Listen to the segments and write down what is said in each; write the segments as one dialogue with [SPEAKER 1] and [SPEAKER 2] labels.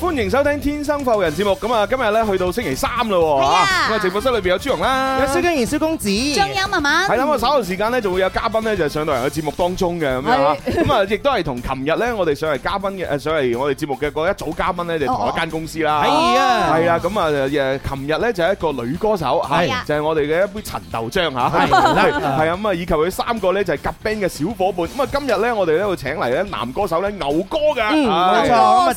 [SPEAKER 1] 歡迎收聽《天生浮人》節目。咁啊，今日咧去到星期三啦喎，
[SPEAKER 2] 係啊
[SPEAKER 1] 嚇咁啊，直播室裏邊有朱紅啦，
[SPEAKER 3] 有蕭敬仁、蕭公子，
[SPEAKER 2] 仲有文文，
[SPEAKER 1] 係啦，咁啊稍後時間咧就會有嘉賓咧就上到嚟嘅節目當中嘅咁樣嚇，咁啊亦都係同琴日咧我哋上嚟嘉賓嘅誒上嚟我哋節目嘅嗰一組嘉賓咧就同一間公司啦，
[SPEAKER 3] 係啊
[SPEAKER 1] 係啊，咁啊誒琴日咧就係一個女歌手
[SPEAKER 3] 係
[SPEAKER 1] 嚇，就係我哋嘅一杯陳豆漿嚇，
[SPEAKER 3] 係啦
[SPEAKER 1] 係啊咁啊以及佢三個咧就係夾 band 嘅小伙伴，咁啊今日咧我哋咧會請嚟咧男歌手咧牛哥嘅，
[SPEAKER 3] 嗯，冇
[SPEAKER 1] 係
[SPEAKER 3] 錯，咁啊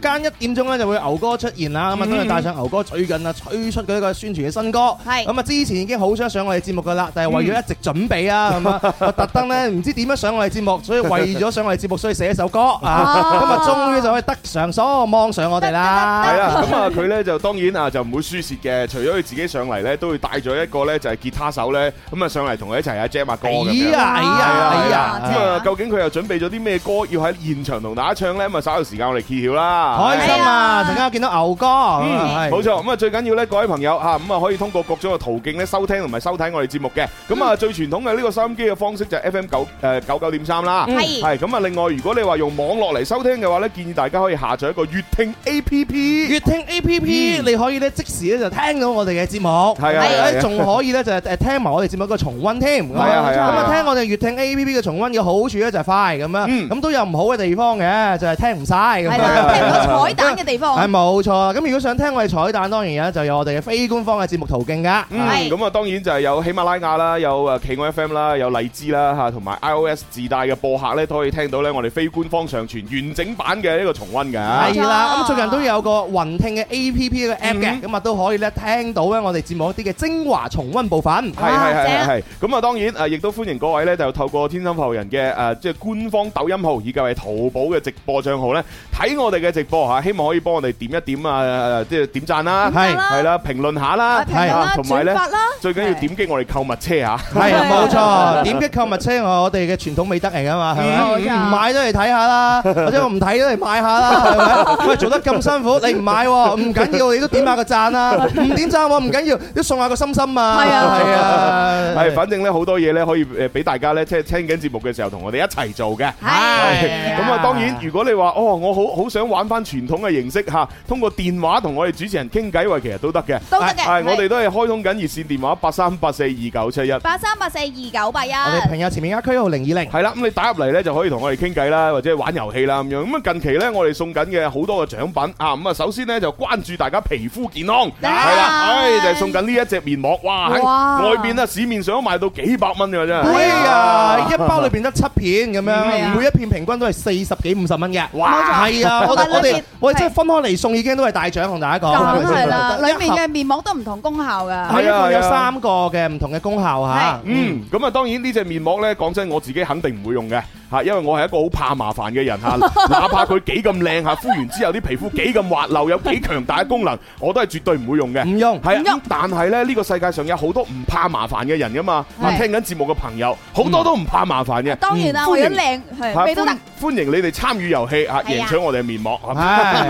[SPEAKER 3] 陣 間一點鐘咧就會牛哥出現啦，咁啊當然帶上牛哥最近啊推出嘅一個宣傳嘅新歌，
[SPEAKER 2] 係
[SPEAKER 3] 咁啊之前已經好想上我哋節目噶啦，但係為咗一直準備啊，咁啊我特登咧唔知點樣上我哋節目，所以為咗上我哋節目，所以寫一首歌啊，咁啊終於就可以得償所望上我哋
[SPEAKER 1] 係
[SPEAKER 3] 啦，
[SPEAKER 1] 啦，咁啊佢咧就當然啊就唔會輸蝕嘅，除咗佢自己上嚟咧，都會帶咗一個咧就係吉他手咧，咁啊上嚟同佢一齊啊 jam 下歌
[SPEAKER 3] 哎
[SPEAKER 1] 咁
[SPEAKER 3] 呀，
[SPEAKER 1] 樣。
[SPEAKER 3] 哎呀，哎呀，
[SPEAKER 1] 咁啊，
[SPEAKER 2] 正
[SPEAKER 1] 究竟佢又準備咗啲咩歌要喺現場同大家唱咧？咁啊，稍有時間我哋揭曉啦。
[SPEAKER 3] 開心
[SPEAKER 2] 係
[SPEAKER 3] 啊！
[SPEAKER 2] 啊
[SPEAKER 3] 陣間見到牛哥，係
[SPEAKER 1] 冇錯，咁啊最緊要咧，各位朋友嚇，咁啊可以通過各種嘅途徑咧收聽同埋收睇我哋節目嘅。咁啊最傳統嘅呢個收音機嘅方式就係 FM 九誒九九點三啦。
[SPEAKER 2] 係
[SPEAKER 1] 係咁啊，另外如果你話用網絡嚟收聽嘅話咧，建議大家可以下載一個粵聽 A P P。
[SPEAKER 3] 粵聽 A P P，你可以咧即時咧就聽到我哋嘅節目，
[SPEAKER 1] 嗯係啊
[SPEAKER 3] 係
[SPEAKER 1] 係啊
[SPEAKER 3] 咧仲可以咧就係誒聽埋我哋節目一個重温添，係
[SPEAKER 1] 啊係啊係啊
[SPEAKER 3] 咁啊聽我哋粵聽 A P P 嘅重温嘅好處咧就係快咁
[SPEAKER 1] 嗯
[SPEAKER 3] 樣，咁都有唔好嘅地方嘅，就係聽唔晒咁
[SPEAKER 2] 係
[SPEAKER 3] 樣。
[SPEAKER 2] 啦，聽唔到彩蛋嘅
[SPEAKER 3] 係
[SPEAKER 2] 地方，
[SPEAKER 3] 冇錯啦，咁如果想聽我哋彩蛋，當然咧就有我哋嘅非官方嘅節目途徑噶。
[SPEAKER 1] 嗯，
[SPEAKER 2] 係
[SPEAKER 1] 咁啊，當然就係有喜馬拉雅啦，有呃誒企鵝 FM 啦，有荔枝啦嚇，同埋 iOS 自帶嘅播客咧，都可以聽到咧我哋非官方上傳完整版嘅呢個重温嘅。
[SPEAKER 3] 係啦，
[SPEAKER 2] 冇
[SPEAKER 3] 咁
[SPEAKER 2] 錯
[SPEAKER 3] 最近都有個雲聽嘅 A P P 嘅 app
[SPEAKER 1] 嗯
[SPEAKER 3] 嘅，咁啊都可以咧聽到咧我哋節目一啲嘅精華重温部分。
[SPEAKER 1] 係係係係
[SPEAKER 2] 哇
[SPEAKER 1] 係，咁啊當然誒，亦都歡迎各位咧，就透過天生浮人嘅誒，即係官方抖音號以及係淘寶嘅直播帳號咧，睇我哋嘅直播嚇，希望可以幫我哋點一點啊，誒即係點讚啦，
[SPEAKER 3] 係
[SPEAKER 2] 點讚啦
[SPEAKER 1] 係啦，評論下啦，
[SPEAKER 2] 評論啦
[SPEAKER 1] 啊同埋咧
[SPEAKER 2] 轉發啦，
[SPEAKER 1] 最緊要點擊我哋購物車嚇。
[SPEAKER 3] 係 冇錯，點擊購物車係我哋嘅傳統美德嚟噶嘛，係
[SPEAKER 2] 冇
[SPEAKER 3] 咪？
[SPEAKER 2] 錯
[SPEAKER 3] 唔買都嚟睇下啦，或者我唔睇都嚟買下啦，係咪？喂，做得咁辛苦，你唔買喎，唔緊要，你都點下個讚啦，唔點讚喎唔緊要，都送下個心心啊，
[SPEAKER 2] 係啊
[SPEAKER 3] 係
[SPEAKER 1] 係，
[SPEAKER 3] 啊，
[SPEAKER 1] 反正咧好多嘢咧可以誒俾大家咧，即係聽緊節目嘅時候同我哋一齊做嘅。
[SPEAKER 2] 係
[SPEAKER 1] 咁啊，當然，如果你話哦，我好好想玩翻傳統嘅形式嚇，通過電話同我哋主持人傾偈，喂，其實都得嘅。
[SPEAKER 2] 都得嘅，
[SPEAKER 1] 係，我哋都係開通緊熱線電話八三八四二九七一。
[SPEAKER 2] 八三八四二九八一，
[SPEAKER 3] 我哋朋友前面呃區號零二零，
[SPEAKER 1] 係啦，咁你打入嚟咧就可以同我哋傾偈啦，或者玩遊戲啦咁樣。咁啊近期咧，我哋送緊嘅好多嘅獎品啊，咁啊首先咧就關注大家皮膚健康，係啦，唉就係送緊呢一隻面膜，哇，喺
[SPEAKER 2] 哇
[SPEAKER 1] 外邊啊市面上都賣到幾百蚊㗎真係。
[SPEAKER 3] 哎呀，一包裏邊得七片咁
[SPEAKER 2] 係啊
[SPEAKER 3] 樣，每一片平均都係四十幾五十蚊嘅。
[SPEAKER 1] 哇
[SPEAKER 3] 係啊，我哋
[SPEAKER 2] 但係
[SPEAKER 3] 我
[SPEAKER 2] 裏
[SPEAKER 3] 哋
[SPEAKER 2] 邊
[SPEAKER 3] 我哋真係分開嚟送已經都係大獎，同大家講。
[SPEAKER 2] 梗係啦，
[SPEAKER 3] 係咪
[SPEAKER 2] 裡
[SPEAKER 3] 先
[SPEAKER 2] 面嘅面膜都唔同功效㗎，
[SPEAKER 3] 係一共
[SPEAKER 1] 係啊
[SPEAKER 3] 有三個嘅唔同嘅功效
[SPEAKER 2] 係
[SPEAKER 3] 嚇。
[SPEAKER 1] 嗯，咁啊，當然呢隻面膜呢，講真我自己肯定唔會用嘅嚇，因為我係一個好怕麻煩嘅人 嚇，哪怕佢幾咁靚嚇，敷完之後啲皮膚幾咁滑溜，有幾強大嘅功能，我都係絕對唔會用嘅。
[SPEAKER 2] 嗯
[SPEAKER 3] 唔用。
[SPEAKER 1] 係啊
[SPEAKER 2] 唔用
[SPEAKER 1] 咁但係咧呢個世界上有好多唔怕麻煩嘅人噶嘛，啊
[SPEAKER 2] 嗯係
[SPEAKER 1] 聽緊節目嘅朋友好多都唔怕麻煩嘅。
[SPEAKER 2] 當然啦，
[SPEAKER 1] 歡
[SPEAKER 2] 為
[SPEAKER 1] 迎
[SPEAKER 2] 咗靚係
[SPEAKER 1] 啊
[SPEAKER 2] 味都得
[SPEAKER 1] 歡，歡迎你哋參與遊戲啊，
[SPEAKER 2] 係
[SPEAKER 1] 贏
[SPEAKER 2] 啊
[SPEAKER 1] 取我哋嘅面膜。啊
[SPEAKER 3] 係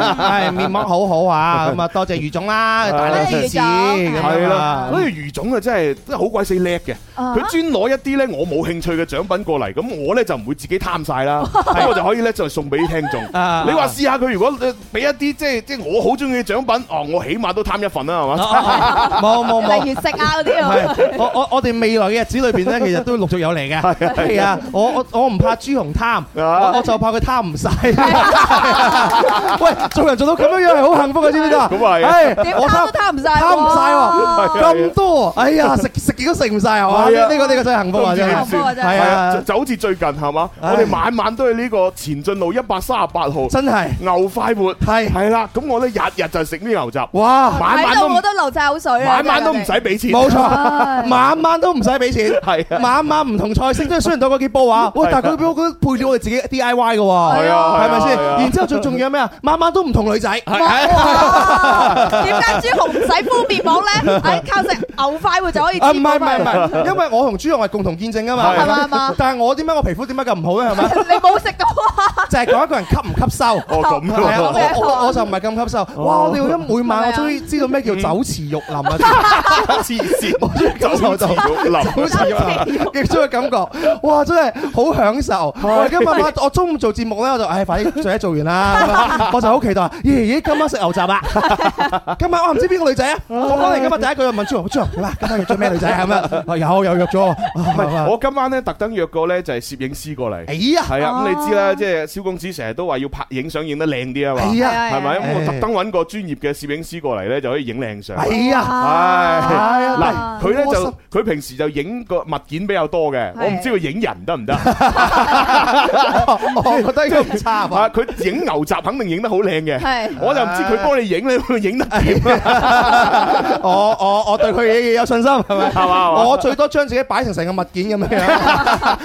[SPEAKER 3] 係面膜好 好啊，咁啊多謝余總啦，
[SPEAKER 1] Ờ.
[SPEAKER 3] 大力支持咁
[SPEAKER 1] 係
[SPEAKER 3] 樣
[SPEAKER 1] 啦，
[SPEAKER 3] 啊
[SPEAKER 1] 所以余總啊真係真係好鬼死叻嘅，
[SPEAKER 2] 啊
[SPEAKER 1] 佢專攞一啲咧我冇興趣嘅獎品過嚟，咁我咧就唔會自己貪晒 啦，咁我就可以咧就送俾聽眾。
[SPEAKER 3] 啊
[SPEAKER 1] 你話試下佢如果呃俾一啲即係即係我好中意嘅獎品，哦，我起碼都貪一份啦，
[SPEAKER 3] 啊
[SPEAKER 1] 係嘛？
[SPEAKER 3] 冇 Ờ, 冇冇
[SPEAKER 2] 例。如食啊嗰啲啊，
[SPEAKER 3] 係，我我我哋未來嘅日子裏邊咧，其實都陸續 有嚟嘅。係啊，我我我唔怕朱紅貪，
[SPEAKER 1] Ờ。
[SPEAKER 3] 我我就怕佢貪唔晒。 喂，做人做到咁樣樣係好幸福嘅，知唔知啊？
[SPEAKER 1] 咁係
[SPEAKER 3] 唉
[SPEAKER 2] 點
[SPEAKER 3] 我
[SPEAKER 2] 貪都貪唔晒喎，
[SPEAKER 3] 貪唔晒
[SPEAKER 1] 係啊
[SPEAKER 3] 喎，咁多，哎呀，食食幾都食唔晒係嘛？
[SPEAKER 1] 係啊
[SPEAKER 3] 呢個呢個真係幸福啊！真
[SPEAKER 1] 都
[SPEAKER 3] 係
[SPEAKER 1] 唔知點算
[SPEAKER 2] 幸福啊真係
[SPEAKER 3] 係
[SPEAKER 1] 係啊，就
[SPEAKER 3] 啊，
[SPEAKER 1] 就好似最近係嘛，我
[SPEAKER 3] 唉
[SPEAKER 1] 哋晚晚都去呢個前進路一百三十八號
[SPEAKER 3] 真係。
[SPEAKER 1] 牛快活，
[SPEAKER 3] 係
[SPEAKER 1] 係啦，咁我咧日日就食呢牛雜，
[SPEAKER 3] 哇！
[SPEAKER 1] 晚晚
[SPEAKER 2] 睇到
[SPEAKER 1] 都
[SPEAKER 2] 我
[SPEAKER 1] 唔
[SPEAKER 2] 都流晒口水啊，
[SPEAKER 1] 晚晚都唔使俾錢，
[SPEAKER 3] 冇
[SPEAKER 2] 唉
[SPEAKER 3] 錯，晚晚都唔使俾 錢，
[SPEAKER 1] 係啊
[SPEAKER 3] 晚晚唔同菜式，即係雖然到嗰幾煲啊，
[SPEAKER 1] 係啊
[SPEAKER 3] 喂，但係佢佢佢配料我哋自己 D I Y 嘅喎，
[SPEAKER 1] 係啊
[SPEAKER 3] 係咪先？
[SPEAKER 1] 係啊
[SPEAKER 3] 然之後仲仲有咩啊？晚晚都唔同女仔， 啊
[SPEAKER 2] 哇點解朱紅唔使敷面膜咧？係靠食牛快活就可以
[SPEAKER 3] 啊
[SPEAKER 2] 黐
[SPEAKER 3] 唔係 唔係唔
[SPEAKER 2] 面膜啦
[SPEAKER 3] 係，因為我同朱紅係共同見證啊嘛，
[SPEAKER 1] 係
[SPEAKER 2] 嘛係嘛
[SPEAKER 3] 但係我點解我皮膚點解咁唔好咧？係咪？
[SPEAKER 2] 你冇食到啊？
[SPEAKER 3] 就係講一個人吸唔吸收。
[SPEAKER 1] 哦咁
[SPEAKER 3] 係啊，
[SPEAKER 1] 啊，哦
[SPEAKER 3] 我我我就唔係咁吸收。哇！我哋咗每晚，我終於知道咩叫酒池肉林啊！
[SPEAKER 1] 黐線，
[SPEAKER 3] 走
[SPEAKER 1] 走
[SPEAKER 3] 走
[SPEAKER 1] 走
[SPEAKER 3] 酒池肉林，亦都嘅感覺。 哇！真係好享受。我今日晚我中午做節目咧，我就唉快啲做一做 完啦。我就好期待，咦咦今晚食牛雜啊！今晚我唔知邊個女仔啊！我講你今日第一句就問朱紅，朱紅點啊？今晚約咗咩女仔啊？咁樣啊有有約咗。唔
[SPEAKER 1] 林。我今晚咧特登約過咧就係攝影師過嚟。
[SPEAKER 3] 哎呀！
[SPEAKER 1] 係啊，咁你知啦，即係蕭公子成日都話要拍影相影得靚啲啊嘛，
[SPEAKER 3] 哎呀！
[SPEAKER 1] 係咪？咁我
[SPEAKER 3] 哎
[SPEAKER 1] 特登揾個專業嘅攝影師過嚟咧，就可以影靚相。
[SPEAKER 3] 哎呀！
[SPEAKER 1] 唉，
[SPEAKER 3] 啊
[SPEAKER 2] Ờ.
[SPEAKER 1] 嗱，佢咧
[SPEAKER 3] 好
[SPEAKER 1] 就
[SPEAKER 3] 窩
[SPEAKER 1] 佢平時就影個物件比較多嘅，我唔知佢影人 得唔得啊？
[SPEAKER 3] 我覺得應該唔差 吧。
[SPEAKER 1] 佢影牛雜肯定影得好靚嘅，
[SPEAKER 2] 係
[SPEAKER 1] 我就唔知佢幫你影咧，佢影得點
[SPEAKER 3] 我我我對佢嘢有信心，係咪？
[SPEAKER 1] 係嘛？
[SPEAKER 3] 我最多將自己擺成成個物件 咁樣樣，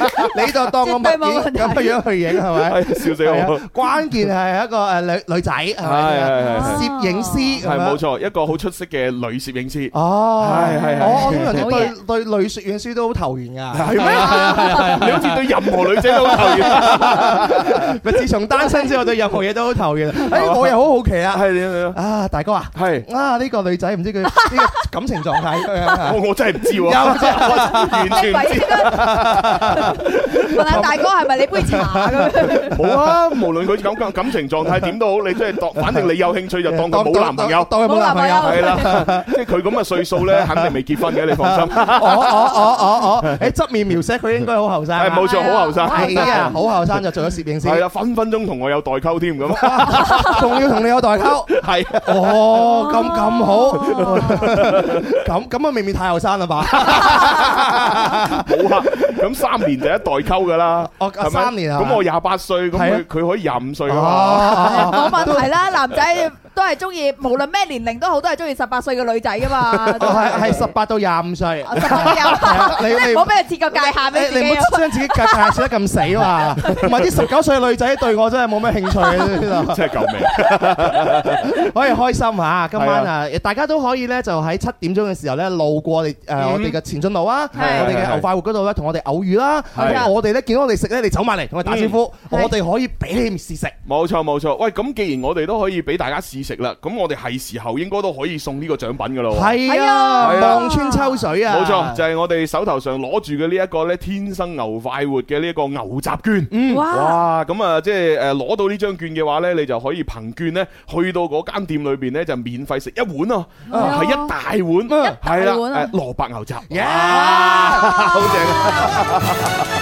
[SPEAKER 3] 你就當我物件咁嘅樣去影係咪？
[SPEAKER 1] 係 笑死
[SPEAKER 3] 係
[SPEAKER 1] 我
[SPEAKER 3] 啊！關鍵係一個誒女女仔係咪？
[SPEAKER 1] 係係係
[SPEAKER 3] 攝影師
[SPEAKER 1] 係
[SPEAKER 3] 咁
[SPEAKER 1] 冇
[SPEAKER 3] 樣。
[SPEAKER 1] 錯，一個好出色嘅女攝影師。
[SPEAKER 3] 哦，
[SPEAKER 1] 係係係
[SPEAKER 3] 我我通常
[SPEAKER 2] 好
[SPEAKER 3] 對
[SPEAKER 2] 嘢
[SPEAKER 3] 對女攝影師都好投緣㗎。
[SPEAKER 1] 係咩？你好似對任何女仔都好投緣。
[SPEAKER 3] 咪自從單身之後，對任何嘢都好投緣。誒，我又好好奇啊！
[SPEAKER 1] 係你你
[SPEAKER 3] 啊，大哥啊，
[SPEAKER 1] 係
[SPEAKER 3] 啊呢個女仔 唔知佢呢個感情狀態咁樣啊
[SPEAKER 1] 我我真係唔知喎，
[SPEAKER 3] 有啫
[SPEAKER 1] à? 完全唔知。冇啊，無論佢感感情狀態點都好，你即係當，反正你有興趣就當佢冇男朋友。
[SPEAKER 3] 當佢冇男朋友。
[SPEAKER 1] 係啦，即係佢咁嘅歲數咧，肯定未結婚嘅，你放心。
[SPEAKER 3] 我我我我我喺側面描寫佢應該好後生啊。
[SPEAKER 1] 係冇錯，好後生。
[SPEAKER 3] 係啊，好後生就做咗攝影
[SPEAKER 1] 係
[SPEAKER 3] 師，
[SPEAKER 1] 啦，分分鐘同我有代溝添咁。
[SPEAKER 3] 仲要同你有代溝。
[SPEAKER 1] 係
[SPEAKER 3] 哦，咁咁好，咁咁啊，未免太後生啦吧？
[SPEAKER 1] 冇啊，咁三年就一代溝㗎啦。
[SPEAKER 3] 哦
[SPEAKER 1] 係咪
[SPEAKER 3] 三年啊
[SPEAKER 1] 咁我廿八歲，咁
[SPEAKER 3] 係啊
[SPEAKER 1] 佢佢可以廿五歲啊
[SPEAKER 3] Ờ.
[SPEAKER 1] 嘛。
[SPEAKER 3] 哦，哦係 係十八到廿五歲。誒你唔好將自己界界設得咁死嘛，同埋啲十九歲女仔對我真係冇咩興趣嘅 呢度。
[SPEAKER 1] 真係救命！
[SPEAKER 3] 可以開心嚇，今晚
[SPEAKER 1] 係
[SPEAKER 3] 啊，大家都可以咧，就喺七點鐘嘅時候咧，路過我哋誒
[SPEAKER 1] 嗯
[SPEAKER 3] 我哋嘅前進路啊，
[SPEAKER 2] 係
[SPEAKER 3] 我哋嘅牛快活嗰度咧，同我哋偶遇啦。
[SPEAKER 1] 係
[SPEAKER 3] 咁我哋咧見到我哋食咧，你走埋嚟同我哋打招呼，
[SPEAKER 2] 嗯
[SPEAKER 3] 我哋可以俾你試食。
[SPEAKER 1] 冇錯冇錯，喂，咁既然我哋都可以俾大家試食啦，咁我哋係時候應該都可以送呢個獎品噶咯。
[SPEAKER 3] 係啊，
[SPEAKER 1] 係啊
[SPEAKER 3] 望穿秋水啊！
[SPEAKER 1] 冇錯，就係我哋手頭上攞住嘅呢一個咧天生牛快活嘅呢一個牛雜券。
[SPEAKER 3] 嗯
[SPEAKER 1] 哇！咁啊，即係誒攞到呢張券嘅話呢，你就可以憑券呢去到嗰間店裏邊呢，就免費食一碗咯，
[SPEAKER 2] 啊
[SPEAKER 3] 哦
[SPEAKER 1] 係一大
[SPEAKER 3] 嗯
[SPEAKER 1] 碗，係
[SPEAKER 2] 一大碗
[SPEAKER 1] 啦，
[SPEAKER 2] 啊
[SPEAKER 1] 誒蘿蔔牛雜，
[SPEAKER 2] Ờ.
[SPEAKER 3] Yeah！
[SPEAKER 1] 好正啊！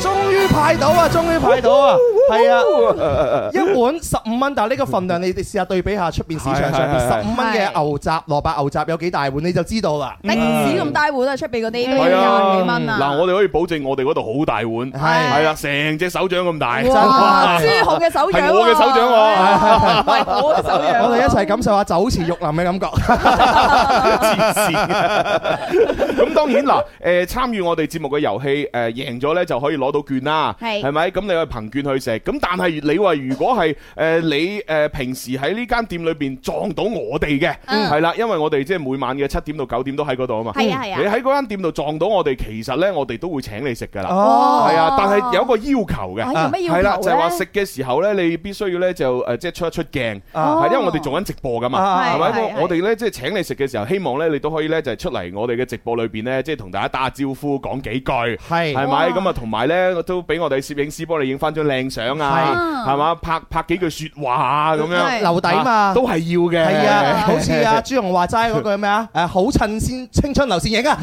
[SPEAKER 3] 終於派到啊！終於派到啊！係啊，一碗十五蚊，但係呢個份量你哋試下對比下出邊市場上邊
[SPEAKER 1] 係係係
[SPEAKER 3] 十五蚊嘅
[SPEAKER 2] 係
[SPEAKER 3] 牛雜、蘿蔔牛雜有幾大碗，你就知道啦。
[SPEAKER 1] 係啊，嗱，我哋可以保證我哋嗰度好大碗，
[SPEAKER 3] 係
[SPEAKER 1] 係啦，成隻手掌咁大，
[SPEAKER 2] 哇！朱紅嘅手掌喎，
[SPEAKER 1] 係我嘅手掌喎
[SPEAKER 2] 唔係啊我嘅手掌。
[SPEAKER 3] 我哋一齊感受下酒池肉林嘅感覺。
[SPEAKER 1] 黐線 咁當然嗱，誒參與我哋節目嘅遊戲，誒贏咗咧就可以攞到券啦，
[SPEAKER 2] 係
[SPEAKER 1] 係咪？咁你去憑券去食。咁但係你話如果係誒你誒平時喺呢間店裏邊撞到我哋嘅，
[SPEAKER 2] 嗯
[SPEAKER 1] 係啦，因為我哋即係每晚嘅七點到九點都喺嗰度啊嘛。
[SPEAKER 2] 係啊係啊
[SPEAKER 1] 你喺嗰間店度撞到我哋，其實咧我哋都會請你食㗎啦。
[SPEAKER 3] 哦，
[SPEAKER 1] 係啊，但係有一個要求嘅，
[SPEAKER 2] 啊有咩要求
[SPEAKER 1] 係啦，就係話
[SPEAKER 2] 咧
[SPEAKER 1] 食嘅時候咧，你必須要咧就誒即係出一出鏡，
[SPEAKER 3] 啊
[SPEAKER 1] 係因為我哋做緊直播㗎嘛。
[SPEAKER 3] 啊
[SPEAKER 1] 係咪？
[SPEAKER 2] 係
[SPEAKER 1] 我我哋咧即係請你食嘅時候，希望咧你都可以咧就係出嚟我哋嘅直播裏邊咧，即係同大家打下招呼，講幾句，係
[SPEAKER 3] 係
[SPEAKER 2] 哇
[SPEAKER 1] 咪？咁啊，同埋咧都俾我哋攝影師幫你影翻張靚相啊，
[SPEAKER 2] 係
[SPEAKER 1] 係嘛？拍拍幾句説話啊咁樣
[SPEAKER 2] 係，
[SPEAKER 3] 留底嘛
[SPEAKER 1] 啊。都係要嘅。
[SPEAKER 3] 係啊，好似啊朱紅話齋嗰句咩啊？誒，好襯先青春流線影啊！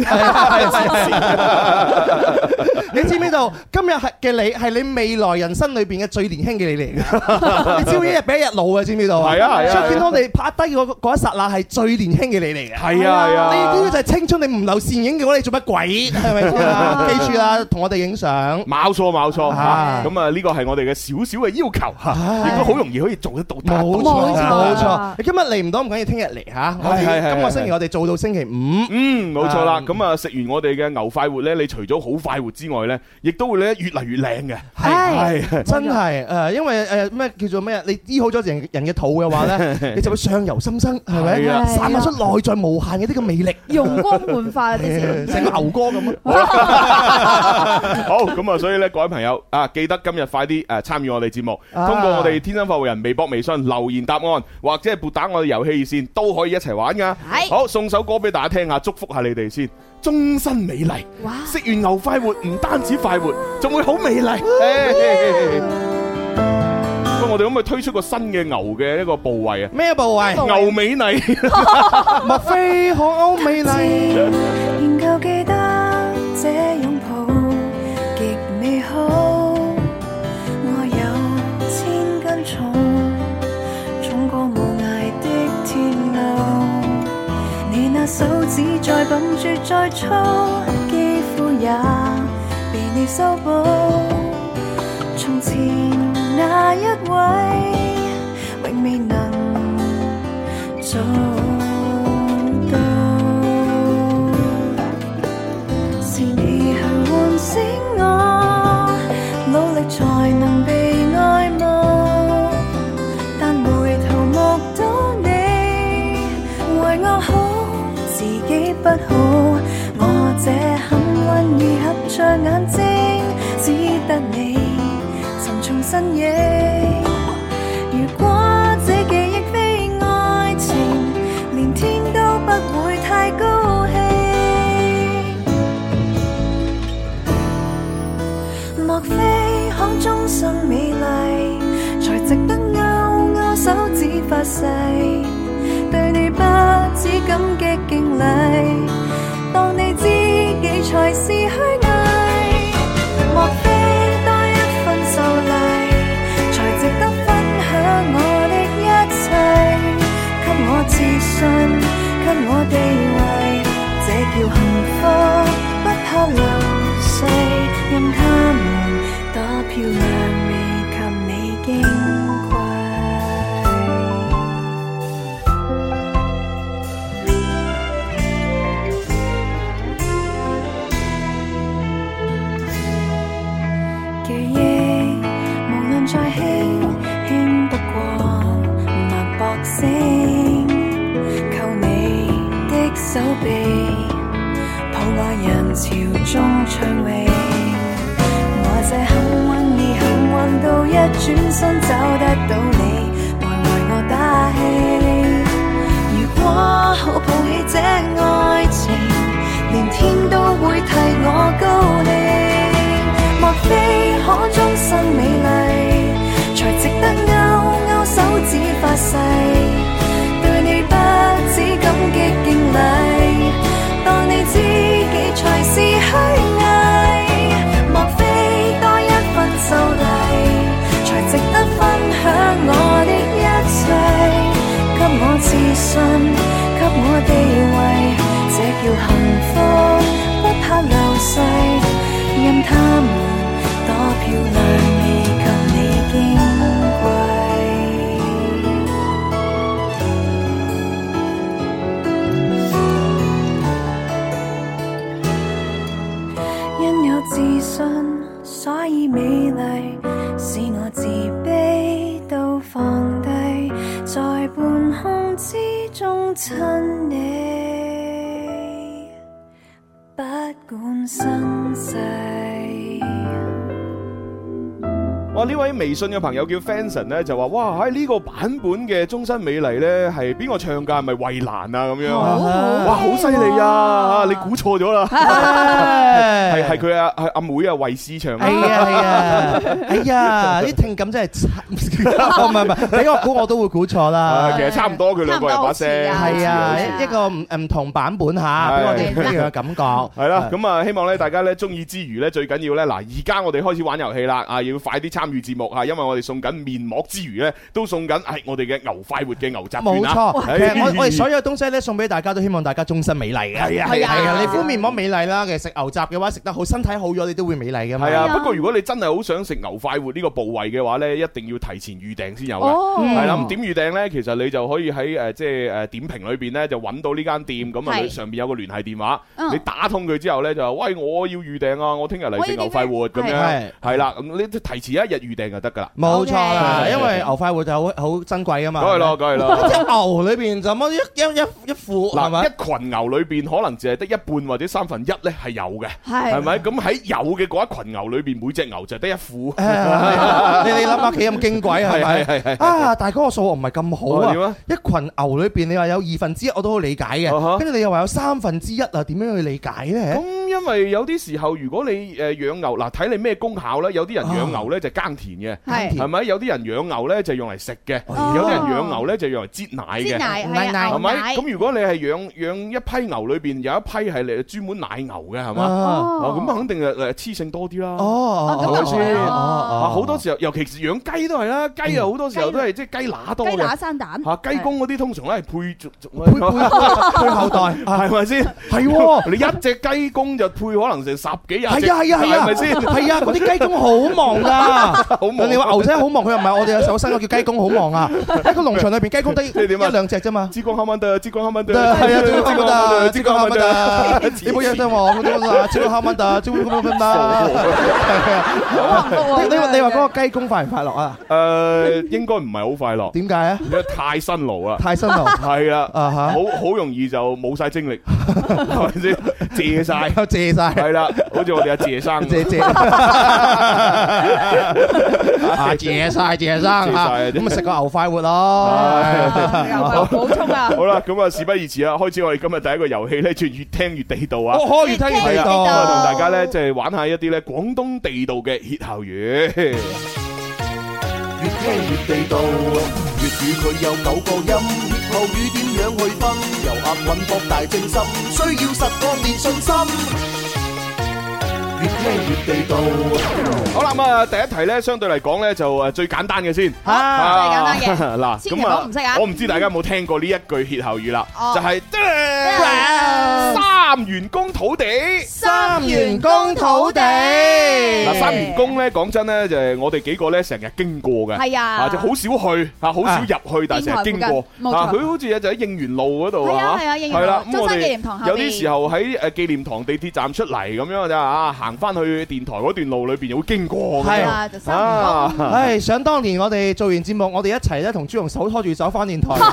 [SPEAKER 3] 你知唔知道今日係嘅你係你未來人生裏邊嘅最年輕嘅你 嚟㗎？你只會一日比一日老啊！知唔知道啊？
[SPEAKER 1] 係啊係啊
[SPEAKER 3] 所以見到你拍低嗰嗰一剎那係最年輕嘅你嚟嘅。
[SPEAKER 1] 係啊係
[SPEAKER 3] 你呢啲
[SPEAKER 1] 啊，
[SPEAKER 3] 就係青春，你唔留倩影嘅話，你做乜鬼？係 咪先啊？記住啦，同我哋影相。
[SPEAKER 1] 冇錯冇錯
[SPEAKER 3] 啊
[SPEAKER 1] 嚇。咁啊呢個係我哋嘅少少嘅要求嚇，亦都好容易可以做得到。啊
[SPEAKER 3] 冇錯
[SPEAKER 2] 冇錯
[SPEAKER 3] 冇錯，你今日嚟唔到唔緊要，聽日嚟嚇。我
[SPEAKER 1] 係係係
[SPEAKER 3] 哋今個星期我哋做到星期五。
[SPEAKER 1] 嗯，冇錯啦。
[SPEAKER 3] 嗯
[SPEAKER 1] 咁啊，食完我哋嘅牛快活呢，你除咗好快活之外呢，亦都會咧越嚟越靚嘅。
[SPEAKER 2] 係
[SPEAKER 1] 係
[SPEAKER 3] 真係誒，因為誒咩叫做咩？你醫好咗人人嘅肚嘅 話咧，你就會上游心生，係
[SPEAKER 1] 係
[SPEAKER 3] 咪
[SPEAKER 1] 啊？
[SPEAKER 3] 散發出內在無限嘅呢個魅 力，
[SPEAKER 2] 容光焕發啊！啲 事
[SPEAKER 3] 成 個牛哥咁啊！
[SPEAKER 1] 好咁啊，所以咧，各位朋友啊，記得今日快啲誒參與我哋節目，
[SPEAKER 3] 啊
[SPEAKER 1] 通過我哋天生發育人微博、微信留言答案，或者係撥打我哋遊戲熱線，都可以一齊玩噶。
[SPEAKER 2] 係
[SPEAKER 1] 好，送首歌俾大家聽下，祝福下你哋先。終身美麗，
[SPEAKER 2] 哇！
[SPEAKER 1] 食完牛快活，唔單止快活，仲會好美麗。喂，我哋可唔可以推出個新嘅牛嘅一個部位啊？
[SPEAKER 3] 咩部位？
[SPEAKER 1] 牛美麗。
[SPEAKER 3] 莫非可歐美麗？
[SPEAKER 4] 仍舊記得這擁抱極美好，我有千斤重，重過無涯的天路。你那手指再笨拙再粗，肌膚也被你修補。從前那一位，永未能做到。是你去喚醒我，努力才能被愛慕，但回頭望到你，為我好，自己不好，我這幸運兒合着眼睛，只得你沉重身影。如果這記憶非愛情，連天都不會太高興。莫非可終生美麗，才值得勾勾手指發誓，對你不止感激敬禮，當你知己才是虛偽。莫非多一份受禮，才值得分享我的一切，給我自信，給我地位，這叫幸福，不怕流。誰任他們多漂亮，未及你矜貴。記憶無論再輕，輕不過脈搏聲，扣你的手臂。抱我人潮中暢泳。我這幸運兒幸運到一轉身找得到你，來為我打氣。如果好抱起這愛情，連天都會替我高興。莫非可終身美麗，才值得勾勾手指發誓？對你不止感激敬禮，當你知己才是虛偽。莫非多一份受禮，才值得分享我的一切？給我自信，給我地位，這叫幸福，不怕流逝。任他們多漂亮，未及你矜貴。因有自信，所以美麗，使我自卑到放低，在半空之中親你，不管身世。
[SPEAKER 1] 哇！呢位微信嘅朋友叫 Fanson 咧，就話：哇！喺呢個版本嘅《終身美麗》咧，係邊個唱㗎？係咪衞蘭啊？咁樣啊
[SPEAKER 2] 哦
[SPEAKER 3] 好
[SPEAKER 1] 哇！好犀利啊！你估錯咗啦，係
[SPEAKER 3] 係
[SPEAKER 1] 係佢啊，係阿妹啊，衛詩唱
[SPEAKER 3] 哎
[SPEAKER 1] 嘅。
[SPEAKER 3] 呀 係啊，哎呀，啲聽感真係差， 唔係唔係，俾我估我都會估錯
[SPEAKER 1] 啊
[SPEAKER 3] 啦
[SPEAKER 1] 其。實差唔多，佢兩個人把聲
[SPEAKER 2] 差唔多好似
[SPEAKER 3] 係 啊，
[SPEAKER 2] 好似
[SPEAKER 3] 一一個唔唔同版本嚇，俾我哋唔一樣嘅感覺。
[SPEAKER 1] 係啦，咁啊，希望咧大家咧中意之餘咧，最緊要咧嗱，而家我哋開始玩遊戲啦，啊，要快啲參與節目嚇，因為我哋送緊面膜之餘咧，都送緊係我哋嘅牛快活嘅牛雜
[SPEAKER 3] 冇
[SPEAKER 1] 券啊！
[SPEAKER 3] 錯，
[SPEAKER 1] 哎
[SPEAKER 3] 其實我我哋所有東西咧送俾大家，都希望大家終身美麗嘅。
[SPEAKER 1] 係啊
[SPEAKER 2] 係啊
[SPEAKER 3] 係啊，你敷面膜美麗啦，其實食牛雜嘅話，食得好，身體好咗，你都會美麗噶嘛。
[SPEAKER 1] 係
[SPEAKER 2] 係
[SPEAKER 1] 啊，
[SPEAKER 2] 啊
[SPEAKER 1] 不過如果你真係好想食牛快活呢個部位嘅話呢，一定要提前預訂先有嘅。
[SPEAKER 2] 哦，
[SPEAKER 1] 係啦，咁點預訂呢？其實你就可以喺誒即係誒點評裏邊呢，就揾到呢間店，咁啊
[SPEAKER 2] 係
[SPEAKER 1] 上邊有個聯繫電話，
[SPEAKER 2] 嗯
[SPEAKER 1] 你打通佢之後呢，就話喂我要預訂啊，我聽日嚟食牛快活咁
[SPEAKER 2] 我要點
[SPEAKER 1] 樣
[SPEAKER 3] 樣，
[SPEAKER 1] 係啦，咁你提前一日預訂就得㗎啦。
[SPEAKER 3] 冇錯啦，
[SPEAKER 1] OK
[SPEAKER 3] 因為牛快活就好好珍貴噶嘛。
[SPEAKER 1] 梗係咯，梗係
[SPEAKER 3] 一
[SPEAKER 1] 咯。
[SPEAKER 3] 隻牛裏邊就乜一一一一副係咪
[SPEAKER 1] 嗱，？一群牛裏邊可能淨係得一半或者三分一呢係有嘅，係
[SPEAKER 2] 係
[SPEAKER 1] 咪？咁喺有嘅嗰一群牛裏邊，每隻牛就得一副。
[SPEAKER 3] 誒係啊你你諗下幾咁矜貴係
[SPEAKER 1] 係
[SPEAKER 3] 咪？
[SPEAKER 1] 係係係
[SPEAKER 3] 啊，但係嗰個數我唔係咁好
[SPEAKER 1] 哦點啊
[SPEAKER 3] 啊！一群牛裏邊，你話有二分之一我都好理解
[SPEAKER 1] 啊哈
[SPEAKER 3] 嘅，跟住你又話有三分之一啊，點樣去理解咧？
[SPEAKER 1] 咁因為有啲時候，如果你誒養牛，嗱睇你咩功效啦。有啲人養牛咧就耕田嘅，
[SPEAKER 2] 係
[SPEAKER 1] 係咪？有啲人養牛咧就用嚟食嘅，
[SPEAKER 2] 哦
[SPEAKER 1] 有啲人養牛咧就用嚟擠奶
[SPEAKER 2] 鮮
[SPEAKER 1] 嘅，
[SPEAKER 2] 奶
[SPEAKER 3] 奶
[SPEAKER 2] 係啊
[SPEAKER 3] 奶
[SPEAKER 1] 係
[SPEAKER 2] 牛
[SPEAKER 1] 咪？
[SPEAKER 2] 奶
[SPEAKER 1] 咁如果你係養養一批牛裏邊有一批係嚟專門奶牛嘅，係嘛？
[SPEAKER 3] 啊
[SPEAKER 1] 哦，咁肯定係誒雌性多啲啦。
[SPEAKER 3] 哦，
[SPEAKER 2] 咁又
[SPEAKER 1] 係咪先
[SPEAKER 2] 係
[SPEAKER 1] 啊
[SPEAKER 2] 啊，
[SPEAKER 1] 好多時候，尤其是養雞都係啦，雞啊好多時候都係即係雞乸多
[SPEAKER 2] 雞
[SPEAKER 1] 嘅
[SPEAKER 2] 乸，生蛋，
[SPEAKER 1] 嚇雞公嗰啲通常都係配
[SPEAKER 3] 配配配後代啊，
[SPEAKER 1] 係咪先？
[SPEAKER 3] 係喎，
[SPEAKER 1] 你一隻雞公就配可能成十幾廿隻，
[SPEAKER 3] 係啊係啊係啊，
[SPEAKER 1] 係咪先？
[SPEAKER 3] 係啊，嗰啲雞公好忙㗎。
[SPEAKER 1] 好忙
[SPEAKER 3] 你話牛仔好忙，佢又唔係我哋有手生，叫雞公好忙啊！喺個農場裏邊，雞公得一
[SPEAKER 1] 你點啊
[SPEAKER 3] 兩隻啫嘛。
[SPEAKER 1] 珠江口吻得，珠江口吻得，
[SPEAKER 3] 得係啊，朱古
[SPEAKER 1] 口
[SPEAKER 3] 力
[SPEAKER 1] 吻
[SPEAKER 3] 得，
[SPEAKER 1] 得，
[SPEAKER 3] 朱
[SPEAKER 1] 珠
[SPEAKER 3] 古
[SPEAKER 1] 江口
[SPEAKER 3] 力
[SPEAKER 1] 吻得
[SPEAKER 3] 得，，你冇嘢得我，朱古力朱古力得，朱古力得。
[SPEAKER 2] 好幸福喎
[SPEAKER 3] 你你話你話嗰個雞公快唔快樂啊？
[SPEAKER 1] 誒，呃應該唔係好快樂，
[SPEAKER 3] 點解啊？
[SPEAKER 1] 因為太辛勞啦。
[SPEAKER 3] 太辛勞
[SPEAKER 1] 係啦，
[SPEAKER 3] 啊嚇，
[SPEAKER 1] 好好容易就冇晒精力，係咪先？借晒，
[SPEAKER 3] 又謝晒，
[SPEAKER 1] 係啦，好似我哋阿謝生，
[SPEAKER 3] 謝謝。啊，謝晒謝生啊！咁咪食個牛快活咯。
[SPEAKER 2] 啊牛奶補充啊，
[SPEAKER 1] 好啦，咁啊，事不宜遲啦，開始我哋今日第一個遊戲咧，就越聽越地道啊！
[SPEAKER 3] 哦，
[SPEAKER 2] 越聽越
[SPEAKER 1] 係
[SPEAKER 2] 地
[SPEAKER 1] 啦，
[SPEAKER 2] 道
[SPEAKER 1] 咁啊，同大家咧即係玩下一啲咧廣東地道嘅歇後語。
[SPEAKER 5] 越聽越地道，粵語佢有九個音，歇後語點樣去分？由押韻博大精深，需要十個練信心。越聽越地道，
[SPEAKER 1] 好啦，咁啊，第一題咧，相對嚟講咧就誒最簡單嘅先。
[SPEAKER 3] 啊，
[SPEAKER 1] 啊
[SPEAKER 2] 最簡單
[SPEAKER 1] 嗱，
[SPEAKER 2] 千祈
[SPEAKER 1] 咁啊
[SPEAKER 2] 唔好唔識啊
[SPEAKER 1] 我唔知大家有冇聽過呢一句歇後語啦，
[SPEAKER 2] 哦
[SPEAKER 1] 就係三元公土地。
[SPEAKER 3] 三元公土地
[SPEAKER 1] 嗱，三元公咧，講真咧，就係我哋幾個咧成日經過嘅，
[SPEAKER 2] 係啊，
[SPEAKER 1] 啊，就好少去，啊，好少入去，但係成日經過，
[SPEAKER 2] 邊台附近冇錯
[SPEAKER 1] 啊，佢好似就喺應元路嗰度
[SPEAKER 2] 係啊
[SPEAKER 1] 啊，
[SPEAKER 2] 係啊應元路
[SPEAKER 1] 啦，咁
[SPEAKER 2] 中
[SPEAKER 1] 我
[SPEAKER 2] 山紀
[SPEAKER 1] 哋
[SPEAKER 2] 念堂後
[SPEAKER 1] 有
[SPEAKER 2] 面
[SPEAKER 1] 啲時候喺誒紀念堂地鐵站出嚟咁樣就啊，行翻去電台嗰段路裏邊會經過咁樣，
[SPEAKER 3] 係
[SPEAKER 2] 啊，就三元公。
[SPEAKER 1] 啊，
[SPEAKER 3] 唉，哎想當年我哋做完節目，我哋一齊咧同朱紅手拖住手翻電台，
[SPEAKER 1] 手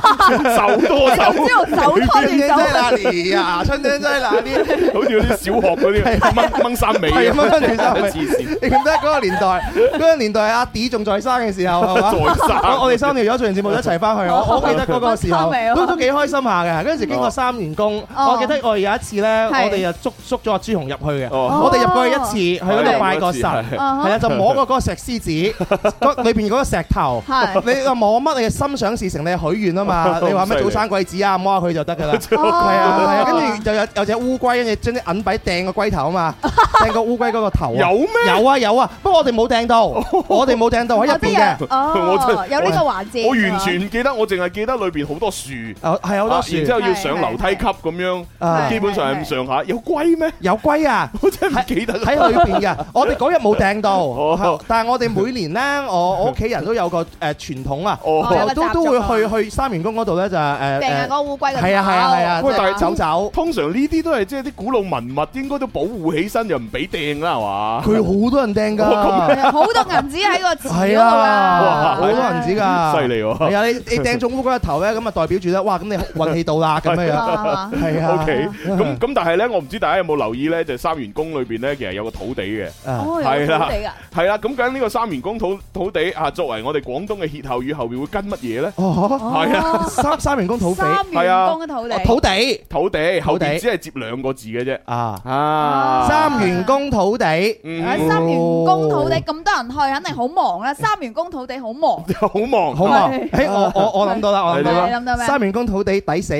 [SPEAKER 1] 多手。
[SPEAKER 3] 春天在哪裡啊？春天在哪裡？
[SPEAKER 1] 好似嗰啲小學嗰啲掹掹衫尾啊
[SPEAKER 3] 係咁啊樣其實
[SPEAKER 1] 黐線，
[SPEAKER 3] 你記唔記得嗰個年代？嗰個年代阿 D 仲在生嘅時候係 嘛？
[SPEAKER 1] 在生
[SPEAKER 3] 我我哋三條友做完節目一齊翻去，我我記得嗰個時候
[SPEAKER 2] 生未喎
[SPEAKER 3] 都都幾開心下嘅。嗰陣時經過三年工，
[SPEAKER 2] 哦
[SPEAKER 3] 我記得我哋有一次咧，
[SPEAKER 2] 係
[SPEAKER 3] 我哋又捉捉咗阿朱紅入去嘅。
[SPEAKER 1] 哦
[SPEAKER 3] 我哋入過去一次，去嗰度拜個神，
[SPEAKER 1] 係
[SPEAKER 3] 係啦，就摸過嗰個石獅子，嗰裏邊嗰個石頭。
[SPEAKER 2] 係
[SPEAKER 3] 你話摸乜？你嘅心想事成，你係許願 啊嘛！你話咩早生貴子啊，摸下佢就得㗎啦。
[SPEAKER 2] 哦
[SPEAKER 3] 係啊，係啊，跟住就有有隻烏龜，跟住將啲銀幣掟個龜頭啊嘛，掟個烏龜嗰個頭啊。
[SPEAKER 1] 有咩？哦
[SPEAKER 3] 有啊有啊，不過我哋冇 掟到，我哋冇掟到喺入邊嘅。
[SPEAKER 2] 哦，
[SPEAKER 1] 我真
[SPEAKER 2] 有呢個環節，
[SPEAKER 1] 我完全唔記得，我淨係記得裏邊好多樹，
[SPEAKER 3] 啊係啊有好多
[SPEAKER 1] 啊
[SPEAKER 3] 樹
[SPEAKER 1] 然之後要上樓梯級咁樣，
[SPEAKER 3] 啊
[SPEAKER 1] 基本上係咁上下。有龜咩？
[SPEAKER 3] 有龜啊。
[SPEAKER 1] 我真係唔記得啦。
[SPEAKER 3] 喺裏 邊嘅，我哋嗰日冇掟
[SPEAKER 1] 哦
[SPEAKER 3] 到，但係我哋每年呢，我我屋企人都有個誒傳統啊，
[SPEAKER 1] 哦，
[SPEAKER 3] 就都都會去去三元宮嗰度呢，就係誒
[SPEAKER 2] 啊掟下個
[SPEAKER 3] 誒，
[SPEAKER 2] 烏龜嘅頭
[SPEAKER 3] 係啊係啊係啊，
[SPEAKER 1] 喂
[SPEAKER 3] 即係
[SPEAKER 1] 但係
[SPEAKER 3] 走走，
[SPEAKER 1] 通常呢啲都係即係啲古老文物，應該都保護起身，又唔俾掟啦，係嘛？
[SPEAKER 3] 佢好多人掟
[SPEAKER 1] 哦
[SPEAKER 3] 㗎，
[SPEAKER 2] 好多銀紙喺個池嗰
[SPEAKER 3] 係
[SPEAKER 2] 度
[SPEAKER 3] 啊，
[SPEAKER 1] 哇
[SPEAKER 2] 啊，
[SPEAKER 3] 好多人知㗎，
[SPEAKER 1] 犀利喎
[SPEAKER 3] 係啊，你你掟中烏龜嘅頭呢，咁啊代表住呢，哇咁你運氣到啦咁 樣樣，
[SPEAKER 2] 啊
[SPEAKER 3] 係啊
[SPEAKER 1] O K，咁咁，但係咧，我唔知大家有冇留意咧，就係三元宮裏邊咧，其實有個土地嘅。
[SPEAKER 3] 啊
[SPEAKER 2] 哦，有土地㗎，
[SPEAKER 1] 係啦，咁緊呢個三元宮土土地啊，作為我哋廣東嘅歇後語，後面會跟乜嘢咧？
[SPEAKER 3] 哦，
[SPEAKER 1] 係啊，
[SPEAKER 3] 三三元宮土匪，
[SPEAKER 2] 三元公嘅土地，
[SPEAKER 3] 土地
[SPEAKER 1] 土地後面
[SPEAKER 3] 土地
[SPEAKER 1] 只係接兩個字嘅啫。
[SPEAKER 3] 啊。
[SPEAKER 1] 啊，
[SPEAKER 3] 三哎元宮土地，
[SPEAKER 1] 嗯
[SPEAKER 2] 啊三元公土地咁多人去，肯定好忙啦。三元公土地好忙，
[SPEAKER 1] 好忙，
[SPEAKER 3] 好嘛？
[SPEAKER 2] 係
[SPEAKER 3] 誒，我我我諗到啦，我諗到
[SPEAKER 2] 你諗到
[SPEAKER 3] 啦，
[SPEAKER 2] 咩
[SPEAKER 3] 三元宮土地抵死，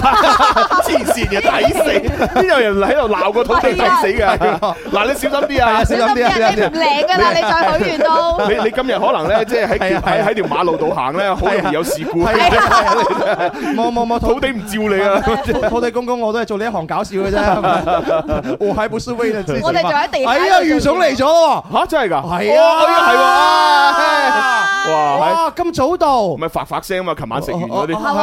[SPEAKER 3] 啊
[SPEAKER 1] 黐線嘅，抵死！邊有人喺度鬧個土地抵死㗎？嗱，你小心啲啊！
[SPEAKER 3] 小心啲啊小心
[SPEAKER 2] 你
[SPEAKER 3] 啲啊
[SPEAKER 2] 唔靚噶啦，你再許願 都。
[SPEAKER 1] 你你今日可能 咧，即係喺
[SPEAKER 3] 係
[SPEAKER 1] 條
[SPEAKER 3] 啊係
[SPEAKER 1] 喺
[SPEAKER 3] 啊
[SPEAKER 1] 喺條馬路度行咧，好容易有事故，
[SPEAKER 3] 係啊，冇冇 冇
[SPEAKER 1] 土地唔照你啊！
[SPEAKER 3] 土地公公，我都係做呢一行搞笑嘅 啫。我喺本書威嘅，
[SPEAKER 2] 我哋仲喺地下
[SPEAKER 3] 哎呀，余總嚟咗喎，
[SPEAKER 1] 吓，真係㗎？
[SPEAKER 3] 係
[SPEAKER 1] 哦哎呀，
[SPEAKER 3] 啊，
[SPEAKER 1] 係喎！哇，
[SPEAKER 3] 哇，哦咁早到，
[SPEAKER 1] 係咪發發聲啊嘛？琴晚食完嗰啲。
[SPEAKER 3] 係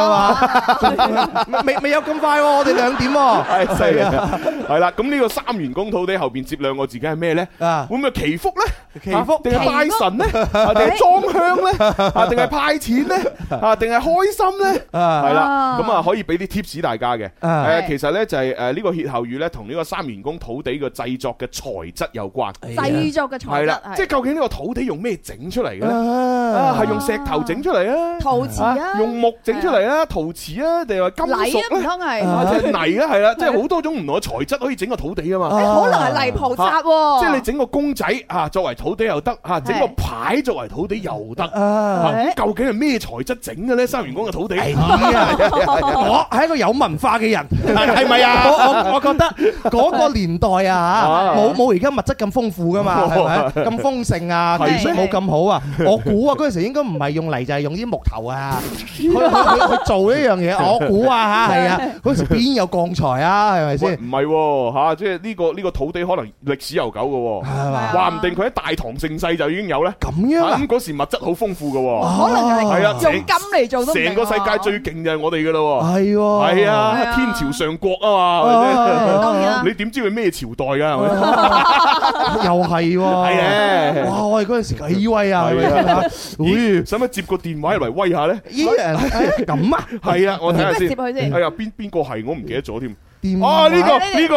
[SPEAKER 3] 嘛？未未有咁快喎，我哋兩點喎。
[SPEAKER 1] 系犀利
[SPEAKER 3] ờ,
[SPEAKER 1] 啊！系啦，咁呢個三元公土地後边接兩個字嘅係咩咧？
[SPEAKER 3] 啊
[SPEAKER 1] 會唔會祈福咧？
[SPEAKER 3] 祈福
[SPEAKER 1] 定係拜神 咧？啊定係裝香咧？啊定係派錢咧？啊定係開心咧？
[SPEAKER 3] 啊
[SPEAKER 1] 係啦，
[SPEAKER 2] 啊
[SPEAKER 1] 咁啊可以俾啲 tips 大家嘅。
[SPEAKER 3] 啊
[SPEAKER 1] 誒，其實咧就係誒呢個歇後語咧，同呢個三元公土地嘅製作嘅材質有關。
[SPEAKER 2] 製作嘅材
[SPEAKER 1] 係
[SPEAKER 2] 質
[SPEAKER 1] 啦，即係
[SPEAKER 2] 係
[SPEAKER 1] 究竟呢個土地用咩整出嚟嘅
[SPEAKER 3] Ờ,
[SPEAKER 1] 咧？啊，
[SPEAKER 3] 啊
[SPEAKER 1] 係用石頭整出嚟啊？
[SPEAKER 2] 陶瓷啊，
[SPEAKER 1] 用木整出嚟啊？陶瓷啊？定係話金
[SPEAKER 2] 泥啊，
[SPEAKER 1] 屬
[SPEAKER 2] 唔
[SPEAKER 1] 咧？
[SPEAKER 2] 通係？
[SPEAKER 1] 啊，
[SPEAKER 2] 誒
[SPEAKER 1] 即係泥啦，係啦，即係好多種唔同嘅材質可以整個土地啊嘛。
[SPEAKER 3] 啊
[SPEAKER 2] 可能係泥菩薩喎。
[SPEAKER 1] 即係你整個公仔啊，作為土地又得啊，整個牌作為土地又得。
[SPEAKER 3] 啊！
[SPEAKER 1] 啊
[SPEAKER 2] 係
[SPEAKER 1] 究竟係咩材質整嘅咧？三元工嘅土地
[SPEAKER 3] 我係一個有文化嘅人，
[SPEAKER 1] 係咪啊
[SPEAKER 3] 我我我覺得嗰個年代啊
[SPEAKER 1] 啊，
[SPEAKER 3] 冇冇而家物質咁豐 富噶嘛，係咪？咁豐盛啊，技
[SPEAKER 1] 係
[SPEAKER 3] 術冇 咁好啊。我估啊，嗰陣時應該唔係用泥，就係用啲木頭啊，去去去去做呢樣 嘢。我估啊嚇，係啊，嗰陣時邊有鋼材啊，係咪
[SPEAKER 1] 喂
[SPEAKER 3] 先？
[SPEAKER 1] 唔係喎嚇，即係呢個呢個土地可能歷史悠久嘅喎，
[SPEAKER 3] 係嘛？
[SPEAKER 1] 話唔定佢喺大唐盛世就已經有咧。
[SPEAKER 3] 咁樣
[SPEAKER 1] 啊
[SPEAKER 3] 啊
[SPEAKER 1] 咁？嗰時物質好豐富嘅
[SPEAKER 2] 可能係
[SPEAKER 1] 係啊
[SPEAKER 2] 用金嚟做哦都
[SPEAKER 1] 喎，
[SPEAKER 2] 唔啊定
[SPEAKER 1] 成個世界
[SPEAKER 2] 喎
[SPEAKER 1] 最勁就係我哋嘅咯
[SPEAKER 3] 哦係喎，
[SPEAKER 1] 喎。係
[SPEAKER 2] 係
[SPEAKER 1] 啊，
[SPEAKER 2] 啊
[SPEAKER 1] 天朝上國啊嘛係咪
[SPEAKER 3] 啊，
[SPEAKER 2] 當然啦
[SPEAKER 1] 先，你點知佢咩朝代㗎？係咪？
[SPEAKER 3] 又係喎，
[SPEAKER 1] 係嘅啊
[SPEAKER 3] 哇！我哋嗰陣時幾威啊，係咪
[SPEAKER 1] 係
[SPEAKER 3] 先
[SPEAKER 1] 啊
[SPEAKER 3] 啊？
[SPEAKER 1] 咦，使唔使接個電話入嚟威下咧？
[SPEAKER 3] 咦誒咁啊？
[SPEAKER 1] 係啊，我睇下先。
[SPEAKER 2] 接佢先
[SPEAKER 1] 哎呀，邊邊個係我唔記得咗添。
[SPEAKER 3] 電
[SPEAKER 1] 哦，呢個
[SPEAKER 2] 呢啲
[SPEAKER 1] 呢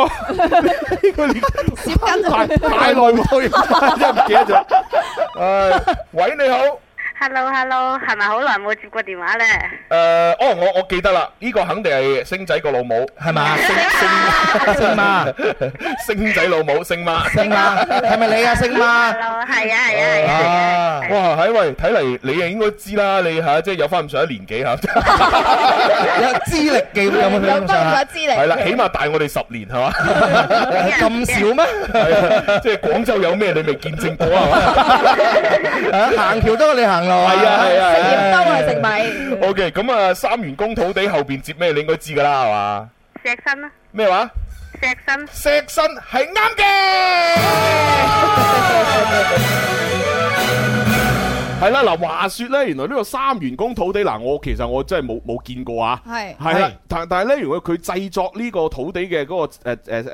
[SPEAKER 1] 個呢個連
[SPEAKER 2] 閃緊
[SPEAKER 1] 太太耐冇去，真係唔記得咗。誒，喂，你好。
[SPEAKER 6] Hello Hello，係咪好耐冇接過電話咧？
[SPEAKER 1] 誒，哦，我我記得啦，呢個肯定係星仔個老母，
[SPEAKER 3] 係嘛？星星星媽，
[SPEAKER 1] 星仔老母，星媽。
[SPEAKER 3] 星媽，係咪你啊？星媽，
[SPEAKER 6] Hello，係啊係啊係啊，
[SPEAKER 3] 啊，
[SPEAKER 1] 哇，喺喂，睇嚟你啊應該知啦，你嚇即係有翻咁上一年紀嚇，
[SPEAKER 3] 有資歷嘅咁樣咁
[SPEAKER 2] 有
[SPEAKER 3] 上
[SPEAKER 2] 多咗
[SPEAKER 3] 下
[SPEAKER 2] 一，支
[SPEAKER 1] 係
[SPEAKER 2] 嚟，
[SPEAKER 1] 啦，起碼大我哋十年係嘛，
[SPEAKER 3] 咁少咩？
[SPEAKER 1] 係啊 即係廣州有咩你未見證過係嘛？
[SPEAKER 3] 啊行橋多過你行路
[SPEAKER 1] 係啊係啊
[SPEAKER 2] 食
[SPEAKER 1] 係
[SPEAKER 2] 鹽
[SPEAKER 1] 啊
[SPEAKER 2] 多過食米。
[SPEAKER 1] O K，咁啊，三元公土地後邊接咩？你應該知噶啦，係嘛？
[SPEAKER 6] 石身啦，
[SPEAKER 1] 咩話？
[SPEAKER 6] 石身。
[SPEAKER 1] 石身係啱嘅。 係啦，嗱，話說咧，原來呢個三元公土地，嗱，我其實我真係冇冇見過啊。
[SPEAKER 2] 係
[SPEAKER 1] 係啦
[SPEAKER 3] 係，
[SPEAKER 1] 但但係咧，如果佢製作呢個土地嘅嗰個誒誒誒誒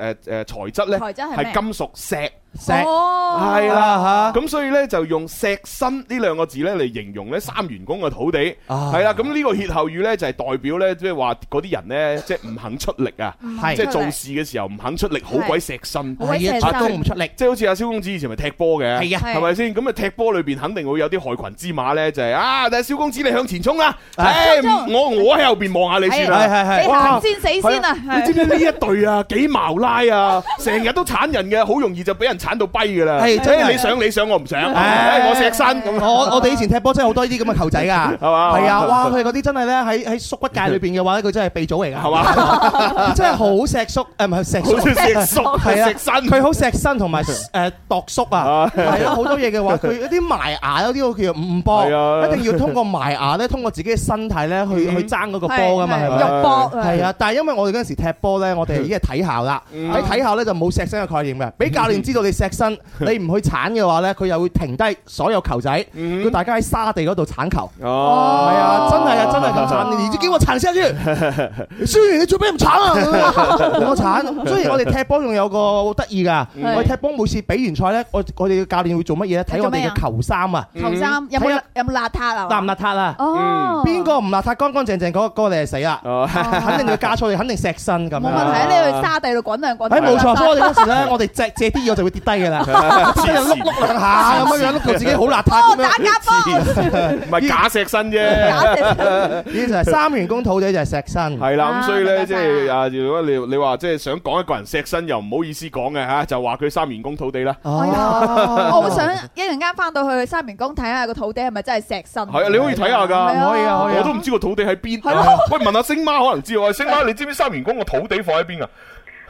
[SPEAKER 1] 材質咧，
[SPEAKER 2] 材質係
[SPEAKER 1] 係
[SPEAKER 2] 咩啊
[SPEAKER 1] 金屬石，
[SPEAKER 3] 石
[SPEAKER 2] 哦，
[SPEAKER 1] 係啦
[SPEAKER 3] 啦
[SPEAKER 1] 咁所以咧就用石身呢兩個字咧嚟形容咧三元宮嘅土地，
[SPEAKER 3] 啊
[SPEAKER 1] 係啦。咁呢個歇後語咧就係代表咧，即係話嗰啲人咧即係唔肯出力啊，
[SPEAKER 3] 係
[SPEAKER 1] 即係做事嘅時候唔肯出力，好鬼石身。
[SPEAKER 2] 好鬼
[SPEAKER 3] 係
[SPEAKER 2] 石
[SPEAKER 3] 啊，
[SPEAKER 2] 身
[SPEAKER 3] 出工唔出力，
[SPEAKER 1] 即係好似阿蕭公子以前咪踢波嘅，
[SPEAKER 3] 係啊
[SPEAKER 2] 係
[SPEAKER 1] 係咪先？咁啊踢波裏邊肯定會有啲害群之馬咧，就係啊，但係蕭公子你向前衝啊！
[SPEAKER 3] 係
[SPEAKER 1] 誒，
[SPEAKER 2] 衝
[SPEAKER 1] 我我喺後邊望下你先啊
[SPEAKER 3] 係
[SPEAKER 1] 啦。
[SPEAKER 3] 係係
[SPEAKER 2] 你
[SPEAKER 1] 哇
[SPEAKER 2] 行先死先啊！
[SPEAKER 1] 你知唔知呢一隊啊幾茅拉啊，成日都鏟人嘅，好容易就俾人鏟到跛㗎啦。
[SPEAKER 3] 係真係
[SPEAKER 1] 誒你想你想我唔想，
[SPEAKER 3] 唉
[SPEAKER 1] 誒我石山咁。
[SPEAKER 3] 我我哋以前踢波真係好多呢啲咁嘅球仔㗎，
[SPEAKER 1] 係嘛
[SPEAKER 3] 係啊，哇！佢嗰啲真係咧喺喺縮骨界裏邊嘅話咧，佢真係鼻祖嚟㗎，
[SPEAKER 1] 係 嘛？
[SPEAKER 3] 真係好石縮，誒唔係石
[SPEAKER 1] 好
[SPEAKER 3] 縮
[SPEAKER 1] 似。石叔
[SPEAKER 3] 係啊，
[SPEAKER 1] 石身，
[SPEAKER 3] 佢好石身同埋誒度縮啊，係啊，好多嘢嘅話，佢有啲埋牙，有啲好叫做五
[SPEAKER 1] 係
[SPEAKER 3] 波，
[SPEAKER 1] 啊
[SPEAKER 3] 一定要通過埋牙咧，通過自己嘅身體咧去去爭嗰個波噶嘛，係咪？
[SPEAKER 2] 肉搏
[SPEAKER 3] 係啊，但係因為我哋嗰陣時踢波咧，我哋已經係體校啦，喺體校咧就冇石身嘅概念嘅，俾教練知道你石身，你唔去鏟嘅話咧，佢又會停低所有球仔，
[SPEAKER 1] 嗯
[SPEAKER 3] 叫大家喺沙地嗰度鏟球。
[SPEAKER 1] 哦
[SPEAKER 3] 係啊，真係啊，真係咁慘！你你叫我鏟下去，雖然你做咩唔鏟啊？我鏟。雖然我哋踢波仲有個好得意㗎，
[SPEAKER 2] 嗯
[SPEAKER 3] 我哋踢波每次比完賽咧，我我哋嘅教練會做乜嘢咧？睇我哋嘅球衫啊，
[SPEAKER 2] 頭衫有冇
[SPEAKER 3] 睇
[SPEAKER 2] 有冇邋遢啊？
[SPEAKER 3] 邋唔邋遢啊？
[SPEAKER 2] 哦，
[SPEAKER 3] 邊個唔邋遢，乾乾淨淨嗰個嗰個你係死啦！
[SPEAKER 1] 哦
[SPEAKER 3] 肯定要加粗，你肯定錫身咁樣。
[SPEAKER 2] 冇問題啊！你去沙地度滾兩滾。
[SPEAKER 3] 哎，冇錯，所以我哋嗰時咧，我哋借借啲嘢我就會跌低㗎啦，即係碌碌兩下咁樣樣，碌到自己好邋遢
[SPEAKER 2] 哦，
[SPEAKER 3] 咁樣
[SPEAKER 2] 打。假波，
[SPEAKER 1] 唔係假石身 啫。
[SPEAKER 2] 打直
[SPEAKER 3] 呢就係三元工土地就係錫身。
[SPEAKER 1] 係啦，咁
[SPEAKER 2] 啊
[SPEAKER 1] 所以咧，
[SPEAKER 2] 明白
[SPEAKER 1] 即
[SPEAKER 2] 晒
[SPEAKER 1] 係啊，如果你你話即係想講一個人錫身，又唔好意思講嘅吓，就話佢三元公土地啦。
[SPEAKER 2] 哎呀
[SPEAKER 3] 哦
[SPEAKER 2] 我好想一陣間翻到去三元宮睇下個土地係咪真係石身。
[SPEAKER 1] 係啊，你可以睇下
[SPEAKER 2] 係
[SPEAKER 1] 㗎，
[SPEAKER 2] 啊
[SPEAKER 3] 可以啊，可以啊。
[SPEAKER 1] 我都唔知個土地喺邊。
[SPEAKER 2] 係咯
[SPEAKER 1] 喂，問下星媽可能知喎，星媽你知唔知三元宮個土地放喺邊啊？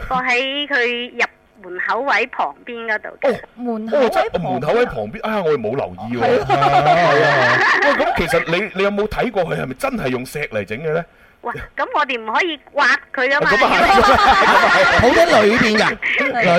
[SPEAKER 6] 放喺佢入門口位旁邊嗰度嘅。
[SPEAKER 2] 門口
[SPEAKER 1] 哦，即
[SPEAKER 2] 喺
[SPEAKER 1] 係門口喺旁邊，啊，我哋冇留意喎。係啊係啊 喂，咁其實你你有冇睇過佢係咪真係用石嚟整嘅咧？
[SPEAKER 6] 哇！咁我哋唔可以刮佢噶嘛？
[SPEAKER 1] 咁啊
[SPEAKER 3] 好喺裏邊㗎，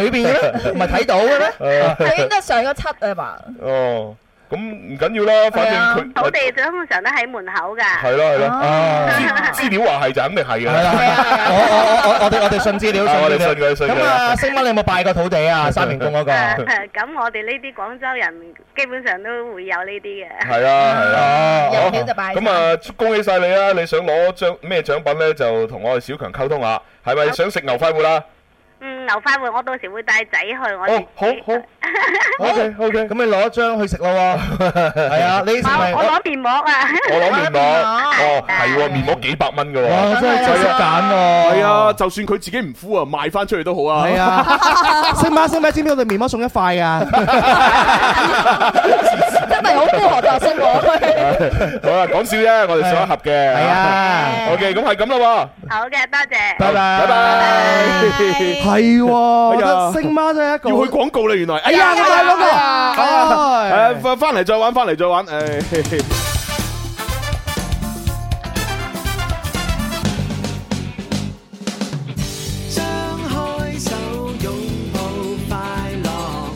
[SPEAKER 3] 裏邊嘅咩？唔係睇到嘅咩？
[SPEAKER 1] 係，啊
[SPEAKER 7] 佢應該上咗七啊嘛，
[SPEAKER 1] 哦，咁唔緊要啦，反正
[SPEAKER 6] 我
[SPEAKER 1] 佢
[SPEAKER 6] 哋通常都喺門口㗎。
[SPEAKER 1] 係啦係啦，
[SPEAKER 3] 啊！
[SPEAKER 1] 資資料話係就肯定係㗎
[SPEAKER 3] 係啦，
[SPEAKER 1] 啦。
[SPEAKER 3] 係啦我我我我我哋我哋信資料，
[SPEAKER 1] 啊我哋
[SPEAKER 3] 資料
[SPEAKER 1] 信佢信佢
[SPEAKER 3] 咁啊，星媽你有冇拜過土地啊？三元宮嗰個。
[SPEAKER 6] 誒咁我哋呢啲廣州人基本上都會有呢啲嘅。
[SPEAKER 1] 係啦係啦，
[SPEAKER 7] 有
[SPEAKER 1] 好
[SPEAKER 7] 票就擺
[SPEAKER 1] 咁啊，恭喜晒你啊！你想攞獎咩獎品咧？就同我哋小強溝通下，係咪想食牛快活啦？
[SPEAKER 6] 嗯，牛快活我到時會帶仔去，我哋
[SPEAKER 1] 哦，好 好。OK OK，
[SPEAKER 3] 咁你攞張去食咯喎，係啊，你食咪
[SPEAKER 6] 我我攞面膜啊！
[SPEAKER 1] 我攞面膜，哦，
[SPEAKER 6] 啊
[SPEAKER 1] 係喎，面膜幾百蚊㗎喎。
[SPEAKER 3] 哇，真係最識揀喎，
[SPEAKER 1] 系啊，，就算佢自己唔敷啊，賣翻出去都好啊。
[SPEAKER 3] 係，啊，星媽星媽，知唔知我哋面膜送一塊㗎？
[SPEAKER 7] 真係好科學特色喎。
[SPEAKER 1] 好啦，講笑啫，我哋上一盒嘅。
[SPEAKER 3] 係
[SPEAKER 1] 系
[SPEAKER 3] 啊，
[SPEAKER 1] ，OK，咁係咁啦
[SPEAKER 6] 好嘅，多謝。
[SPEAKER 3] 拜拜
[SPEAKER 1] 拜拜。
[SPEAKER 3] 係喎，我覺
[SPEAKER 1] 哎呀
[SPEAKER 3] 得星媽真係一個
[SPEAKER 1] 要去廣告啦，原來。哎
[SPEAKER 3] 哎呀，
[SPEAKER 1] 呀，
[SPEAKER 3] 我係嗰個啊，
[SPEAKER 1] 诶，翻翻嚟再玩，翻嚟再玩，诶。
[SPEAKER 5] 張開手擁抱快樂，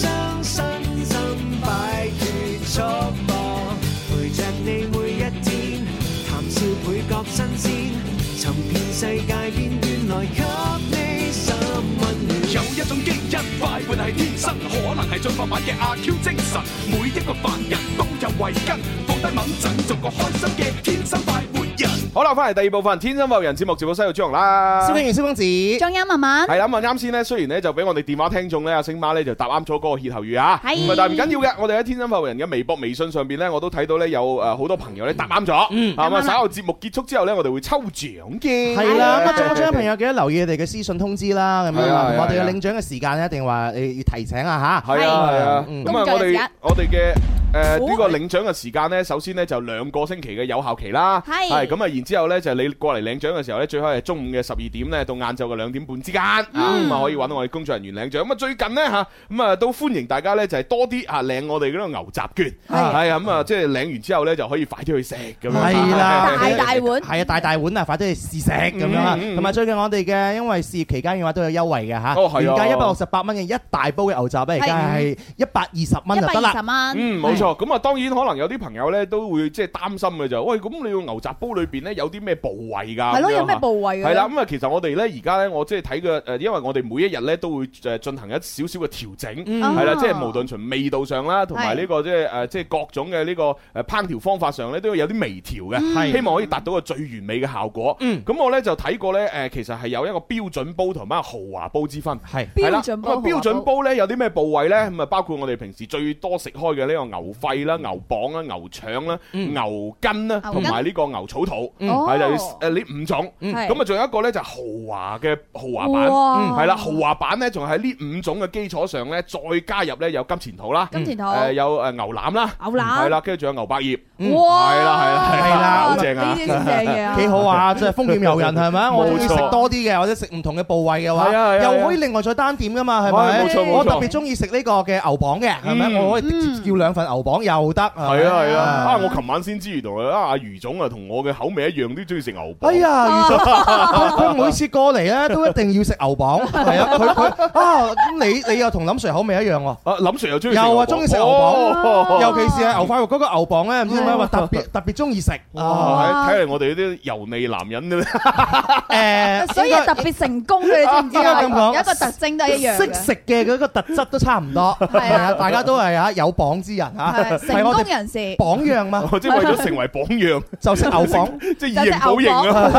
[SPEAKER 5] 將身心擺脱束縛，陪着你每一天，談笑倍覺新鮮，尋遍世界邊端來給你心温暖。
[SPEAKER 8] 有一種基因快活係天生，可能係進化版嘅阿 Q 精神。每一個凡人都有慧根，放低掹陣，做個開心嘅天生快活人。
[SPEAKER 1] 好啦，翻嚟第二部分《天生浮人》節目，直播室有朱紅啦。
[SPEAKER 3] 蕭敬元蕭公子，
[SPEAKER 2] 張欣文文
[SPEAKER 1] 係啦，咁啊啱先咧，雖然咧就俾我哋電話聽眾咧，阿星媽咧就答啱咗嗰個歇後語啊，
[SPEAKER 2] 係
[SPEAKER 1] 唔係但係唔緊要嘅，我哋喺天生發人嘅微博、微信上邊咧，我都睇到咧有誒好多朋友咧答啱咗，
[SPEAKER 3] 嗯
[SPEAKER 1] 啊咁啊稍後節目結束之後咧，我哋會抽獎嘅，
[SPEAKER 3] 係啦，咁啊，中獎朋友記得留意你哋嘅私信通知啦，咁樣
[SPEAKER 1] 係啊
[SPEAKER 3] 啊
[SPEAKER 1] 係啊
[SPEAKER 3] 我哋嘅領獎嘅時間咧，一定話你要提醒啊嚇。
[SPEAKER 1] 係啊係啊，
[SPEAKER 3] 嗯
[SPEAKER 1] 咁啊
[SPEAKER 2] 工
[SPEAKER 1] 我
[SPEAKER 2] 作嘅時
[SPEAKER 1] 哋
[SPEAKER 2] 間
[SPEAKER 1] 我哋嘅。誒
[SPEAKER 2] 好
[SPEAKER 1] 呢個領獎嘅時間呢，首先呢就兩個星期嘅有效期啦，
[SPEAKER 2] 係
[SPEAKER 1] 咁啊，然之後呢，就係你過嚟領獎嘅時候呢，最好係中午嘅十二點呢到晏晝嘅兩點半之間啊，
[SPEAKER 2] 嗯
[SPEAKER 1] 咁啊可以揾我哋工作人員領獎。咁啊最近呢，嚇，咁啊都歡迎大家呢，就係多啲啊領我哋嗰個牛雜券，
[SPEAKER 3] 係
[SPEAKER 1] 係啊咁啊即係領完之後呢，就可以快啲去食咁樣。
[SPEAKER 3] 係啦，
[SPEAKER 2] 大大碗
[SPEAKER 3] 係啊，大大碗啊，快啲去試食咁樣啊！
[SPEAKER 1] 嗯嗯
[SPEAKER 3] 同埋最近我哋嘅，因為事業期間嘅話都有優惠嘅嚇，
[SPEAKER 1] 哦係啊
[SPEAKER 3] 原價一百六十八蚊嘅一大煲嘅牛雜咧，而家係一百二十哦蚊
[SPEAKER 2] 一
[SPEAKER 3] 就
[SPEAKER 2] 百
[SPEAKER 3] 得
[SPEAKER 2] 二
[SPEAKER 3] 啦。
[SPEAKER 2] 十蚊，
[SPEAKER 1] 嗯，冇錯。咁啊，當然可能有啲朋友呢，都會即係擔心嘅就，喂，咁你個牛雜煲裏邊呢，有啲咩部位㗎？
[SPEAKER 2] 係咯，
[SPEAKER 1] 咁樣
[SPEAKER 2] 有咩
[SPEAKER 1] 嚇
[SPEAKER 2] 部位嘅？
[SPEAKER 1] 係啦，，咁啊，其實我哋咧而家咧，我即係睇嘅誒，因為我哋每一日咧都會誒進行一少少嘅調整，
[SPEAKER 3] 嗯
[SPEAKER 1] 係啦，
[SPEAKER 2] 哦
[SPEAKER 1] 即係無論從味道上啦，同埋呢個即係呃誒，即係各種嘅呢個誒呃烹調方法上咧，都有啲微調嘅，
[SPEAKER 3] 係
[SPEAKER 1] 希望可以達到個最完美嘅效果。
[SPEAKER 3] 嗯
[SPEAKER 1] 咁我咧就睇過咧誒，其實係有一個標準煲同埋豪華煲之分。
[SPEAKER 3] 係
[SPEAKER 1] 係啦
[SPEAKER 2] 標準煲
[SPEAKER 1] 咁啊標準煲咧有啲咩部位咧？咁啊，包括我哋平時最多食開嘅呢個牛肺啦、牛膀啦、牛腸啦、
[SPEAKER 3] 嗯
[SPEAKER 1] 牛筋啦，
[SPEAKER 2] 牛
[SPEAKER 1] 同
[SPEAKER 2] 筋
[SPEAKER 1] 埋呢個牛草肚，
[SPEAKER 3] 嗯
[SPEAKER 2] 哦
[SPEAKER 1] 係就誒呃呢五種。
[SPEAKER 3] 嗯
[SPEAKER 2] 係
[SPEAKER 1] 咁啊，仲有一個咧就係豪華嘅豪華版。
[SPEAKER 2] 哇
[SPEAKER 1] 係啦，豪華版咧，仲喺呢五種嘅基礎上咧，再加入咧有金錢肚啦，
[SPEAKER 2] 金錢肚啊
[SPEAKER 1] 誒有誒牛腩啦，
[SPEAKER 2] 牛腩
[SPEAKER 1] 係啦，跟住仲有牛百葉，
[SPEAKER 3] 嗯
[SPEAKER 2] 哇，
[SPEAKER 1] 係啦係啦
[SPEAKER 3] 係啦
[SPEAKER 1] 好正啊
[SPEAKER 2] 呢啲先正嘢啊，
[SPEAKER 3] 幾 好啊！即係豐儉由人係咪啊？我中意食
[SPEAKER 1] 冇錯
[SPEAKER 3] 多啲嘅，或者食唔同嘅部位嘅話，
[SPEAKER 1] 係啊係啊
[SPEAKER 3] 又可以另外再單點噶嘛，係
[SPEAKER 1] 係啊
[SPEAKER 3] 咪？
[SPEAKER 1] 冇錯冇錯
[SPEAKER 3] 我特別中意食呢個嘅牛膀嘅，係咪？
[SPEAKER 1] 嗯
[SPEAKER 3] 我可以直接叫兩份牛膀又得。係
[SPEAKER 1] 係啊係啊，
[SPEAKER 3] 咪
[SPEAKER 1] 啊我琴晚先知原來啊阿余總啊同我嘅口味一樣，都中意食牛
[SPEAKER 3] 哎
[SPEAKER 1] 膀。
[SPEAKER 3] 呀，余總， 佢佢每次過嚟咧都一定要食牛膀，係啊，佢佢啊，咁你你又同林 Sir 口味一樣喎。
[SPEAKER 1] 啊林 Sir 又中意
[SPEAKER 3] 又啊鍾意食牛膀
[SPEAKER 1] 膀
[SPEAKER 3] 尤其是係牛塊肉嗰個牛膀咧，唔知
[SPEAKER 1] 啊
[SPEAKER 3] 點解話特別特別中意食。
[SPEAKER 2] 哦
[SPEAKER 1] 哇！
[SPEAKER 3] 啊
[SPEAKER 1] 睇嚟我哋呢啲油膩男人咧，
[SPEAKER 3] 誒，
[SPEAKER 2] 所以係特別成功嘅，你知唔知啊？
[SPEAKER 3] 應該咁講
[SPEAKER 2] 有一個特徵都係一樣
[SPEAKER 3] 識
[SPEAKER 2] 嘅，
[SPEAKER 3] 食嘅嗰個特質都差唔多，
[SPEAKER 2] 係啊
[SPEAKER 3] 大家都係啊有膀之人啊，
[SPEAKER 2] 係成
[SPEAKER 3] 係我
[SPEAKER 2] 功
[SPEAKER 3] 哋
[SPEAKER 2] 人士。
[SPEAKER 3] 榜樣嘛，
[SPEAKER 1] 哦即係為咗成為榜 樣，
[SPEAKER 3] 就食牛膀。
[SPEAKER 1] 即係以形補形啊！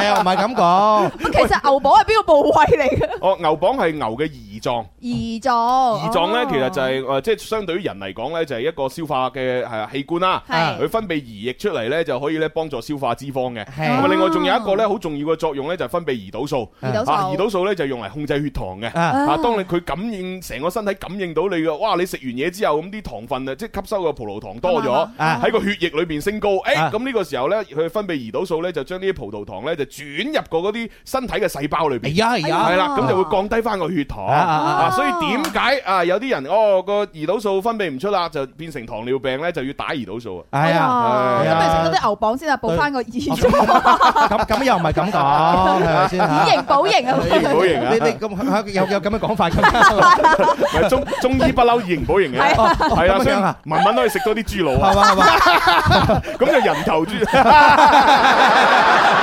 [SPEAKER 3] 你又唔係 咁講，
[SPEAKER 2] 咁其實牛膀係邊個部位嚟嘅？
[SPEAKER 1] 哦，牛膀係牛嘅胰臟，
[SPEAKER 2] 胰臟。
[SPEAKER 1] 胰臟
[SPEAKER 2] 哦
[SPEAKER 1] 咧其實就
[SPEAKER 2] 係
[SPEAKER 1] 係誒，呃即係相對於人嚟講咧，就係一個消化嘅呃係器官啦。佢
[SPEAKER 2] 係
[SPEAKER 1] 分泌胰液出嚟咧，就可以咧幫助消化脂肪嘅。
[SPEAKER 3] 係
[SPEAKER 1] 咁啊，另外仲有一個咧好重要嘅作用咧，就係分泌胰島素。
[SPEAKER 2] 哦胰島素。
[SPEAKER 1] 啊，胰島素咧就用嚟控制血糖嘅。
[SPEAKER 3] 啊
[SPEAKER 1] 啊！當你佢感應成個身體感應到你嘅，哇！你食完嘢之後咁啲糖分分啊，即係吸收嘅葡萄糖多咗
[SPEAKER 3] 啱啊，
[SPEAKER 1] 喺個血液裏邊升高。
[SPEAKER 3] 啊
[SPEAKER 1] 誒，咁呢個時候咧，佢分泌胰島素咧，就將呢啲葡萄糖咧就轉入個嗰啲身體嘅細胞裏邊。
[SPEAKER 3] 哎呀，哎呀。
[SPEAKER 1] 系啦，咁就會降低翻個血糖
[SPEAKER 3] 啊啊啊
[SPEAKER 1] 啊，所以點解啊有啲人哦個胰島素分泌唔出啦，就變成糖尿病咧，就要打胰島素啊。
[SPEAKER 3] 哎呀，
[SPEAKER 2] 哎呀，
[SPEAKER 3] 係啊。
[SPEAKER 2] 咁咪食多啲牛蒡先啊，補返個耳。
[SPEAKER 3] 咁- 咁又唔係咁講，係咪先嚇？
[SPEAKER 2] 以形補形啊。
[SPEAKER 1] 以形補形啊
[SPEAKER 3] 你-你-咁-有- 有咁嘅講法㗎？
[SPEAKER 1] 咪中中醫不嬲以形補形嘅，
[SPEAKER 3] 哦，
[SPEAKER 1] 係啦，
[SPEAKER 3] 咁樣
[SPEAKER 1] 所以
[SPEAKER 3] 啊？
[SPEAKER 1] 文文可以食多啲豬腦啊，
[SPEAKER 3] 係嘛，係嘛。
[SPEAKER 1] 咁就人頭豬。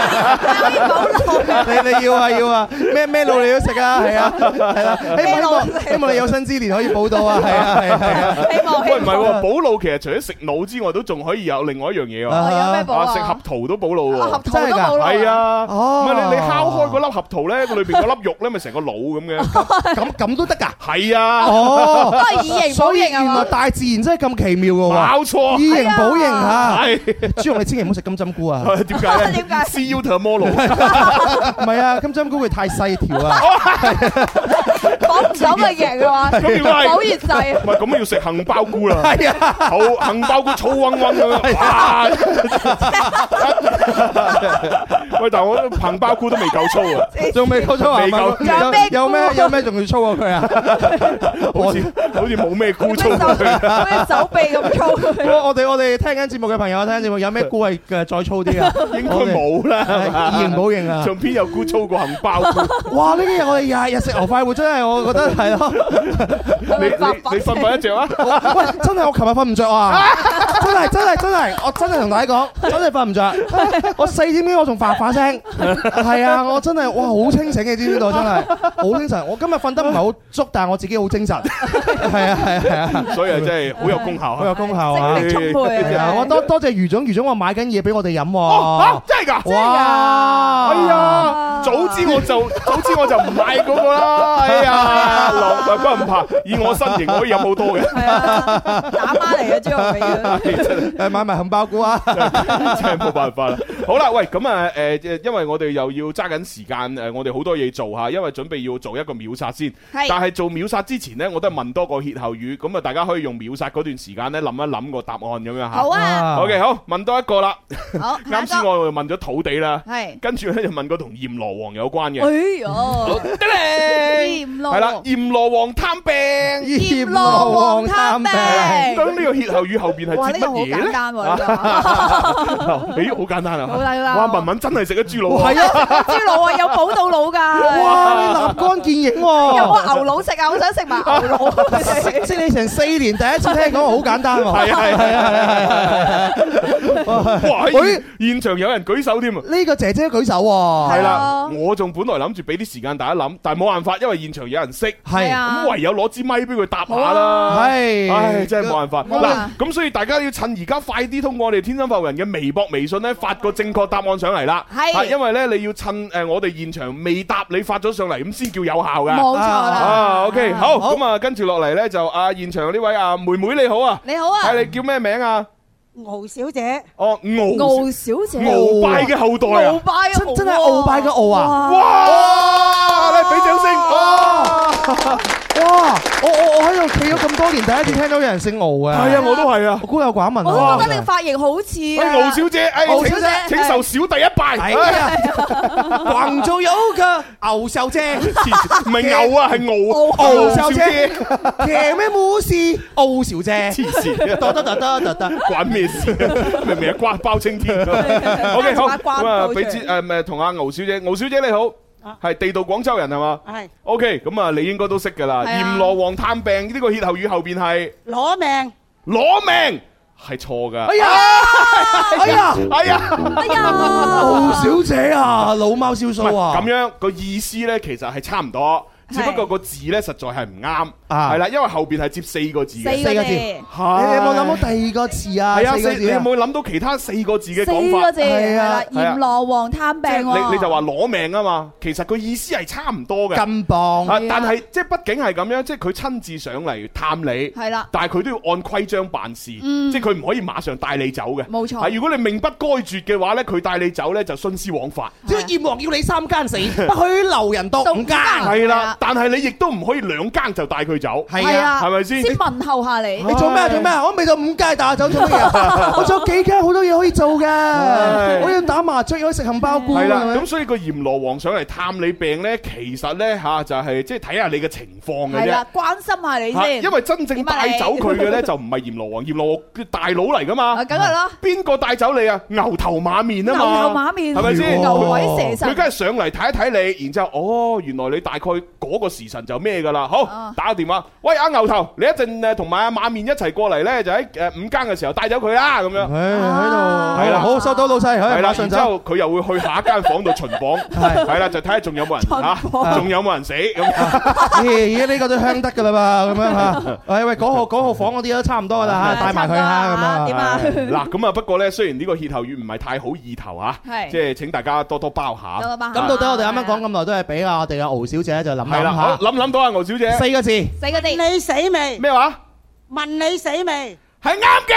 [SPEAKER 3] 你-你要啊，要啊，咩-咩路你都食啊，係啊，係啦。希望-
[SPEAKER 2] 咩路都食。
[SPEAKER 3] 希望- 希望你有生之年可以補到啊，係啊，係啊，係啊。
[SPEAKER 2] 希望-
[SPEAKER 1] 喂，唔係喎，
[SPEAKER 2] 希望。
[SPEAKER 1] 補腦其實除咗食腦之外，都仲可以有另外一樣嘢喎，
[SPEAKER 2] 哦，有咩補啊？
[SPEAKER 1] 啊食合桃都補腦
[SPEAKER 2] Ờ,
[SPEAKER 1] 喎。
[SPEAKER 2] 啊，合桃都冇咯。
[SPEAKER 1] 係啊，
[SPEAKER 3] 哦
[SPEAKER 1] 唔係你你敲開嗰粒合桃咧，佢裏邊嗰粒肉咧，咪成個腦咁嘅。
[SPEAKER 3] 咁- 咁都得㗎？哦。
[SPEAKER 1] 係啊，
[SPEAKER 2] 都係以形補形啊嘛。
[SPEAKER 3] 所以原來大自然真係咁奇妙㗎喎。
[SPEAKER 1] 冇錯，
[SPEAKER 3] 以形補形嚇。
[SPEAKER 1] 係
[SPEAKER 3] 朱紅，你千祈唔好食金針菇啊。
[SPEAKER 1] 點解咧？
[SPEAKER 2] 點解
[SPEAKER 1] ？See you tomorrow。
[SPEAKER 3] 唔係啊，金針菇會太細條啊。
[SPEAKER 2] 講唔到咪贏啊嘛。
[SPEAKER 1] 咁點解？
[SPEAKER 2] 補完勢啊。
[SPEAKER 1] 唔係咁要食杏鮑菇啦，
[SPEAKER 3] 係啊。
[SPEAKER 1] 好杏鮑菇粗嗡嗡咁樣，哇！ 喂，但係我杏鮑菇都未夠粗啊，
[SPEAKER 3] 仲未夠粗啊？
[SPEAKER 1] 未夠
[SPEAKER 3] 有
[SPEAKER 2] 有咩
[SPEAKER 3] 有咩有咩仲要粗過佢啊？
[SPEAKER 1] 好似好似冇咩菇粗過佢。
[SPEAKER 2] 好似手臂咁粗。
[SPEAKER 3] 我我哋我哋聽緊節目嘅朋友，聽緊節目有咩菇係嘅再粗啲啊？
[SPEAKER 1] 應該冇啦，係嘛
[SPEAKER 3] 係以形補形 啊！
[SPEAKER 1] 仲邊有菇粗過杏 鮑菇？
[SPEAKER 3] 哇！呢啲嘢我哋日日食牛快活，真係我覺得係咯。
[SPEAKER 1] 你你你瞓唔瞓得 着啊？
[SPEAKER 3] 喂，真係我琴日瞓唔着啊！ 真係真係真係，我真係同大家講，真係瞓唔着。我四點幾我仲發發聲，係啊！我真係哇好清醒嘅，知唔知道？真係好精神。我今日瞓得唔係好足，但係我自己好精神。係啊係啊係啊，
[SPEAKER 1] 所以啊，真係好有功效
[SPEAKER 3] 好
[SPEAKER 1] 啊！
[SPEAKER 3] 有功效啊！
[SPEAKER 2] 精力充沛啊，
[SPEAKER 3] 係啊，我多多謝余總，余總話買緊嘢俾我哋飲
[SPEAKER 1] 哦
[SPEAKER 3] 喎。
[SPEAKER 1] 嚇真係㗎！
[SPEAKER 3] 哇！
[SPEAKER 1] 哎呀，早知我就早知我就唔買嗰個啦！哎 呀，落啊不過唔怕，以我身形可以飲好多嘅，
[SPEAKER 2] 係啊，打孖嚟嘅，朱紅你要。
[SPEAKER 3] 誒買埋杏鮑菇啊！
[SPEAKER 1] 真係冇辦法啦。好啦，喂，咁啊，誒、因為我哋又要揸緊時間，誒、我哋好多嘢做嚇，因為準備要做一個秒殺先。
[SPEAKER 2] 係
[SPEAKER 1] 但係做秒殺之前呢，我都係問多個歇後語，咁啊，大家可以用秒殺嗰段時間呢，諗一諗個答案咁樣嚇。
[SPEAKER 2] 好啊，
[SPEAKER 3] 哦
[SPEAKER 1] o k 好，問多一個啦。
[SPEAKER 2] 好，
[SPEAKER 1] 啱先我又問咗土地啦，
[SPEAKER 2] 系，
[SPEAKER 1] 跟住呢就問個同閻羅王有關嘅，
[SPEAKER 2] 哎哟，
[SPEAKER 1] 得咧，
[SPEAKER 2] 閻羅
[SPEAKER 1] 係啦，閻羅王探病。
[SPEAKER 2] 閻羅王探病，
[SPEAKER 1] 咁呢個歇後語後邊
[SPEAKER 2] 哇
[SPEAKER 1] 係接
[SPEAKER 2] 呢個
[SPEAKER 1] 乜
[SPEAKER 2] 好
[SPEAKER 1] 嘢
[SPEAKER 2] 簡
[SPEAKER 1] 呢？
[SPEAKER 2] 單喎，呢 個
[SPEAKER 1] 咦，好簡單啊！
[SPEAKER 2] 好簡單
[SPEAKER 1] 哇，文文真係食咗豬腦喎。
[SPEAKER 3] 係啊！
[SPEAKER 2] 豬腦啊有補到腦㗎，
[SPEAKER 3] 哇！你立竿見影
[SPEAKER 2] 有
[SPEAKER 3] 喎，
[SPEAKER 2] 冇牛腦食啊？我想食埋牛腦，
[SPEAKER 3] 識你成四年，第一次聽講，好簡單喎。
[SPEAKER 1] 係啊係啊
[SPEAKER 3] 係啊係啊係啊！
[SPEAKER 1] 哇！
[SPEAKER 3] 哎
[SPEAKER 1] 喺現現場有人舉手添啊！
[SPEAKER 3] 呢個姐姐舉手
[SPEAKER 1] 係
[SPEAKER 3] 喎，
[SPEAKER 2] 係
[SPEAKER 1] 啦，
[SPEAKER 2] 啊
[SPEAKER 1] 我仲本來諗住俾啲時間大家諗，但係冇辦法，因為現場有人識，
[SPEAKER 2] 係
[SPEAKER 3] 係
[SPEAKER 2] 啊
[SPEAKER 1] 咁，唯有攞支咪俾佢答下
[SPEAKER 3] 啊
[SPEAKER 2] 好
[SPEAKER 1] 啦。
[SPEAKER 3] 係，
[SPEAKER 1] 唉，真係冇辦法。
[SPEAKER 2] 冇啊
[SPEAKER 1] 嗱，咁所以大家要趁而家快啲通過我哋天生發人嘅微博、微信咧，發個正確答案上嚟啦。
[SPEAKER 2] 係
[SPEAKER 1] 啊因為咧你要趁誒我哋現場未答，你發咗上嚟咁先叫有效㗎。
[SPEAKER 2] 冇錯
[SPEAKER 1] 啊
[SPEAKER 2] 啦。
[SPEAKER 1] À, ，OK，好，咁啊，跟住落嚟咧就啊現場呢位啊妹妹你好啊，
[SPEAKER 2] 你好啊
[SPEAKER 1] 係，你叫咩名啊？
[SPEAKER 9] 敖小姐，
[SPEAKER 1] 哦，敖
[SPEAKER 2] 敖小姐，
[SPEAKER 1] 敖拜嘅後代啊
[SPEAKER 2] 敖！拜
[SPEAKER 3] 真真係傲拜嘅傲啊！
[SPEAKER 1] 哇！你俾掌聲，哇！
[SPEAKER 3] 哇！我我我喺度企咗咁多年，第一次聽到有人姓敖嘅，
[SPEAKER 1] 係啊，我都係啊
[SPEAKER 3] 我。孤陋寡聞
[SPEAKER 2] 我
[SPEAKER 3] 啊
[SPEAKER 2] 都覺得你個髮型好似
[SPEAKER 1] 喂，
[SPEAKER 2] 啊
[SPEAKER 1] 敖小姐，哎，
[SPEAKER 3] 敖
[SPEAKER 1] 請
[SPEAKER 3] 小姐
[SPEAKER 1] 請受小弟一拜。
[SPEAKER 3] 哎
[SPEAKER 1] 哎
[SPEAKER 3] 呀，廣州有個牛秀姐，
[SPEAKER 1] 黐線唔係牛啊，係敖
[SPEAKER 3] 敖
[SPEAKER 1] 敖小
[SPEAKER 3] 秀姐
[SPEAKER 1] 姐。
[SPEAKER 3] 騎咩舞士？敖小姐，
[SPEAKER 1] 黐 線，
[SPEAKER 3] 得得得得得得，
[SPEAKER 1] 關咩事啊？明明係瓜包青天。O K，好
[SPEAKER 2] 瓜
[SPEAKER 1] 咁啊，
[SPEAKER 2] 包出嚟
[SPEAKER 1] 俾支誒咪同阿敖小姐，敖小姐你好。係地道廣州人係嘛
[SPEAKER 9] 係
[SPEAKER 1] ？O K，咁啊，你應該都識㗎啦。
[SPEAKER 2] 係啊
[SPEAKER 1] 閻羅王探病呢個歇後語後邊係
[SPEAKER 9] 攞命，
[SPEAKER 1] 攞命，係錯㗎
[SPEAKER 3] 哎。呀，哎呀，
[SPEAKER 1] 哎呀！
[SPEAKER 2] 哎呀，
[SPEAKER 3] 敖小姐啊，老貓燒
[SPEAKER 1] 唔係
[SPEAKER 3] 鬚啊，
[SPEAKER 1] 咁樣個意思呢，其實係差唔多，只不過個字呢，實在係唔啱，
[SPEAKER 3] 啊
[SPEAKER 1] 係啦，因為後邊係接四個字嘅。
[SPEAKER 2] 四個
[SPEAKER 3] 四個字
[SPEAKER 2] 字。
[SPEAKER 1] 係
[SPEAKER 3] 你有冇諗到第二個字啊？
[SPEAKER 1] 係啊，
[SPEAKER 3] 四個
[SPEAKER 1] 四你
[SPEAKER 3] 字
[SPEAKER 1] 有
[SPEAKER 3] 啊
[SPEAKER 1] 冇諗到其他四個字嘅講
[SPEAKER 2] 四
[SPEAKER 1] 法
[SPEAKER 2] 個？字係啦，
[SPEAKER 1] 係啊
[SPEAKER 2] 閻羅王探病
[SPEAKER 1] 即係
[SPEAKER 2] 喎。
[SPEAKER 1] 你你就話攞命啊嘛，其實個意思係差唔多嘅。
[SPEAKER 3] 咁磅
[SPEAKER 1] 啊，但係即係畢竟係咁樣，即係佢親自上嚟探你。
[SPEAKER 2] 係啦，
[SPEAKER 1] 但係佢都要按規章辦事，
[SPEAKER 2] 嗯
[SPEAKER 1] 即係佢唔可以馬上帶你走嘅。
[SPEAKER 2] 冇錯
[SPEAKER 1] 啊如果你命不該絕嘅話呢，佢帶你走呢，就徇私枉法。
[SPEAKER 3] 即係閻王要你三更死，不許留人到五更。
[SPEAKER 2] 到五更
[SPEAKER 1] 係
[SPEAKER 2] 啊係
[SPEAKER 1] 啦
[SPEAKER 2] 啦，
[SPEAKER 1] 但係你亦都唔可以兩更就帶佢走，
[SPEAKER 3] 係啊。
[SPEAKER 1] 係咪先？
[SPEAKER 2] 先問候下你。
[SPEAKER 3] 你做咩啊做咩啊？我未到五屆，但係走做乜嘢啊？我仲有幾間好多嘢可以做嘅，我要打麻雀，可以食杏鮑菇。
[SPEAKER 1] 係啦，
[SPEAKER 3] 係
[SPEAKER 2] 嗯
[SPEAKER 3] 咪
[SPEAKER 1] 咁所以個閻羅王上嚟探你病呢，其實呢，吓就係即係睇下你嘅情況嘅
[SPEAKER 2] 係
[SPEAKER 1] 啫
[SPEAKER 2] 啦。，關心下你
[SPEAKER 1] 啊嚇
[SPEAKER 2] 先。啊
[SPEAKER 1] 因為真正帶走佢嘅呢，就唔係閻羅王，閻羅王佢大佬嚟噶嘛
[SPEAKER 2] 啊，。梗係啦，
[SPEAKER 1] 邊個帶走你啊？牛頭馬面啊
[SPEAKER 2] 牛
[SPEAKER 1] 嘛，
[SPEAKER 2] 頭馬面，
[SPEAKER 1] 係咪先？
[SPEAKER 2] 牛鬼蛇
[SPEAKER 1] 佢
[SPEAKER 2] 神
[SPEAKER 1] 梗。係上嚟睇一睇你，然之後哦，原來你大概嗰個時辰就咩㗎啦。好
[SPEAKER 2] 啊，
[SPEAKER 1] 打個電話，喂阿牛頭，你一陣誒同埋阿馬面一齊過嚟呢，就喺誒五更嘅時候帶走佢啦，咁樣。
[SPEAKER 3] 唉喺度，
[SPEAKER 1] 係啦
[SPEAKER 3] 好收到老
[SPEAKER 1] 係
[SPEAKER 3] 細，
[SPEAKER 1] 啦，
[SPEAKER 3] 係嗯哎馬
[SPEAKER 1] 然
[SPEAKER 3] 上
[SPEAKER 1] 之
[SPEAKER 3] 走。
[SPEAKER 1] 後佢又會去下一間房度巡房，
[SPEAKER 3] 係
[SPEAKER 1] 係啦，就睇下仲有冇人
[SPEAKER 2] 巡
[SPEAKER 1] 嚇，
[SPEAKER 2] 房
[SPEAKER 1] 啊仲有冇人死 咁。
[SPEAKER 3] 咦咦，呢個都香得㗎啦嘛，咁樣嚇。喂喂，嗰號嗰號房嗰啲都差唔多㗎啦啊嚇，帶埋佢嚇咁啊。
[SPEAKER 2] 點啊？
[SPEAKER 1] 嗱咁啊，不過呢，雖然呢個歇後語唔係太好意頭嚇，
[SPEAKER 2] 係
[SPEAKER 1] 即係請大家多多包涵。
[SPEAKER 3] 咁到底我哋啱啱講咁耐都係俾啊我哋嘅敖小姐就諗
[SPEAKER 1] 係啦，
[SPEAKER 3] 諗
[SPEAKER 1] 好
[SPEAKER 3] 下
[SPEAKER 1] 諗諗到啊，牛小姐
[SPEAKER 3] 四個字，
[SPEAKER 2] 死嗰啲，
[SPEAKER 9] 你死未？
[SPEAKER 1] 咩話？
[SPEAKER 9] 問你死未？
[SPEAKER 1] 係啱嘅。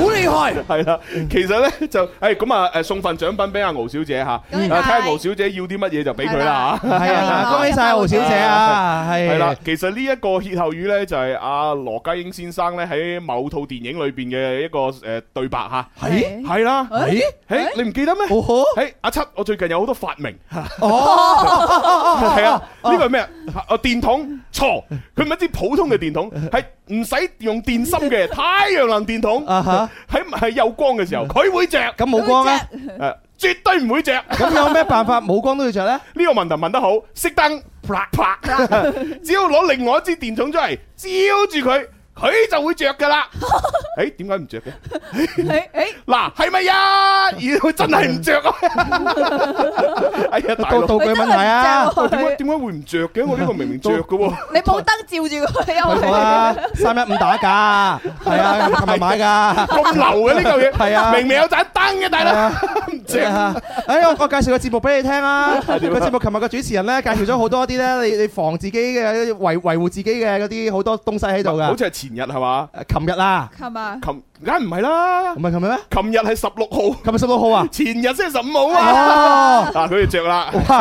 [SPEAKER 3] 好厲害。
[SPEAKER 1] 係啦，其實咧就誒咁啊誒送份獎品俾阿敖小姐嚇，啊
[SPEAKER 2] 梗係
[SPEAKER 1] 睇下敖小姐要啲乜嘢就俾佢啦嚇。
[SPEAKER 3] 係啊，恭喜晒敖小姐啊，係
[SPEAKER 1] 係啦，其實呢一個歇後語咧就係阿羅家英先生咧喺某套電影裏邊嘅一個誒對白嚇。
[SPEAKER 3] 係
[SPEAKER 1] 係啦，
[SPEAKER 3] 咦？
[SPEAKER 1] 誒你唔記得咩？
[SPEAKER 3] 哦呵，
[SPEAKER 1] 誒阿七，我最近有好多發明，
[SPEAKER 3] 哦，
[SPEAKER 1] 係啊，呢個係咩啊？啊電筒錯，佢唔係一支普通嘅電筒，
[SPEAKER 3] 嗯
[SPEAKER 1] 係唔使用電芯嘅太陽能電筒，
[SPEAKER 3] 啊哈，嗯
[SPEAKER 1] 喺喺有光嘅時候佢會着，
[SPEAKER 3] 咁冇光啊咧，
[SPEAKER 1] 誒絕對唔會着。
[SPEAKER 3] 咁有咩辦法冇光都要着咧？
[SPEAKER 1] 呢個問題問得好，熄燈，啪啪， 只要攞另外一支電筒出嚟，照住佢，佢就會着噶 啦。誒點解唔着嘅？
[SPEAKER 2] 誒誒，
[SPEAKER 1] 嗱，係咪呀？咦，佢真係唔 着啊！哎呀，大
[SPEAKER 3] 道
[SPEAKER 1] 佬，
[SPEAKER 3] 道具問題啊，
[SPEAKER 1] 喂點解點解會唔着嘅？我呢個明明着嘅喎。
[SPEAKER 2] 你冇燈照住佢
[SPEAKER 3] 冇錯
[SPEAKER 2] 啊！
[SPEAKER 3] 啦，三一五打㗎，係啊，琴日買㗎。
[SPEAKER 1] 咁流嘅呢嚿嘢，
[SPEAKER 3] 係啊
[SPEAKER 1] 明明有盞燈嘅，大
[SPEAKER 3] 係
[SPEAKER 1] 佬
[SPEAKER 3] 啊
[SPEAKER 1] 唔
[SPEAKER 3] 係
[SPEAKER 1] 着。
[SPEAKER 3] 啊哎，我我介紹個節目俾你聽啊！個
[SPEAKER 1] 點啊
[SPEAKER 3] 節目琴日個主持人咧介紹咗好多啲咧，你你防自己嘅維維護自己嘅嗰啲好多東西喺度
[SPEAKER 1] 好
[SPEAKER 3] 㗎。
[SPEAKER 1] 似係前日係嘛？
[SPEAKER 3] 誒琴日啦，
[SPEAKER 2] 係嘛？
[SPEAKER 1] 琴梗唔係啦
[SPEAKER 3] 唔，係琴日咩？
[SPEAKER 1] 琴日係十六號，
[SPEAKER 3] 琴日十六號啊！
[SPEAKER 1] 前日先係十五號啊。
[SPEAKER 3] 哦，
[SPEAKER 1] 嗱，佢哋着 啦。
[SPEAKER 3] à?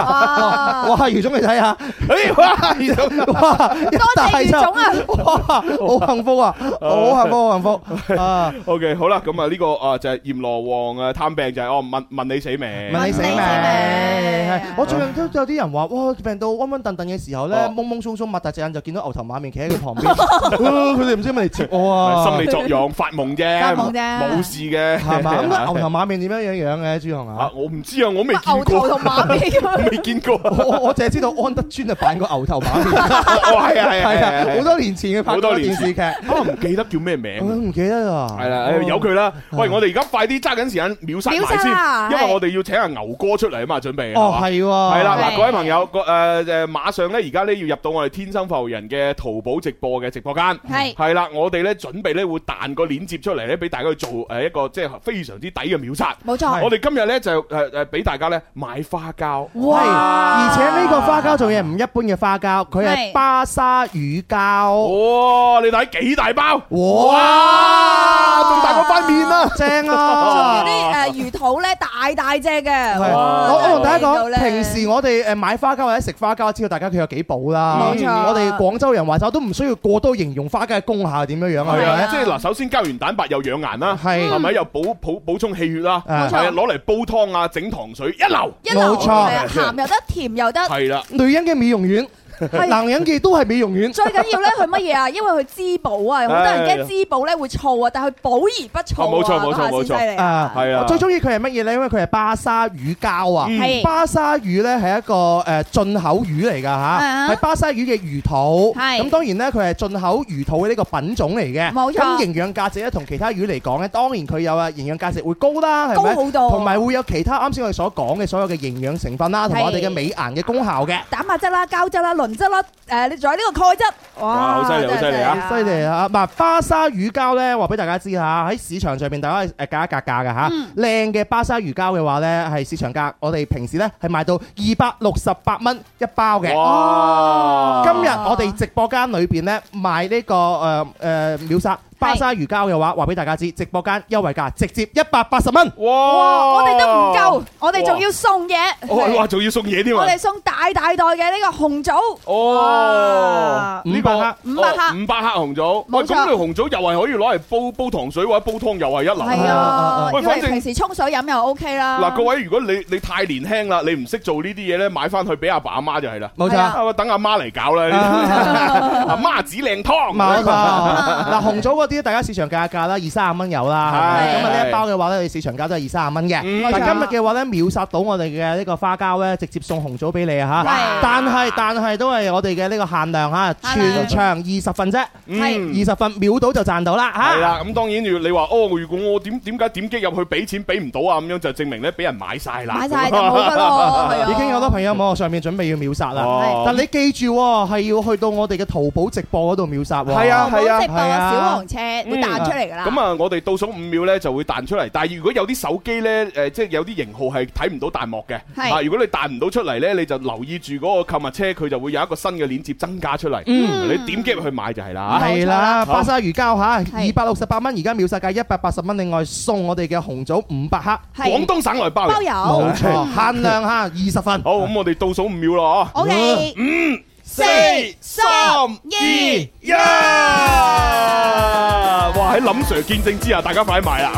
[SPEAKER 3] 哇！哇，余總你睇下，
[SPEAKER 1] 哎哇！
[SPEAKER 3] 哇！一大
[SPEAKER 2] 多謝余總啊
[SPEAKER 3] 哇！好幸福啊，好幸福，好 幸福啊！
[SPEAKER 1] OK，好啦，咁啊呢個啊就係閻羅王啊探病就係哦問問你死啊未？
[SPEAKER 3] 問你死未？
[SPEAKER 2] 問你死未
[SPEAKER 3] 係我最近都有啲人話，哇！病到昏昏沌沌嘅時候咧，
[SPEAKER 1] 哦
[SPEAKER 3] 懵懵鬆鬆擘大隻眼就見到牛頭馬面企喺佢 旁邊，哦佢哋唔知有冇嚟接我啊！
[SPEAKER 1] 心理作用，發夢啫，
[SPEAKER 2] 發夢啫
[SPEAKER 1] 冇事嘅，
[SPEAKER 3] 係嘛？咁啊牛頭馬面點樣樣樣嘅朱紅
[SPEAKER 1] 啊
[SPEAKER 3] 啊？
[SPEAKER 1] 我唔知啊，我未見
[SPEAKER 2] 牛頭
[SPEAKER 1] 過，
[SPEAKER 2] 同馬尾咁 樣，
[SPEAKER 1] 未見過，
[SPEAKER 3] 我我我淨係知道安德尊啊扮過牛頭馬面，
[SPEAKER 1] 哦 係啊係啊
[SPEAKER 3] 係
[SPEAKER 1] 係啊
[SPEAKER 3] 啊，，好多年前嘅拍
[SPEAKER 1] 好
[SPEAKER 3] 過
[SPEAKER 1] 多年
[SPEAKER 3] 電視 劇，
[SPEAKER 1] 啊唔記得叫咩
[SPEAKER 3] 我都
[SPEAKER 1] 名。啊
[SPEAKER 3] 唔記得啊啦。
[SPEAKER 1] 係啦，唉由佢啦。喂，我哋而家快啲揸緊時間秒殺
[SPEAKER 2] 秒殺
[SPEAKER 1] 埋
[SPEAKER 2] 啊
[SPEAKER 1] 先，因為
[SPEAKER 2] 係
[SPEAKER 1] 我哋要請阿牛哥出嚟啊嘛，準備
[SPEAKER 3] 哦
[SPEAKER 1] 係，嘛
[SPEAKER 3] 係喎，
[SPEAKER 1] 係啦，嗱，
[SPEAKER 2] 係
[SPEAKER 1] 各位朋友，個誒誒，馬上咧，而家咧要入到我哋天生浮人嘅淘寶直播嘅直播間，
[SPEAKER 2] 係
[SPEAKER 1] 係啦，我哋咧準備咧會彈個鏈接出嚟咧，俾大家去做誒一個即係非常之抵嘅秒殺。
[SPEAKER 2] 冇錯。
[SPEAKER 1] 我哋今日咧就誒誒俾大家咧買花膠，
[SPEAKER 3] 喂，而且呢個花膠仲係唔一般嘅花膠，佢係
[SPEAKER 2] 係
[SPEAKER 3] 巴沙乳膠，
[SPEAKER 1] 哇！你睇幾大包，
[SPEAKER 3] 哇
[SPEAKER 1] 仲大過塊面啊！
[SPEAKER 3] 正
[SPEAKER 2] 嗰
[SPEAKER 3] 啊！
[SPEAKER 2] 啲誒魚肚咧大大隻嘅，
[SPEAKER 3] 係
[SPEAKER 2] 哇
[SPEAKER 3] 我我同大家
[SPEAKER 2] 見到
[SPEAKER 3] 講，
[SPEAKER 2] 咧
[SPEAKER 3] 平時我哋誒買花膠或者食花膠，知道大家佢有幾補啦。
[SPEAKER 2] 冇錯
[SPEAKER 3] 我哋廣州人話齋都唔需要過多形容花膠嘅功效係點樣樣啊，
[SPEAKER 1] 係
[SPEAKER 3] 係咪
[SPEAKER 1] 啊，？即係嗱，首先膠原蛋白又養顏啦，
[SPEAKER 3] 係
[SPEAKER 1] 係咪又補補補充氣血啦？
[SPEAKER 3] 冇錯
[SPEAKER 1] 係啊，攞嚟煲湯啊，整糖水一流，
[SPEAKER 2] 一流
[SPEAKER 3] 冇錯
[SPEAKER 2] 係啊鹹又得，甜又得。
[SPEAKER 1] 係啦。
[SPEAKER 3] 女人嘅美容院，男人嘅都係美容院。
[SPEAKER 2] 最緊要咧，佢乜嘢啊？因為佢滋補啊，好多人驚滋補咧會燥啊，但係佢補而不燥啊，
[SPEAKER 1] 哦冇錯冇錯
[SPEAKER 2] 嗰下
[SPEAKER 1] 冇錯
[SPEAKER 2] 先犀利啊！
[SPEAKER 3] 啊，
[SPEAKER 1] 係啊
[SPEAKER 3] 我最中意佢係乜嘢咧？因為佢係巴沙魚膠啊。
[SPEAKER 1] 嗯
[SPEAKER 2] 係
[SPEAKER 3] 巴沙魚咧係一個誒進口魚嚟㗎嚇，
[SPEAKER 2] 啊
[SPEAKER 3] 係巴沙魚嘅魚肚。
[SPEAKER 2] 係
[SPEAKER 3] 咁當然咧，佢係進口魚肚嘅呢個品種嚟嘅。
[SPEAKER 2] 冇錯
[SPEAKER 3] 咁營養價值咧，同其他魚嚟講咧，當然佢有啊營養價值會高啦，係咪？
[SPEAKER 2] 高好多
[SPEAKER 3] 同埋會有其他啱先我哋所講嘅所有嘅營養成分啦，同埋我哋嘅美顏嘅功效嘅。
[SPEAKER 2] 蛋白質啦、膠質啦、磷質啦，誒，你仲有呢個鈣質，
[SPEAKER 1] 哇好犀利好犀利啊
[SPEAKER 2] 真係
[SPEAKER 3] 犀利啊！嗱，巴沙魚膠咧，話俾大家知嚇，喺市場上面大家係誒價一格價嘅嚇。靚嘅巴沙魚膠嘅話咧，係市場價，我哋平時咧係賣到二百六十八蚊一包嘅。
[SPEAKER 1] 哇！
[SPEAKER 3] 今日我哋直播間裏邊咧賣呢個誒誒秒殺巴沙魚膠嘅話，話俾大家知，直播間優惠價直接一百八十蚊。
[SPEAKER 1] 哇！
[SPEAKER 2] 哇！我哋都唔夠，我哋仲要送嘢。
[SPEAKER 1] 哦，哇，仲要送嘢添
[SPEAKER 2] 我
[SPEAKER 1] 啊！
[SPEAKER 2] 哋送大大袋嘅呢個紅棗。
[SPEAKER 1] 哦，
[SPEAKER 3] 哇
[SPEAKER 1] 呢個
[SPEAKER 3] 五百克
[SPEAKER 2] 五百克
[SPEAKER 1] 哦五百克紅棗，喂，
[SPEAKER 2] 冇錯
[SPEAKER 1] 咁你紅棗又係可以攞嚟煲煲糖水或者煲湯，又係一流。
[SPEAKER 2] 係
[SPEAKER 3] 啊
[SPEAKER 2] 啊，
[SPEAKER 1] 喂
[SPEAKER 2] 因為
[SPEAKER 1] 反正
[SPEAKER 2] 平時沖水飲又 OK 啦。
[SPEAKER 1] 嗱，各位，如果你你太年輕啦，你唔識做呢啲嘢咧，買翻去俾阿爸阿媽就係啦。
[SPEAKER 3] 冇
[SPEAKER 2] 係
[SPEAKER 3] 錯
[SPEAKER 2] 啊。
[SPEAKER 1] 啊，等阿媽嚟搞啦，呢啲 阿媽子靚湯。
[SPEAKER 3] 冇錯，嗱紅棗嗰啲大家市場價價啦，二三十蚊有啦，
[SPEAKER 1] 係
[SPEAKER 3] 係咪咁啊呢一包嘅話咧，你市場價都係二三十蚊
[SPEAKER 1] 嗯
[SPEAKER 3] 嘅。但今日嘅話咧，秒殺到我哋嘅呢個花膠咧，直接送紅棗俾你啊
[SPEAKER 2] 係
[SPEAKER 3] 嚇！但係但係都係我哋嘅呢個限量嚇，
[SPEAKER 2] 限量
[SPEAKER 3] 全場二十份啫，
[SPEAKER 1] 嗯
[SPEAKER 3] 二十份秒到就賺到啦
[SPEAKER 1] 係
[SPEAKER 3] 嚇！
[SPEAKER 1] 啦，咁當然要你話哦，如果我點點解點擊入去俾錢俾唔到啊？咁樣就證明咧俾人買晒啦。
[SPEAKER 2] 買晒 就冇㗎咯，係啊。
[SPEAKER 3] 已經有好多朋友喺網絡上面準備要秒殺啦，
[SPEAKER 1] 哦
[SPEAKER 3] 但你記住喎，係要去到我哋嘅淘寶直播嗰度秒殺喎。
[SPEAKER 1] 係啊
[SPEAKER 2] 淘寶直播
[SPEAKER 3] 係
[SPEAKER 2] 啊，
[SPEAKER 3] 啊
[SPEAKER 2] 小黃車會彈出嚟㗎啦。
[SPEAKER 1] 咁啊，我哋倒數五秒咧就會彈出嚟。但係如果有啲手機咧，誒，即係有啲型號係睇唔到彈幕嘅，
[SPEAKER 2] 係
[SPEAKER 1] 啊，如果你彈唔到出嚟咧，你就留意住嗰個購物車，佢就會有一個新嘅鏈接增加出嚟。
[SPEAKER 3] 嗯
[SPEAKER 1] 你點擊入去買就係啦。嚇
[SPEAKER 3] 係啦，
[SPEAKER 1] 啊好
[SPEAKER 3] 白沙魚膠嚇，
[SPEAKER 2] 係
[SPEAKER 3] 二百六十八蚊，而家秒殺價一百八十蚊，另外送我哋嘅紅棗五百克，
[SPEAKER 2] 係
[SPEAKER 1] 廣東省內包
[SPEAKER 2] 包
[SPEAKER 1] 郵。
[SPEAKER 2] 郵。
[SPEAKER 3] 冇錯，限量嚇二十份。
[SPEAKER 1] 好，咁我哋倒數五秒咯，啊嗬
[SPEAKER 2] O K，
[SPEAKER 1] 四三二一。哇！喺林 Sir 見證之下，大家快 買啦！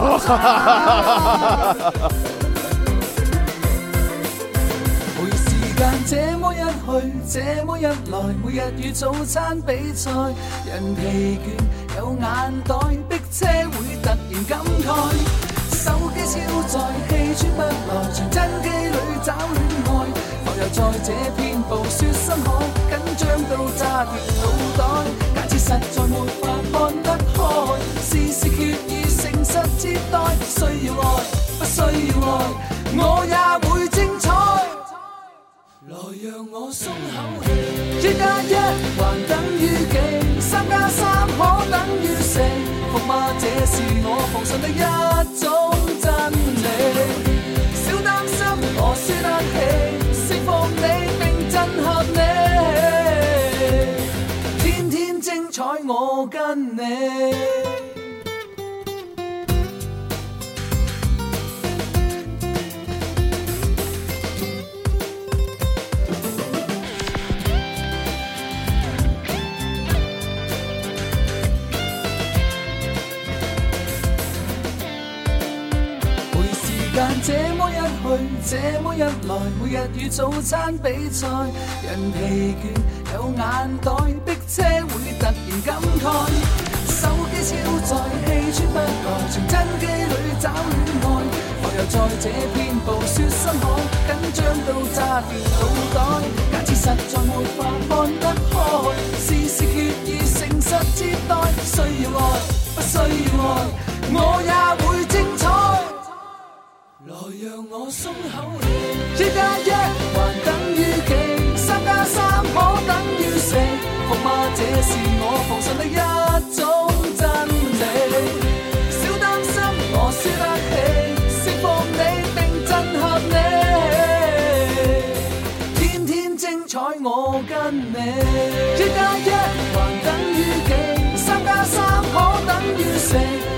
[SPEAKER 5] 每時間這麼一去，這麼一來，每日與早餐比賽，人疲倦有眼袋，逼車會突然感慨。手機超載，氣喘不來，傳真機裏找戀愛，浮游在這片暴雪深海，緊張到炸斷腦袋。假設實在沒法看得開，事事決意誠實接待，需要愛，不需要愛，我也會精彩。來讓我鬆口氣，一加一還等於幾？三加三可等於四？伏馬這是我奉信的一種真理。小擔心我輸得起，釋放你並震撼你，天天精彩我跟你。陪時間這麼一去，這麼一來，每日與早餐比賽，人疲倦有眼袋，逼車會突然感慨。手機超載，氣喘不來，傳真機裏找戀愛，我又在這片暴雪深海，緊張到炸掉腦袋。假設實在沒法看得開，事事決意誠實接待，需要愛，不需要愛，我也會精彩。來讓我鬆口氣，一加一還等於幾？三加三可等於四？服嗎？這是我奉信的一種真理。小擔心我輸得起，釋放你並震撼你，天天精彩我跟你。一加一還等於幾？三加三可等於四？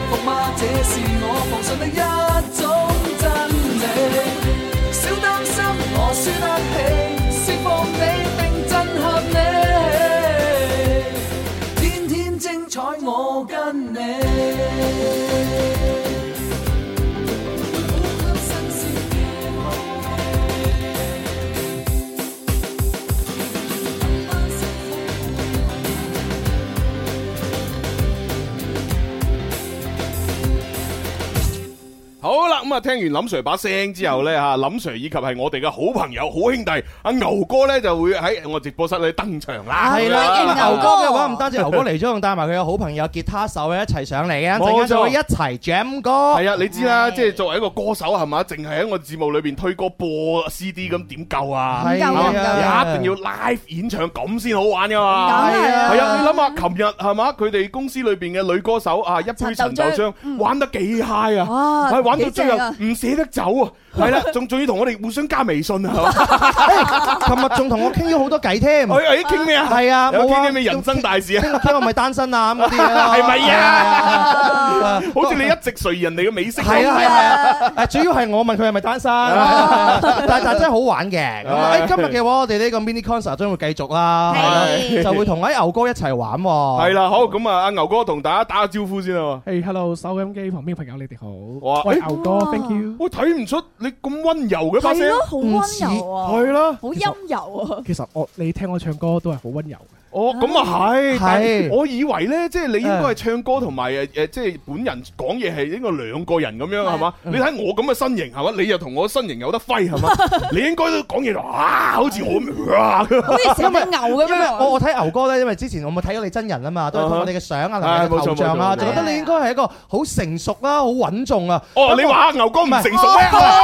[SPEAKER 5] 服嗎？這是我奉信的一種。真理，小擔心我輸得起，釋放你並震撼你，天天精彩我跟你。呼吸新鮮嘅空氣飲返新鮮
[SPEAKER 1] 好啦，咁啊，聽完林 Sir 把聲之後咧，吓林 Sir 以及係我哋嘅好朋友、好兄弟阿牛哥咧，就會喺我直播室裏登場啦。
[SPEAKER 3] 係啦，
[SPEAKER 2] 歡
[SPEAKER 3] 咁
[SPEAKER 2] 迎
[SPEAKER 3] 啊牛
[SPEAKER 2] 牛
[SPEAKER 3] 哥
[SPEAKER 2] 哥
[SPEAKER 3] 嘅話唔單止牛哥嚟咗，仲帶埋佢嘅好朋友吉他手咧一齊上嚟嘅，一陣
[SPEAKER 1] 冇錯
[SPEAKER 3] 間就會一齊 jam 歌。
[SPEAKER 1] 係啊，你知啦，即係作為一個歌手係嘛，淨係喺我節目裏邊推歌播 CD 咁點夠啊？
[SPEAKER 3] 係
[SPEAKER 2] 啊
[SPEAKER 1] 係
[SPEAKER 3] 啊
[SPEAKER 1] 嘛一定要 live 演唱咁先好玩噶嘛。
[SPEAKER 2] 梗係啊
[SPEAKER 1] 係啊，你諗下，琴日係嘛，佢哋公司裏邊嘅女歌手啊，一杯
[SPEAKER 2] 陳
[SPEAKER 1] 陳
[SPEAKER 2] 豆
[SPEAKER 1] 豆
[SPEAKER 2] 漿
[SPEAKER 1] 漿玩得幾 high 啊！
[SPEAKER 2] 哇
[SPEAKER 1] 係玩到最後
[SPEAKER 2] 啊
[SPEAKER 1] 唔捨得走啊，係啦，仲仲要同我哋互相加微信啊，係嘛？
[SPEAKER 3] 琴日仲同我傾咗好多偈添。
[SPEAKER 1] 哎哎，傾咩啊？
[SPEAKER 3] 係啊，
[SPEAKER 1] 有
[SPEAKER 3] 冇啊
[SPEAKER 1] 傾啲咩人生大事 啊？
[SPEAKER 3] 傾傾我咪單身啊咁嗰啲啊。
[SPEAKER 1] 係咪
[SPEAKER 3] 係啊
[SPEAKER 1] 啊？好似你一直垂人哋嘅美色咁。
[SPEAKER 3] 係啊係啊，誒主要係我問佢係咪單身，
[SPEAKER 1] 啊
[SPEAKER 3] 但但真係好玩嘅。咁啊，誒今日嘅話，我哋呢個 mini concert 將會繼續啦，係啦就會同喺牛哥一齊玩喎。
[SPEAKER 1] 係啦，好咁啊，阿牛哥同大家打個招呼先啊。
[SPEAKER 10] h hello，收音機旁邊嘅朋友，你哋好。
[SPEAKER 1] 哇，
[SPEAKER 10] 我係
[SPEAKER 1] 誒
[SPEAKER 10] 牛哥，thank you。
[SPEAKER 1] 我睇唔出你咁温柔嘅把
[SPEAKER 2] 係
[SPEAKER 1] 聲。
[SPEAKER 2] 咯，好温柔啊，
[SPEAKER 1] 係啦，
[SPEAKER 2] 好陰柔啊，
[SPEAKER 10] 其實我你聽我唱歌都係好温柔嘅，
[SPEAKER 1] 哦，咁啊係，
[SPEAKER 3] 係
[SPEAKER 1] 但係我以為咧，即係你應該係唱歌同埋誒誒，即係本人講嘢係應該兩個人咁樣係嘛？你睇我咁嘅身形係嘛？你又同我身形有得揮係嘛？你應該都講嘢就啊，好似我咁啊咁
[SPEAKER 2] 好似成隻牛咁
[SPEAKER 3] 因為
[SPEAKER 2] 樣
[SPEAKER 3] 我
[SPEAKER 2] 啊。
[SPEAKER 3] 我睇牛哥咧，因為之前我冇睇到你真人啊嘛，都係通過你嘅相啊
[SPEAKER 1] 係
[SPEAKER 3] 同埋你
[SPEAKER 1] 冇錯
[SPEAKER 3] 嘅頭像
[SPEAKER 1] 冇
[SPEAKER 3] 啊，
[SPEAKER 1] 錯
[SPEAKER 3] 就覺得你應該係一個好成熟啦、好穩重啊。
[SPEAKER 1] 哦，你話牛哥唔成熟咩？
[SPEAKER 3] 誒
[SPEAKER 1] 哦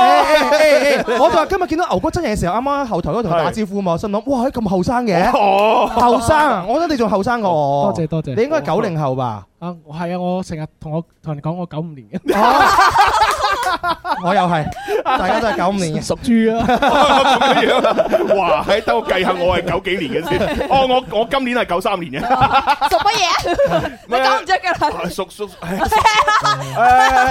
[SPEAKER 3] 誒誒誒我就話今日見到牛哥真人嘅時候，啱啱喺後台嗰度同佢打招呼嘛，我心諗哇，咁後生嘅，
[SPEAKER 1] 哦，
[SPEAKER 3] 後生啊！我覺得你仲後生過我。
[SPEAKER 10] 多謝多謝
[SPEAKER 3] 你應該係九零後吧？
[SPEAKER 10] 啊，我係啊，我成日同我同人講我九五年 嘅，
[SPEAKER 3] 我又係，大家都係九五年嘅。
[SPEAKER 10] 屬豬啊，
[SPEAKER 1] 咁樣樣，哇！喺等我計下，我係九幾年嘅先。哦，我我今年係九三年嘅。
[SPEAKER 2] 做乜嘢？你講唔着㗎啦，
[SPEAKER 1] 熟熟誒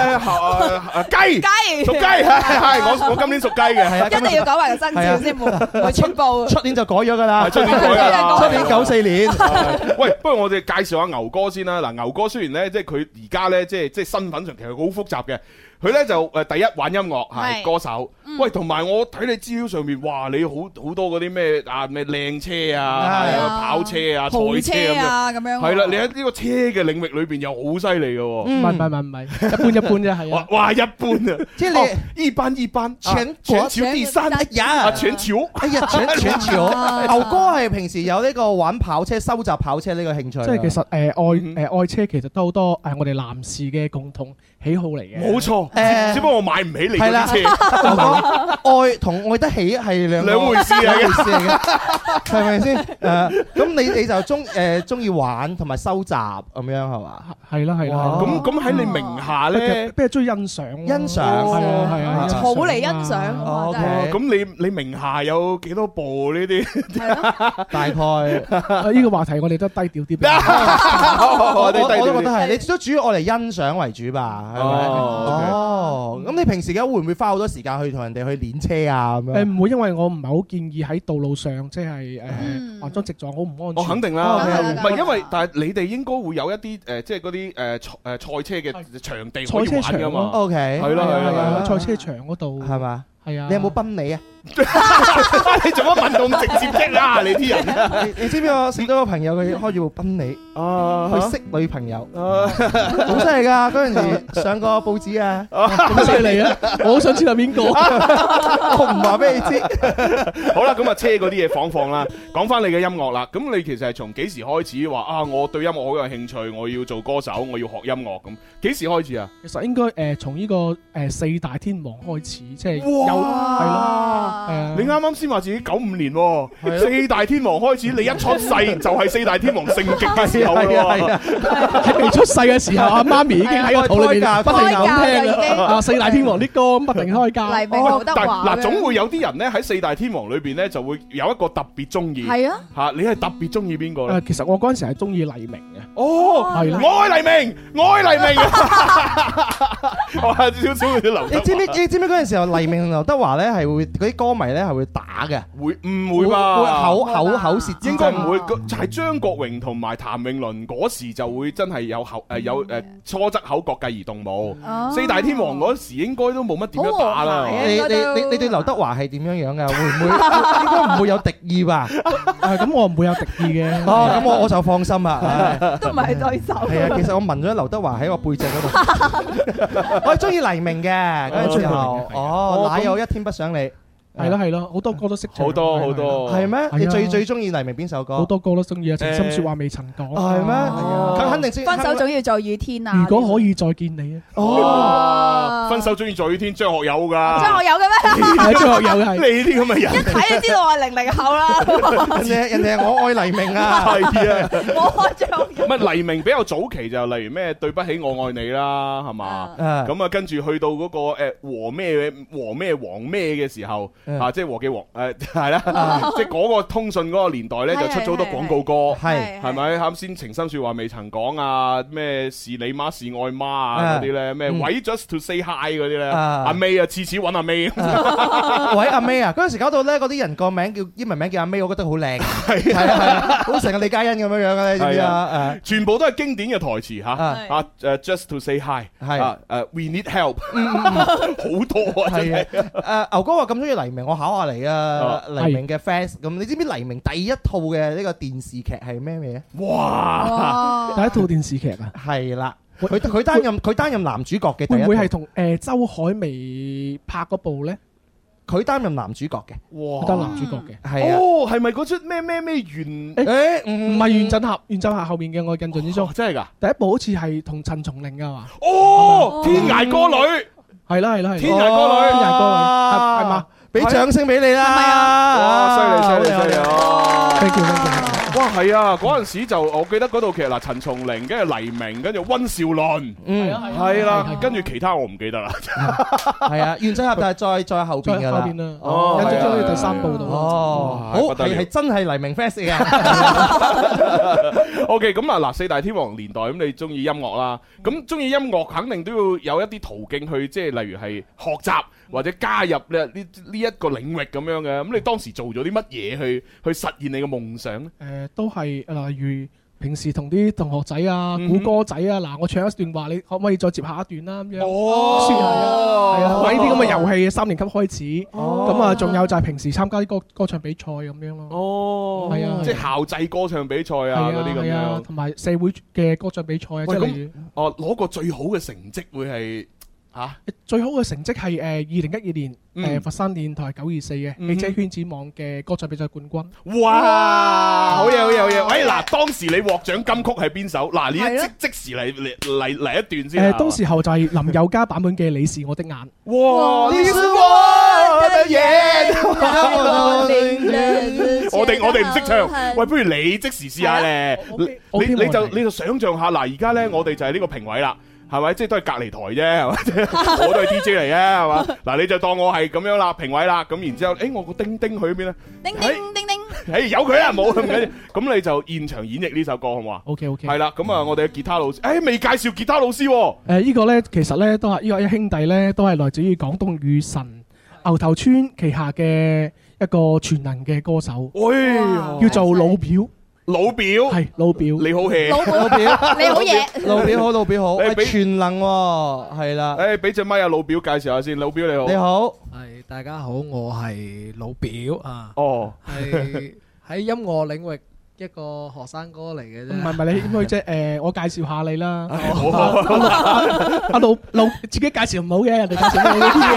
[SPEAKER 1] 雞
[SPEAKER 2] 雞
[SPEAKER 1] 屬雞係 係我我今年屬雞嘅
[SPEAKER 3] 係啊，
[SPEAKER 2] 一定要講埋個生肖先會會全部。
[SPEAKER 3] 出年就改咗噶啦，
[SPEAKER 1] 係出年改㗎啦
[SPEAKER 3] 啊出年九四年。
[SPEAKER 1] 喂，不如我哋介紹下牛哥先啦。嗱，牛哥雖然咧，即係佢而家咧，即係即係身份上其實好複雜嘅。佢咧就誒第一玩音樂係
[SPEAKER 2] 係
[SPEAKER 1] 歌手，喂，同埋我睇你資料上面，哇，你好好多嗰啲咩啊咩靚車啊、
[SPEAKER 3] 係
[SPEAKER 2] 啊
[SPEAKER 1] 跑車啊、賽
[SPEAKER 2] 豪
[SPEAKER 1] 車咁
[SPEAKER 2] 車
[SPEAKER 1] 樣。
[SPEAKER 2] 啊，咁樣
[SPEAKER 1] 係啦，你喺呢個車嘅領域裏邊又好犀利嘅喎。
[SPEAKER 10] 唔係唔係唔係唔係，一般一般啫，係
[SPEAKER 1] 哇
[SPEAKER 10] 啊。
[SPEAKER 1] 哇，一般啊，
[SPEAKER 3] 即係你
[SPEAKER 1] 哦一般一般，
[SPEAKER 3] 全
[SPEAKER 1] 啊全
[SPEAKER 3] 國
[SPEAKER 1] 球第三，
[SPEAKER 3] 哎
[SPEAKER 1] 啊
[SPEAKER 3] 呀，
[SPEAKER 1] 全球。
[SPEAKER 3] 哎呀，全全全牛哥係平時有呢個玩跑車、收集跑車呢個興趣啊。
[SPEAKER 10] 即係其實誒
[SPEAKER 1] 嗯
[SPEAKER 10] 愛誒愛車其實都好多誒我哋男士嘅共同喜好嚟嘅。
[SPEAKER 1] 冇錯，只
[SPEAKER 3] 誒
[SPEAKER 1] 只不過我買唔起你
[SPEAKER 3] 係
[SPEAKER 1] 嗰
[SPEAKER 3] 啦
[SPEAKER 1] 啲車，
[SPEAKER 3] 牛哥愛同愛得起係兩個
[SPEAKER 1] 兩回事嚟
[SPEAKER 3] 兩
[SPEAKER 1] 嘅。
[SPEAKER 3] 回事嚟嘅，係咪先？誒，咁你你就中誒中意玩同埋收集咁樣係嘛？
[SPEAKER 10] 係啦係啦。
[SPEAKER 3] 哇
[SPEAKER 1] 咁咁喺你
[SPEAKER 3] 哦
[SPEAKER 1] 名下咧，
[SPEAKER 10] 咩中意欣賞啊？
[SPEAKER 3] 欣賞
[SPEAKER 10] 係
[SPEAKER 2] Ờ,
[SPEAKER 10] 啊係啊，欣賞啊
[SPEAKER 2] 好嚟
[SPEAKER 10] à.
[SPEAKER 2] 欣賞
[SPEAKER 3] 哦
[SPEAKER 2] 哇真係
[SPEAKER 1] 咁你你名下有幾多部呢啲？
[SPEAKER 3] 大概，我
[SPEAKER 10] 啊呢個話題我哋都低調啲比較好。
[SPEAKER 1] 我
[SPEAKER 3] 我都覺得
[SPEAKER 1] 係
[SPEAKER 3] 係，你都主要愛嚟欣賞為主吧，係咪？
[SPEAKER 1] 哦
[SPEAKER 3] 哦，咁你平時嘅會唔會花好多時間去同人哋去練車啊？咁
[SPEAKER 10] 誒
[SPEAKER 3] 樣
[SPEAKER 10] 唔會，因為我唔係好建議喺道路上即係誒
[SPEAKER 2] 嗯
[SPEAKER 10] 橫衝直撞，好唔
[SPEAKER 1] 我
[SPEAKER 10] 安全。
[SPEAKER 1] 肯定
[SPEAKER 3] 哦
[SPEAKER 1] 啦，
[SPEAKER 3] 係啊
[SPEAKER 1] 唔
[SPEAKER 2] 係
[SPEAKER 1] 係
[SPEAKER 2] 啊
[SPEAKER 1] 因為，但係你哋應該會有一啲誒，即係嗰啲誒賽誒賽車嘅場地可以
[SPEAKER 10] 賽車
[SPEAKER 1] 玩噶
[SPEAKER 10] 場
[SPEAKER 1] 嘛
[SPEAKER 10] 咯。
[SPEAKER 3] ，OK，
[SPEAKER 1] 係啦
[SPEAKER 10] 係啊
[SPEAKER 1] 係
[SPEAKER 10] 係
[SPEAKER 1] 啦
[SPEAKER 10] 啊，喺賽車場嗰度
[SPEAKER 3] 係嘛？
[SPEAKER 10] 係啊。
[SPEAKER 3] 你有冇賓 你啊？
[SPEAKER 1] 你做乜問到咁直接啫啊？你啲 人
[SPEAKER 3] 你你知唔知我識咗個朋友，佢開住部賓你
[SPEAKER 1] 啊
[SPEAKER 3] 去識女朋友，
[SPEAKER 1] 啊
[SPEAKER 3] 好犀利㗎！嗰陣時上過報紙啊，
[SPEAKER 10] 咁犀利啊！我好想知道邊個。
[SPEAKER 3] 我唔話 俾你知。
[SPEAKER 1] 好啦，咁啊車嗰啲嘢放放啦，講翻你嘅音樂啦。咁你其實係從幾時開始話啊？我對音樂好有興趣，我要做歌手，我要學音樂咁。幾時開始啊？
[SPEAKER 10] 其實應該誒從呢個誒四大天王開始，即係有係咯 Ờ，
[SPEAKER 2] 哇
[SPEAKER 10] 係啊。
[SPEAKER 1] 你啱啱先話自己九五年喎，
[SPEAKER 3] 係啊
[SPEAKER 1] 四大天王開始，你一出世就係四大天王盛極嘅時候啦喎。
[SPEAKER 10] 喺未出世嘅時候，阿媽咪已經喺個肚裏邊不停咁聽
[SPEAKER 2] 開價
[SPEAKER 10] 啦。啊，四大天王啲歌咁不停開價。
[SPEAKER 2] 黎明劉德
[SPEAKER 1] 但
[SPEAKER 2] 華
[SPEAKER 1] 嗱，總會有啲人咧喺四大天王裏邊咧就會有一個特別中意
[SPEAKER 2] 係啊，
[SPEAKER 1] 嚇，你係特別中意邊個咧
[SPEAKER 10] 誒，？其實我嗰陣時係中意黎明嘅。
[SPEAKER 1] 哦，
[SPEAKER 10] 係啦
[SPEAKER 1] 我愛黎明，我愛黎明。哇，少少有啲流。
[SPEAKER 3] 你知唔知？你知唔知嗰陣時候黎明同劉德華咧係會嗰啲歌迷咧係會打嘅，
[SPEAKER 1] 會唔會吧？
[SPEAKER 3] 會口口口舌之
[SPEAKER 1] 應該
[SPEAKER 3] 爭。
[SPEAKER 1] 唔會，就係張國榮同埋譚詠麟嗰時就會真係有口誒有誒初則口角繼而動武。
[SPEAKER 2] 哦
[SPEAKER 1] 四大天王嗰時應該都冇乜點樣打
[SPEAKER 2] 好
[SPEAKER 1] 啦
[SPEAKER 2] 和諧。啊
[SPEAKER 3] 你你你你對劉德華係點樣樣嘅？會唔會應該唔會有敵意吧？
[SPEAKER 10] 誒咁我唔會有敵意嘅。
[SPEAKER 3] 哦，咁我我就放 心啦。唉
[SPEAKER 2] 都唔係對手。
[SPEAKER 3] 係啊，其實我聞咗劉德華喺我背脊 嗰度。我係中意黎明嘅嗰陣時候，
[SPEAKER 10] 哦
[SPEAKER 3] 哦，哪有一天不想你？
[SPEAKER 10] 係咯係咯，好多歌都識唱。
[SPEAKER 1] 好多好多
[SPEAKER 3] 係咩？你最最中
[SPEAKER 10] 意
[SPEAKER 3] 意黎明邊首歌？
[SPEAKER 10] 好多歌都中意啊！情深
[SPEAKER 3] 誒
[SPEAKER 10] 説話未曾講。
[SPEAKER 3] 哦
[SPEAKER 10] 啊
[SPEAKER 3] 係咩佢肯定知
[SPEAKER 2] 分手總要在雨天啊！
[SPEAKER 10] 如果可以再見你啊！
[SPEAKER 1] 哦，分手中意在雨天，張學友噶。
[SPEAKER 2] 張學友嘅咩？
[SPEAKER 1] 啊
[SPEAKER 10] 張學友 係
[SPEAKER 1] 你呢啲咁嘅人，
[SPEAKER 2] 一睇就知道我係零零後啦。
[SPEAKER 3] 人哋人哋 係我愛黎明啊！
[SPEAKER 1] 係啊，
[SPEAKER 2] 我愛張學友。
[SPEAKER 1] 唔係黎明比較早期就例如咩對不起我愛你啦，係嘛？
[SPEAKER 3] 啊
[SPEAKER 1] 咁啊，跟住去到嗰個誒和咩和咩黃咩嘅時候
[SPEAKER 3] 嗯
[SPEAKER 1] 啊，即係和記黃誒係啦
[SPEAKER 3] 啊，
[SPEAKER 1] 即係嗰個通訊嗰個年代咧，就
[SPEAKER 2] 係
[SPEAKER 1] 出咗好多
[SPEAKER 2] 係
[SPEAKER 1] 廣告歌，
[SPEAKER 3] 係
[SPEAKER 1] 係咪？啱先情深説話未曾講啊，咩是你媽是愛媽啊
[SPEAKER 3] 啊
[SPEAKER 1] 嗰啲咧，咩
[SPEAKER 3] 嗯
[SPEAKER 1] Wait just to say hi 嗰啲咧，
[SPEAKER 3] 啊
[SPEAKER 1] 阿 May 啊，次次揾阿 May。
[SPEAKER 3] 喂阿 May 啊，嗰陣時搞到咧，嗰啲人個名叫英文名叫阿 May，我覺得好靚，係啊係啊，好似成個李嘉欣咁樣樣嘅，你知唔知啊？
[SPEAKER 1] 全部都係經典嘅台詞嚇，
[SPEAKER 3] 啊
[SPEAKER 1] 啊誒 just to say hi，
[SPEAKER 3] 係
[SPEAKER 1] 啊誒 we need help，好多啊真係，
[SPEAKER 3] 係嗯啊，誒牛哥話咁中意黎明，我考下你啊，
[SPEAKER 10] 係
[SPEAKER 3] 黎明嘅 fans，咁你知唔知黎明第一套嘅呢個電視劇係咩嘢？
[SPEAKER 1] 哇！
[SPEAKER 2] 哇
[SPEAKER 10] 第一套電視劇啊，
[SPEAKER 3] 係啦，佢佢擔任佢擔任男主角嘅第
[SPEAKER 10] 會
[SPEAKER 3] 一
[SPEAKER 10] 唔會係
[SPEAKER 3] 套，
[SPEAKER 10] 同誒周海媚拍嗰部咧？
[SPEAKER 3] 佢擔任男主角嘅，
[SPEAKER 1] 哇！
[SPEAKER 10] 得男主角嘅。
[SPEAKER 3] 係啊，
[SPEAKER 1] 哦，係咪嗰出咩咩咩原？
[SPEAKER 3] 誒
[SPEAKER 10] 唔
[SPEAKER 3] 唔
[SPEAKER 10] 係袁振俠，袁振俠後面嘅我印象之中
[SPEAKER 1] 哦，真係㗎！
[SPEAKER 10] 第一部好似係同陳松伶噶嘛？
[SPEAKER 3] 啊
[SPEAKER 1] 哦，天涯歌女，
[SPEAKER 10] 係啦係啦係啦。
[SPEAKER 1] 天涯歌女
[SPEAKER 10] 天涯歌女係係嘛？
[SPEAKER 3] 俾掌聲俾你啦！啊
[SPEAKER 1] 哇！犀利犀利犀利！哦
[SPEAKER 10] Thank you thank
[SPEAKER 1] 哇，係啊！嗰陣時就我記得嗰度其實嗱，陳松伶，跟住黎明，跟住温兆倫，
[SPEAKER 3] 嗯，
[SPEAKER 10] you。
[SPEAKER 1] 係啦，跟住其他我唔記得啦。
[SPEAKER 3] 係啊，原振俠就係再再後邊
[SPEAKER 10] 再
[SPEAKER 3] 㗎
[SPEAKER 10] 後
[SPEAKER 3] 啦。
[SPEAKER 10] 邊啦，
[SPEAKER 1] 哦
[SPEAKER 10] 印象中
[SPEAKER 1] 係啊
[SPEAKER 10] 要第三部度。
[SPEAKER 3] 哦，
[SPEAKER 1] 哇
[SPEAKER 3] 好
[SPEAKER 1] 不得了
[SPEAKER 3] 係係真係黎明 fans 嚟嘅，
[SPEAKER 1] OK，咁啊嗱，四大天王年代咁，你中意音樂啦，咁中意音樂肯定都要有一啲途徑去，即係例如係學習或者加入咧呢呢一個領域咁樣嘅。咁你當時做咗啲乜嘢去去實現你嘅夢想咧？
[SPEAKER 10] 誒呃都係例如平時同啲同學仔啊、
[SPEAKER 1] 嗯
[SPEAKER 10] 估
[SPEAKER 1] 哼
[SPEAKER 10] 歌仔啊，嗱我唱一段話，你可唔可以再接下一段啦？咁樣算係
[SPEAKER 1] 哦
[SPEAKER 10] 係啊，玩呢啲咁嘅遊戲，三年級開始，
[SPEAKER 3] 哦
[SPEAKER 10] 咁啊仲有就係平時參加啲歌歌唱比賽咁樣咯，
[SPEAKER 1] 哦
[SPEAKER 10] 係啊
[SPEAKER 1] 即係校際歌唱比賽
[SPEAKER 10] 係
[SPEAKER 1] 啊嗰啲咁
[SPEAKER 10] 係啊，
[SPEAKER 1] 樣。
[SPEAKER 10] 同埋社會嘅歌唱比賽啊，即
[SPEAKER 1] 喂
[SPEAKER 10] 係
[SPEAKER 1] 咁
[SPEAKER 10] 例如
[SPEAKER 1] 哦，攞個最好嘅成績會係嚇
[SPEAKER 10] 最好嘅成績係誒呃二零一二年
[SPEAKER 1] 嗯
[SPEAKER 10] 誒佛山電台九二四嘅
[SPEAKER 1] 嗯
[SPEAKER 10] 汽車圈子網嘅歌唱比賽冠軍，
[SPEAKER 1] 哇！好嘢好嘢好嘢！喂嗱，當時你獲獎金曲係邊首？嗱，
[SPEAKER 2] 係
[SPEAKER 1] 你
[SPEAKER 2] 咯
[SPEAKER 1] 即即時嚟嚟嚟嚟一段先啊。
[SPEAKER 10] 誒呃當時候就係林宥嘉版本嘅《你是我的眼》。
[SPEAKER 1] 哇！呢首歌得我哋我哋唔識唱，喂，不如你即時試下咧。
[SPEAKER 10] 我我
[SPEAKER 1] 你
[SPEAKER 10] 我
[SPEAKER 1] 你
[SPEAKER 10] 我
[SPEAKER 1] 你就
[SPEAKER 10] 我
[SPEAKER 1] 你就想象下，嗱，而家 咧我哋就係呢個評委啦。係咪？即係都係隔離台啫，係咪？即係我都係 DJ 嚟嘅，係嘛？嗱，你就當我係咁樣啦，評委啦。咁然之後，誒，我個叮叮去邊咧？
[SPEAKER 2] 叮叮叮叮，
[SPEAKER 1] 誒，由佢啦，冇咁緊要。咁你就現場演繹呢首歌，好唔好啊？
[SPEAKER 10] OK OK。
[SPEAKER 1] 係啦，咁啊，我哋嘅吉他老師，誒，未介紹吉他老師喎。
[SPEAKER 10] 誒呃呢個咧，其實咧都係呢個一兄弟咧，都係來自於廣東雨神牛頭村旗下嘅一個全能嘅歌手，
[SPEAKER 1] 喂，
[SPEAKER 10] 叫做老表，
[SPEAKER 1] 老表，
[SPEAKER 10] 係老表，
[SPEAKER 1] 哦你好 hea。
[SPEAKER 2] 老
[SPEAKER 3] 老
[SPEAKER 2] 表，
[SPEAKER 3] 表
[SPEAKER 2] 你好嘢，
[SPEAKER 3] 老表好老表好，
[SPEAKER 1] 你
[SPEAKER 3] 喂
[SPEAKER 1] 俾
[SPEAKER 3] 全能喎，係啦，
[SPEAKER 1] 誒，俾只咪啊，老表介紹下先。老表你好。，
[SPEAKER 3] 你好，
[SPEAKER 11] 系大家好，我係老表啊
[SPEAKER 1] 哦。
[SPEAKER 11] 係喺音樂領域一個學生哥嚟嘅
[SPEAKER 10] 唔係
[SPEAKER 11] 啫。
[SPEAKER 10] 唔係你，咁佢即係誒，我介紹下你啦。
[SPEAKER 1] 好好好
[SPEAKER 10] 阿老老自己介紹唔好嘅，人哋介紹好
[SPEAKER 1] 係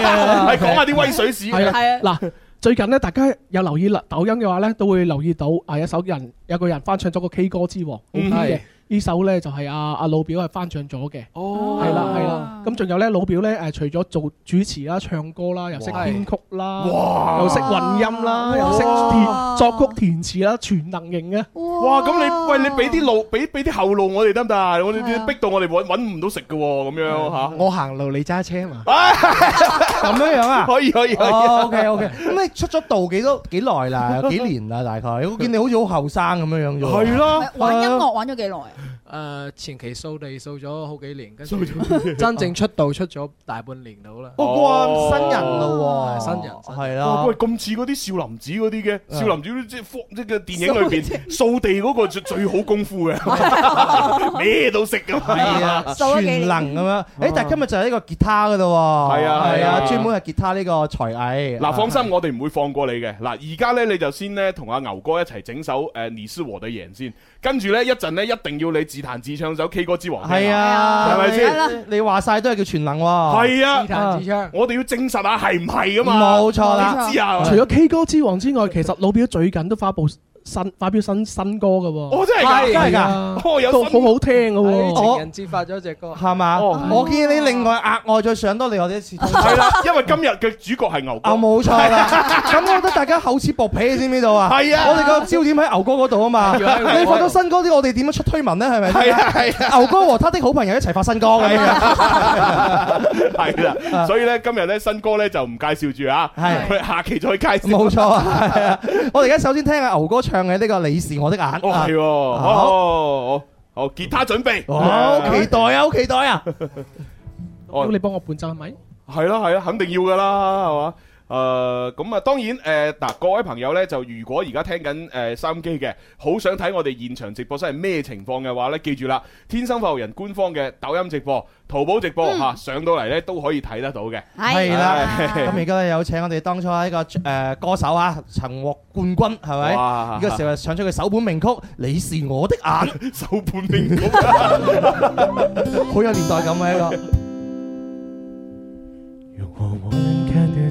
[SPEAKER 1] 講
[SPEAKER 3] à.
[SPEAKER 10] 啲嘅。
[SPEAKER 1] 下啲威水史。
[SPEAKER 10] 係
[SPEAKER 2] 係啊
[SPEAKER 10] 啊，嗱，最近咧，大家有留意啦抖音嘅話咧，都會留意到啊，有一首人有個人翻唱咗個 K 歌之王，好啲嘅
[SPEAKER 11] 係
[SPEAKER 10] 呢首咧就係阿阿老表係翻唱咗嘅。
[SPEAKER 1] 哦
[SPEAKER 10] 係啦係啦，咁仲有咧，老表咧誒，除咗做主持啦、唱歌啦，又識
[SPEAKER 11] 哇
[SPEAKER 10] 編曲啦，
[SPEAKER 1] 哇
[SPEAKER 10] 又識混音啦，又識
[SPEAKER 2] 哇
[SPEAKER 10] 填作曲填詞啦，全能型嘅。
[SPEAKER 1] 哇！
[SPEAKER 2] 哇
[SPEAKER 1] 咁你喂你俾啲路，俾俾啲後路我哋得唔得啊？我
[SPEAKER 2] 係
[SPEAKER 1] 哋
[SPEAKER 2] 啊
[SPEAKER 1] 逼到我哋揾揾唔到食嘅喎，咁樣
[SPEAKER 12] 啊
[SPEAKER 1] 嚇。
[SPEAKER 11] 我行路，你揸車嘛？
[SPEAKER 3] 咁樣樣啊？
[SPEAKER 1] 可以可以可以。
[SPEAKER 3] 哦，OK Ờ, OK，咁你出咗道幾多幾耐啦？有幾年啦？大概我見你好似好後生咁樣樣啫喎。
[SPEAKER 1] 係咯，
[SPEAKER 2] 玩音樂玩咗幾耐啊？
[SPEAKER 11] 诶，前期掃地掃咗好幾年，跟住 真正出道出咗大半年到啦。
[SPEAKER 3] 哦，哇，新人咯
[SPEAKER 11] 係
[SPEAKER 3] 喎，
[SPEAKER 11] 新人新
[SPEAKER 3] 係啊
[SPEAKER 1] 哇
[SPEAKER 3] 啦
[SPEAKER 1] 喂，。咁似嗰啲少林寺嗰啲嘅，少林寺即係科即係個電影裏邊掃地嗰個最最好功夫嘅，咩都識㗎嘛。
[SPEAKER 3] 係啊，
[SPEAKER 2] 做咗幾年
[SPEAKER 3] 全能咁樣。誒，但係今日就係呢個吉他噶咯喎。
[SPEAKER 1] 係啊
[SPEAKER 3] 係
[SPEAKER 1] 係啊
[SPEAKER 3] 啊，專門係吉他呢個才藝。
[SPEAKER 1] 嗱，放心，我哋唔會放過你嘅。嗱，而家咧你就先咧同阿牛哥一齊整首誒《你是我的眼》先，跟住咧一陣咧一定要你自彈自唱首 K 歌之王，
[SPEAKER 3] 係啊，
[SPEAKER 1] 係咪先？
[SPEAKER 3] 你你話晒都係叫全能喎。
[SPEAKER 1] 係啊，我哋要證實下係唔係噶嘛？
[SPEAKER 3] 冇錯啦
[SPEAKER 1] 你知啊，
[SPEAKER 10] 除咗 K 歌之王之外，其實老表最近都發布新發表新新歌嘅喎。
[SPEAKER 1] 哦真係㗎真係㗎
[SPEAKER 10] 啊
[SPEAKER 1] 哦有新哎
[SPEAKER 10] 都好好聽嘅
[SPEAKER 11] 喺
[SPEAKER 10] 喎。
[SPEAKER 11] 情人節發咗只歌，
[SPEAKER 3] 係嘛？
[SPEAKER 1] 哦
[SPEAKER 3] 我建議你另外額外再上多你我哋 一次。
[SPEAKER 1] 係啦，因為今日嘅主角係牛哥。
[SPEAKER 3] 啊，冇錯啦。咁我覺得大家厚此薄彼，你知唔知道啊？
[SPEAKER 1] 係啊
[SPEAKER 3] 我哋個焦點喺牛哥嗰度啊嘛。
[SPEAKER 1] 係啊係啊
[SPEAKER 3] 你發到新歌啲，我哋點樣出推文咧？係咪？
[SPEAKER 1] 係啊係
[SPEAKER 3] 牛哥和他的好朋友一齊發新歌咁
[SPEAKER 1] 係啦，所以咧今日咧新歌咧就唔介紹住啊，
[SPEAKER 3] 係
[SPEAKER 1] 佢下期再介紹。
[SPEAKER 3] 冇錯啊，係啊！我哋而家首先聽下牛哥唱嘅呢個《你是我的眼》
[SPEAKER 1] 哦
[SPEAKER 3] 啊
[SPEAKER 1] 係喎，
[SPEAKER 3] 好
[SPEAKER 1] 哦好，好吉他準備，
[SPEAKER 3] 哦好期待啊，好期待啊！
[SPEAKER 1] 哦
[SPEAKER 10] 咁你幫我伴奏係咪？
[SPEAKER 1] 係啦係啦，肯定要噶啦，係嘛？誒咁啊，當然誒嗱、各位朋友呢，就如果而家聽緊誒收音機嘅，好想睇我哋現場直播室係咩情況嘅話呢，記住啦，天生發育人官方嘅抖音直播、淘寶直播嚇、啊上到嚟呢都可以睇得到嘅。
[SPEAKER 3] 係啦，
[SPEAKER 1] 係
[SPEAKER 3] 咁而家咧有請我哋當初呢個誒歌手啊，曾獲冠軍係咪？
[SPEAKER 1] 哇
[SPEAKER 3] 而家成日唱出佢首本名曲《你是我的眼》，
[SPEAKER 1] 首本名曲，
[SPEAKER 3] 好有年代感啊！呢個。
[SPEAKER 12] 我能看得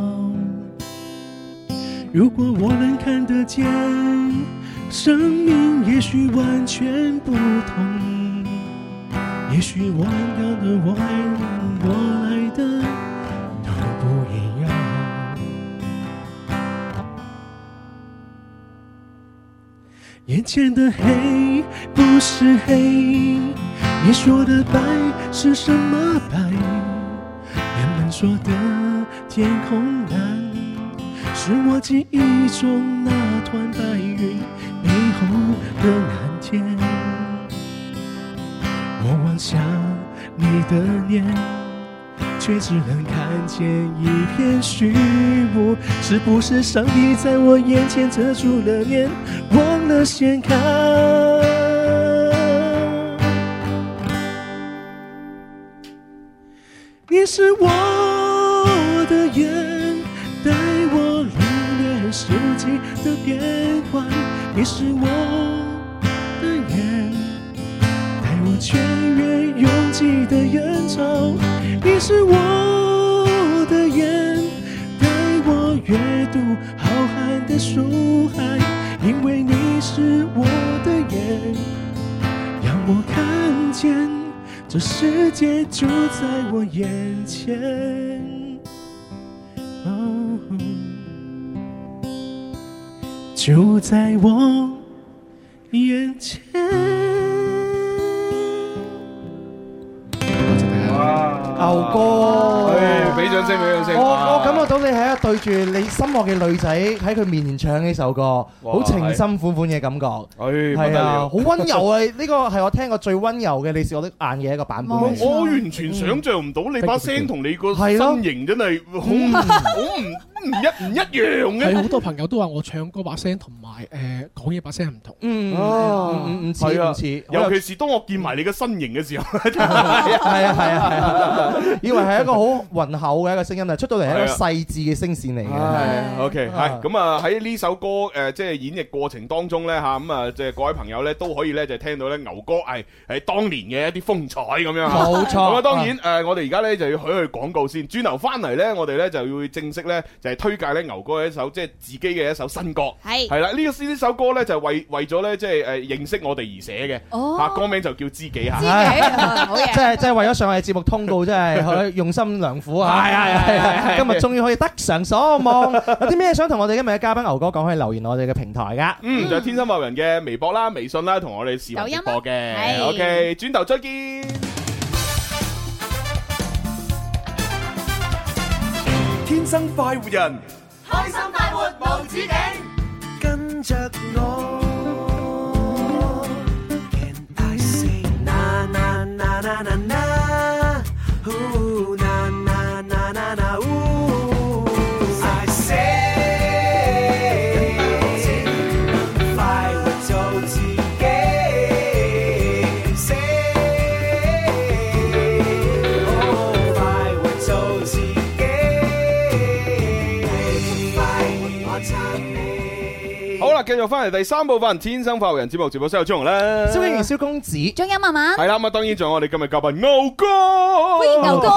[SPEAKER 12] 如果我能看得见，生命也许完全不同。也许我能看得我爱你，我爱的都不一样。眼前的黑不是黑，你说的白是什么白？人们说的天空蓝。是我记忆中那团白云背后的蓝天。我望向你的脸，却只能看见一片虚无。是不是上帝在我眼前遮住了眼，忘了掀开？你是我的眼，带我领略四季的变换。你是我的眼，带我穿越拥挤的人潮。你是我的眼，带我阅读浩瀚的书海。因为你是我的眼，让我看见。这世界就在我眼前。哦就在我眼前。
[SPEAKER 3] 牛哥，
[SPEAKER 1] 唉俾掌聲俾掌聲
[SPEAKER 3] 我
[SPEAKER 1] 哇
[SPEAKER 3] 我感覺到你係一對住你心愛嘅女仔喺佢面前唱呢首歌，
[SPEAKER 1] 哇
[SPEAKER 3] 好情深款款嘅感覺。
[SPEAKER 1] 唉不
[SPEAKER 3] 係
[SPEAKER 1] 得
[SPEAKER 3] 啊，
[SPEAKER 1] 了
[SPEAKER 3] 好温柔啊！呢個係我聽過最温柔嘅你是我的眼嘅一個版本
[SPEAKER 1] 我
[SPEAKER 3] 嚟。
[SPEAKER 1] 我完全想象唔到你把聲同你個身形真係好唔好唔唔一唔一樣
[SPEAKER 10] 係哎好
[SPEAKER 1] 嘅。
[SPEAKER 10] 多朋友都話我唱歌把聲同埋呃 誒講嘢把聲唔同。
[SPEAKER 3] 嗯
[SPEAKER 1] 啊
[SPEAKER 3] 唔似
[SPEAKER 1] 係啊
[SPEAKER 3] 唔似
[SPEAKER 1] 尤其是當我見埋你嘅身形嘅時候，係
[SPEAKER 3] 係啊係啊係 啊！以為係一個好渾厚嘅一個聲音，但係出到嚟係一個細緻嘅聲線嚟嘅。
[SPEAKER 1] 係 OK，係咁啊喺呢首歌誒即係演繹過程當中咧嚇咁啊，即係各位朋友咧都可以咧就聽到咧牛哥係係當年嘅一啲風采咁樣嚇
[SPEAKER 3] 冇錯
[SPEAKER 1] 咁啊當然誒，我哋而家咧就要許去廣告先，轉頭翻嚟咧，我哋咧就要正式咧就係推介咧牛哥一首即係自己嘅一首新歌。
[SPEAKER 2] 係
[SPEAKER 1] 係啦，呢個呢首歌咧就為為咗咧即係誒認識我哋而寫嘅。
[SPEAKER 2] 哦
[SPEAKER 1] 嚇歌名就叫知己嚇。
[SPEAKER 2] Ờ,
[SPEAKER 3] 好嘢！即係即係為咗上我哋節目通告，真係用心良苦啊！
[SPEAKER 1] 係係係係係
[SPEAKER 3] 今日終於可以得償所望。有啲咩想同我哋今日嘅嘉賓牛哥講，可以留言我哋嘅平台噶。
[SPEAKER 1] 嗯，就係天生發人嘅微博啦、微信啦，同我哋視頻直播嘅
[SPEAKER 3] 抖音啦。係
[SPEAKER 1] OK，轉頭再見。天生快活人，
[SPEAKER 5] 开心快活无止境，跟着我。Can I say na na na na na na？ Ooh, na na na na na. Ooh, I say，快活做自己。say，哦快活做自己。快活我撐你。
[SPEAKER 1] 好啦，繼續翻嚟第三部分《天生發育人》節目直播室有張紅啦，
[SPEAKER 3] 蕭敬仁、蕭公子，
[SPEAKER 2] 仲有文文
[SPEAKER 1] 系，啦，咁啊，當然仲有我哋今日嘉賓牛哥，
[SPEAKER 2] 歡迎牛
[SPEAKER 1] Ờ.
[SPEAKER 2] 哥
[SPEAKER 1] 係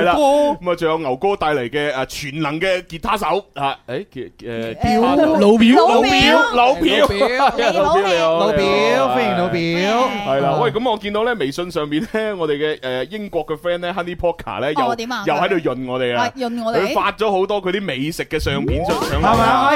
[SPEAKER 1] 啦，
[SPEAKER 3] 牛
[SPEAKER 1] 咁啊，仲有牛哥帶嚟嘅诶全能嘅吉他手啊，诶，吉诶，吉他手
[SPEAKER 3] 老表
[SPEAKER 1] 老表， 老
[SPEAKER 3] 老
[SPEAKER 1] 表
[SPEAKER 3] 表，
[SPEAKER 1] 係啊
[SPEAKER 3] 老表
[SPEAKER 1] 你好
[SPEAKER 3] 老表
[SPEAKER 1] 你好
[SPEAKER 3] 歡迎老表
[SPEAKER 1] 係
[SPEAKER 2] 哦
[SPEAKER 1] 啦，喂，咁我見到咧微信上面咧，我哋嘅诶英國嘅 friend 咧，Honey Poker 咧，又
[SPEAKER 2] 哦點啊
[SPEAKER 1] 又喺度潤我哋啊，
[SPEAKER 2] 喂潤我哋
[SPEAKER 1] 佢發咗好多佢啲美食嘅相片上上嚟
[SPEAKER 3] 係咪啊
[SPEAKER 1] 啊
[SPEAKER 3] 哎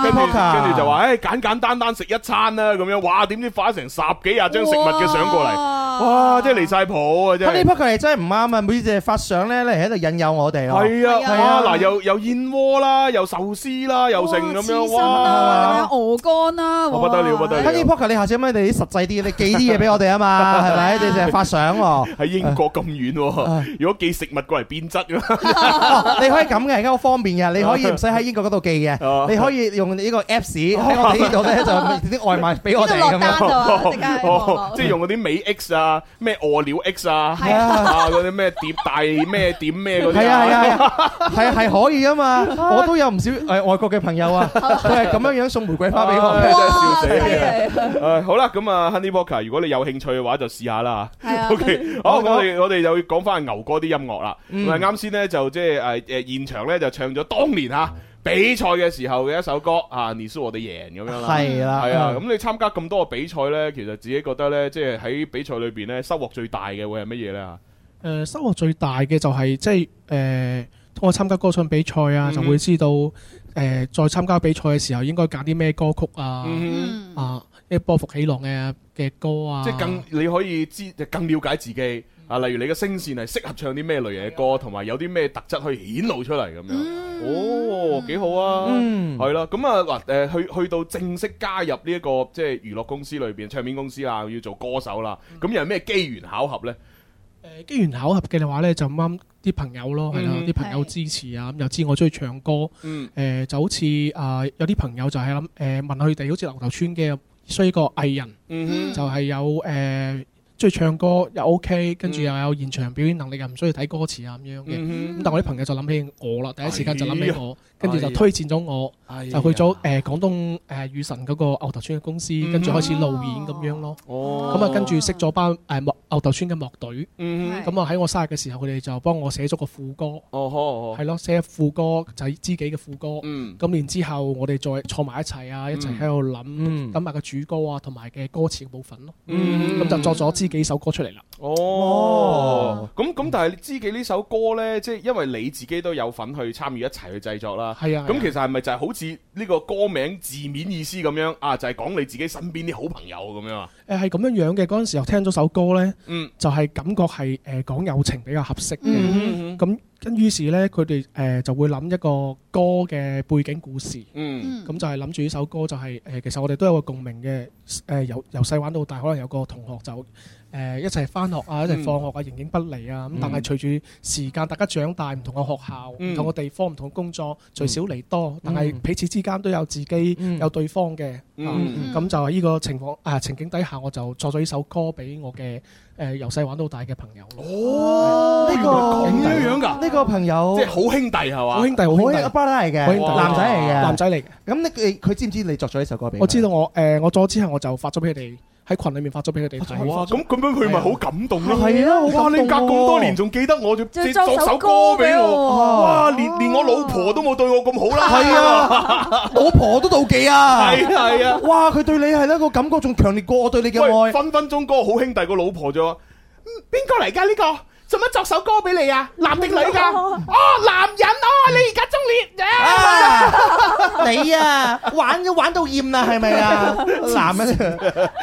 [SPEAKER 1] 係啊跟住
[SPEAKER 3] Honey Poker
[SPEAKER 1] 跟住就話，诶，簡簡單單食一餐啦，咁樣，哇，點知發咗成十幾廿張食物嘅相過嚟，哇，真係離晒譜啊，真
[SPEAKER 3] 佢呢
[SPEAKER 1] 係。
[SPEAKER 3] 匹佢哋真係唔啱啊！每次淨係發相咧，你係喺度引誘我哋啊！
[SPEAKER 1] 係啊，
[SPEAKER 3] 係
[SPEAKER 1] 哇！嗱，又又燕窩啦，又壽司啦，又剩咁樣，
[SPEAKER 2] 仲有
[SPEAKER 1] 哇！
[SPEAKER 2] 鵝肝啦，
[SPEAKER 1] 我不得了，不得
[SPEAKER 3] Honey
[SPEAKER 1] 了！
[SPEAKER 3] Poker，你下次可唔可以你實際啲，你寄啲嘢俾我 哋啊嘛，係咪？你淨係發相喎。
[SPEAKER 1] 喺英國咁遠喎，如果寄食物過嚟變質㗎，
[SPEAKER 3] 哦你可以咁嘅，而家好方便嘅，你可以唔使喺英國嗰度寄
[SPEAKER 1] 哦
[SPEAKER 3] 嘅，你可以用呢個 Apps 喺我哋呢度咧就啲外賣俾我哋咁
[SPEAKER 2] 呢度落 單啊
[SPEAKER 3] 樣。
[SPEAKER 2] 哦即刻喺
[SPEAKER 1] 哦
[SPEAKER 2] 網絡
[SPEAKER 1] 即係用嗰啲美 X 啊，咩餓了 X 啊，
[SPEAKER 3] 係啊
[SPEAKER 1] 啊嗰啲咩碟大咩點咩嗰啲
[SPEAKER 3] 係啊係啊係啊，係啊係可以啊嘛！我都有唔少誒外國嘅朋 友啊，佢係咁樣樣送玫瑰花俾我
[SPEAKER 1] 唉真係笑
[SPEAKER 3] 嘅。
[SPEAKER 1] 死你啊！誒好啦，咁啊，Honey Walker，如果你有興趣嘅話，就試下啦嚇。
[SPEAKER 2] 係啊
[SPEAKER 1] OK，好，我哋我哋就要講翻牛哥啲音樂啦。
[SPEAKER 3] 嗯
[SPEAKER 1] 咁啊，啱先咧就即係誒誒現場咧就唱咗當年嚇比賽嘅時候嘅一首歌啊，你是我哋贏咁樣啦。
[SPEAKER 3] 係啦
[SPEAKER 1] 係啊。
[SPEAKER 3] 嗯
[SPEAKER 1] 咁你參加咁多個比賽咧，其實自己覺得咧，即係喺比賽裏邊咧收穫最大嘅會係乜嘢咧？
[SPEAKER 10] 誒收穫最大嘅就係即係誒通過參加歌唱比賽啊，
[SPEAKER 1] 嗯
[SPEAKER 10] 就會知道誒再參加比賽嘅時候應該揀啲咩歌曲啊
[SPEAKER 1] 嗯，
[SPEAKER 10] 啊，一波幅起浪嘅嘅歌啊，
[SPEAKER 1] 即係更你可以知更了解自己啊，例如你嘅聲線係適合唱啲咩類型嘅歌，同埋有啲咩特質可以顯露出嚟咁樣。哦，幾好啊！
[SPEAKER 3] 嗯
[SPEAKER 1] 係啦，咁啊嗱誒，去去到正式加入呢一個即係娛樂公司裏邊唱片公司啦，要做歌手啦，咁又係咩機緣巧合呢？
[SPEAKER 10] 誒機緣巧合嘅話咧，就啱啱啲朋友咯，係啦，
[SPEAKER 1] 嗯
[SPEAKER 10] 啲朋友支持啊，咁又知我中意唱歌，誒、
[SPEAKER 1] 嗯
[SPEAKER 10] 就好似啊、有啲朋友就係諗誒問佢哋，好似牛頭村嘅需要個藝人，
[SPEAKER 1] 嗯哼
[SPEAKER 10] 就係有誒中意唱歌又 OK，跟住又有現場表演能力，又唔需要睇歌詞啊咁樣嘅。咁、
[SPEAKER 1] 嗯哼
[SPEAKER 10] 但我啲朋友就諗起我啦，第一時間就諗起我
[SPEAKER 1] 哎呀，
[SPEAKER 10] 跟住就推薦咗我，
[SPEAKER 1] 哎呀嗯
[SPEAKER 10] 就去咗誒、廣東誒雨神嗰個牛頭村嘅公司，跟住開始路演咁樣咯。
[SPEAKER 1] 哦
[SPEAKER 10] 咁啊，跟住識咗班誒幕牛頭村嘅樂隊，
[SPEAKER 1] 嗯
[SPEAKER 10] 咁啊喺我生日嘅時候，佢哋就幫我寫咗個副歌，
[SPEAKER 1] 哦呵，
[SPEAKER 10] 係咯，寫副歌就係知己嘅副歌。
[SPEAKER 1] 嗯
[SPEAKER 10] 咁然之後，我哋再坐埋一齊啊，一齊喺度諗諗埋個主歌啊，同埋嘅歌詞嘅部分咯。
[SPEAKER 1] 嗯
[SPEAKER 10] 咁就作咗知己首歌出嚟啦。
[SPEAKER 1] 哦，咁咁，但係知己呢首歌呢，即係因為你自己都有份去參與一齊去製作啦。
[SPEAKER 10] 係啊係啊
[SPEAKER 1] 咁其實係咪就係好似呢個歌名字面意思咁樣啊？就係講你自己身邊啲好朋友咁樣啊？
[SPEAKER 10] 誒係咁樣樣嘅，嗰陣時候聽咗首歌呢，
[SPEAKER 1] 嗯
[SPEAKER 10] 就係感覺係誒講友情比較合適
[SPEAKER 1] 嗯
[SPEAKER 10] 嘅。咁跟於是呢，佢哋誒就會諗一個歌嘅背景故事。
[SPEAKER 1] 嗯
[SPEAKER 10] 咁就係諗住呢首歌就係、誒、其實我哋都有個共鳴嘅誒、由由細玩到大，可能有個同學就誒、一齊翻學啊，一齊放學啊，形影不離啊。咁但係
[SPEAKER 1] 嗯
[SPEAKER 10] 隨住時間，大家長大，唔同嘅學校、唔、
[SPEAKER 1] 嗯
[SPEAKER 10] 同嘅地方、唔同嘅工作，聚少離多，但係彼此之間都有自己、有對方嘅。
[SPEAKER 1] 嗯
[SPEAKER 10] 啊
[SPEAKER 1] 嗯
[SPEAKER 10] 咁就係呢個情況啊情景底下，我就作咗呢首歌俾我嘅誒由細玩到大嘅朋友。
[SPEAKER 1] 哦，
[SPEAKER 3] 呢個
[SPEAKER 1] 咁
[SPEAKER 3] 啊
[SPEAKER 1] 樣樣㗎，
[SPEAKER 3] 呢個朋友
[SPEAKER 1] 即係好兄弟係嘛？
[SPEAKER 10] 好兄弟，好兄弟，
[SPEAKER 3] 巴拉嚟嘅，
[SPEAKER 10] 好兄弟
[SPEAKER 3] 男仔嚟嘅，
[SPEAKER 10] 男仔嚟嘅。
[SPEAKER 3] 咁你佢佢知唔知你作咗呢首歌俾佢？
[SPEAKER 10] 我知道我誒，我咗之後我就發咗俾佢哋喺群裏面發咗俾佢哋睇。
[SPEAKER 1] 哇！咁咁樣佢咪好感動咯？
[SPEAKER 3] 係啊好感動
[SPEAKER 1] 哇！你隔咁多年仲記得我，仲
[SPEAKER 2] 仲
[SPEAKER 1] 即
[SPEAKER 2] 作
[SPEAKER 1] 作首
[SPEAKER 2] 首
[SPEAKER 1] 歌
[SPEAKER 2] 歌
[SPEAKER 1] 俾
[SPEAKER 2] 俾
[SPEAKER 1] 我，
[SPEAKER 2] 我
[SPEAKER 1] 哇！連連我老婆都冇對我咁好啦，
[SPEAKER 3] 係啊，我婆都妒忌啊！
[SPEAKER 1] 係啊係啊
[SPEAKER 3] 哇！佢對你係一個感覺仲強烈過我對你嘅
[SPEAKER 1] 喂，
[SPEAKER 3] 愛。
[SPEAKER 1] 分分鐘嗰個好兄弟個老婆就話：嗯邊個嚟㗎呢個？做乜作首歌俾你啊？男定女㗎？哦，男人哦，你而家中年
[SPEAKER 3] 啊 你啊，玩都玩到厭啦，係咪啊？男人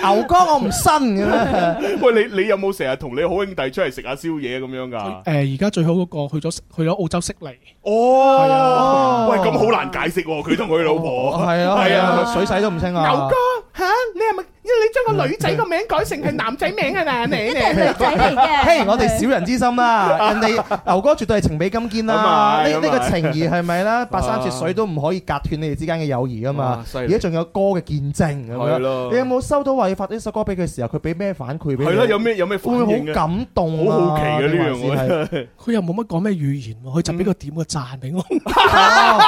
[SPEAKER 3] 牛哥我唔信咁啊！
[SPEAKER 1] 喂，你你有冇成日同你好兄弟出嚟食下宵夜咁樣㗎？
[SPEAKER 10] 誒而家最好嗰個去咗去咗澳洲悉尼，
[SPEAKER 1] 哦，喂，咁好難解釋喎，佢同佢老婆
[SPEAKER 3] 係啊，係啊，水洗都唔清啊！
[SPEAKER 1] 牛哥吓，你係咪
[SPEAKER 13] 你將個女仔個名改成係男仔名 啊嘛，你
[SPEAKER 3] 嘿， 我哋小人之心啦，人哋 牛哥絕對係情比金堅啦，
[SPEAKER 13] 咁係
[SPEAKER 3] 呢呢
[SPEAKER 13] 咁係
[SPEAKER 3] 個情義 係咪啦？跋山涉水都唔可以隔斷你哋之間嘅友誼啊嘛
[SPEAKER 13] 哇，犀利
[SPEAKER 3] 而家仲有歌嘅見證咁
[SPEAKER 1] 係
[SPEAKER 3] 樣。
[SPEAKER 1] 咯
[SPEAKER 3] 你有冇收到話要發呢首歌俾佢嘅時候，佢俾咩反饋俾你？
[SPEAKER 1] 係啦有咩有咩反
[SPEAKER 3] 會
[SPEAKER 1] 應
[SPEAKER 3] 唔
[SPEAKER 1] 嘅
[SPEAKER 3] 會好感動啊？
[SPEAKER 1] 好好奇嘅呢樣
[SPEAKER 3] 定還是係
[SPEAKER 1] 我覺得
[SPEAKER 10] 佢又冇乜講咩語言喎，佢就俾個點個讚俾我。
[SPEAKER 3] 啊哦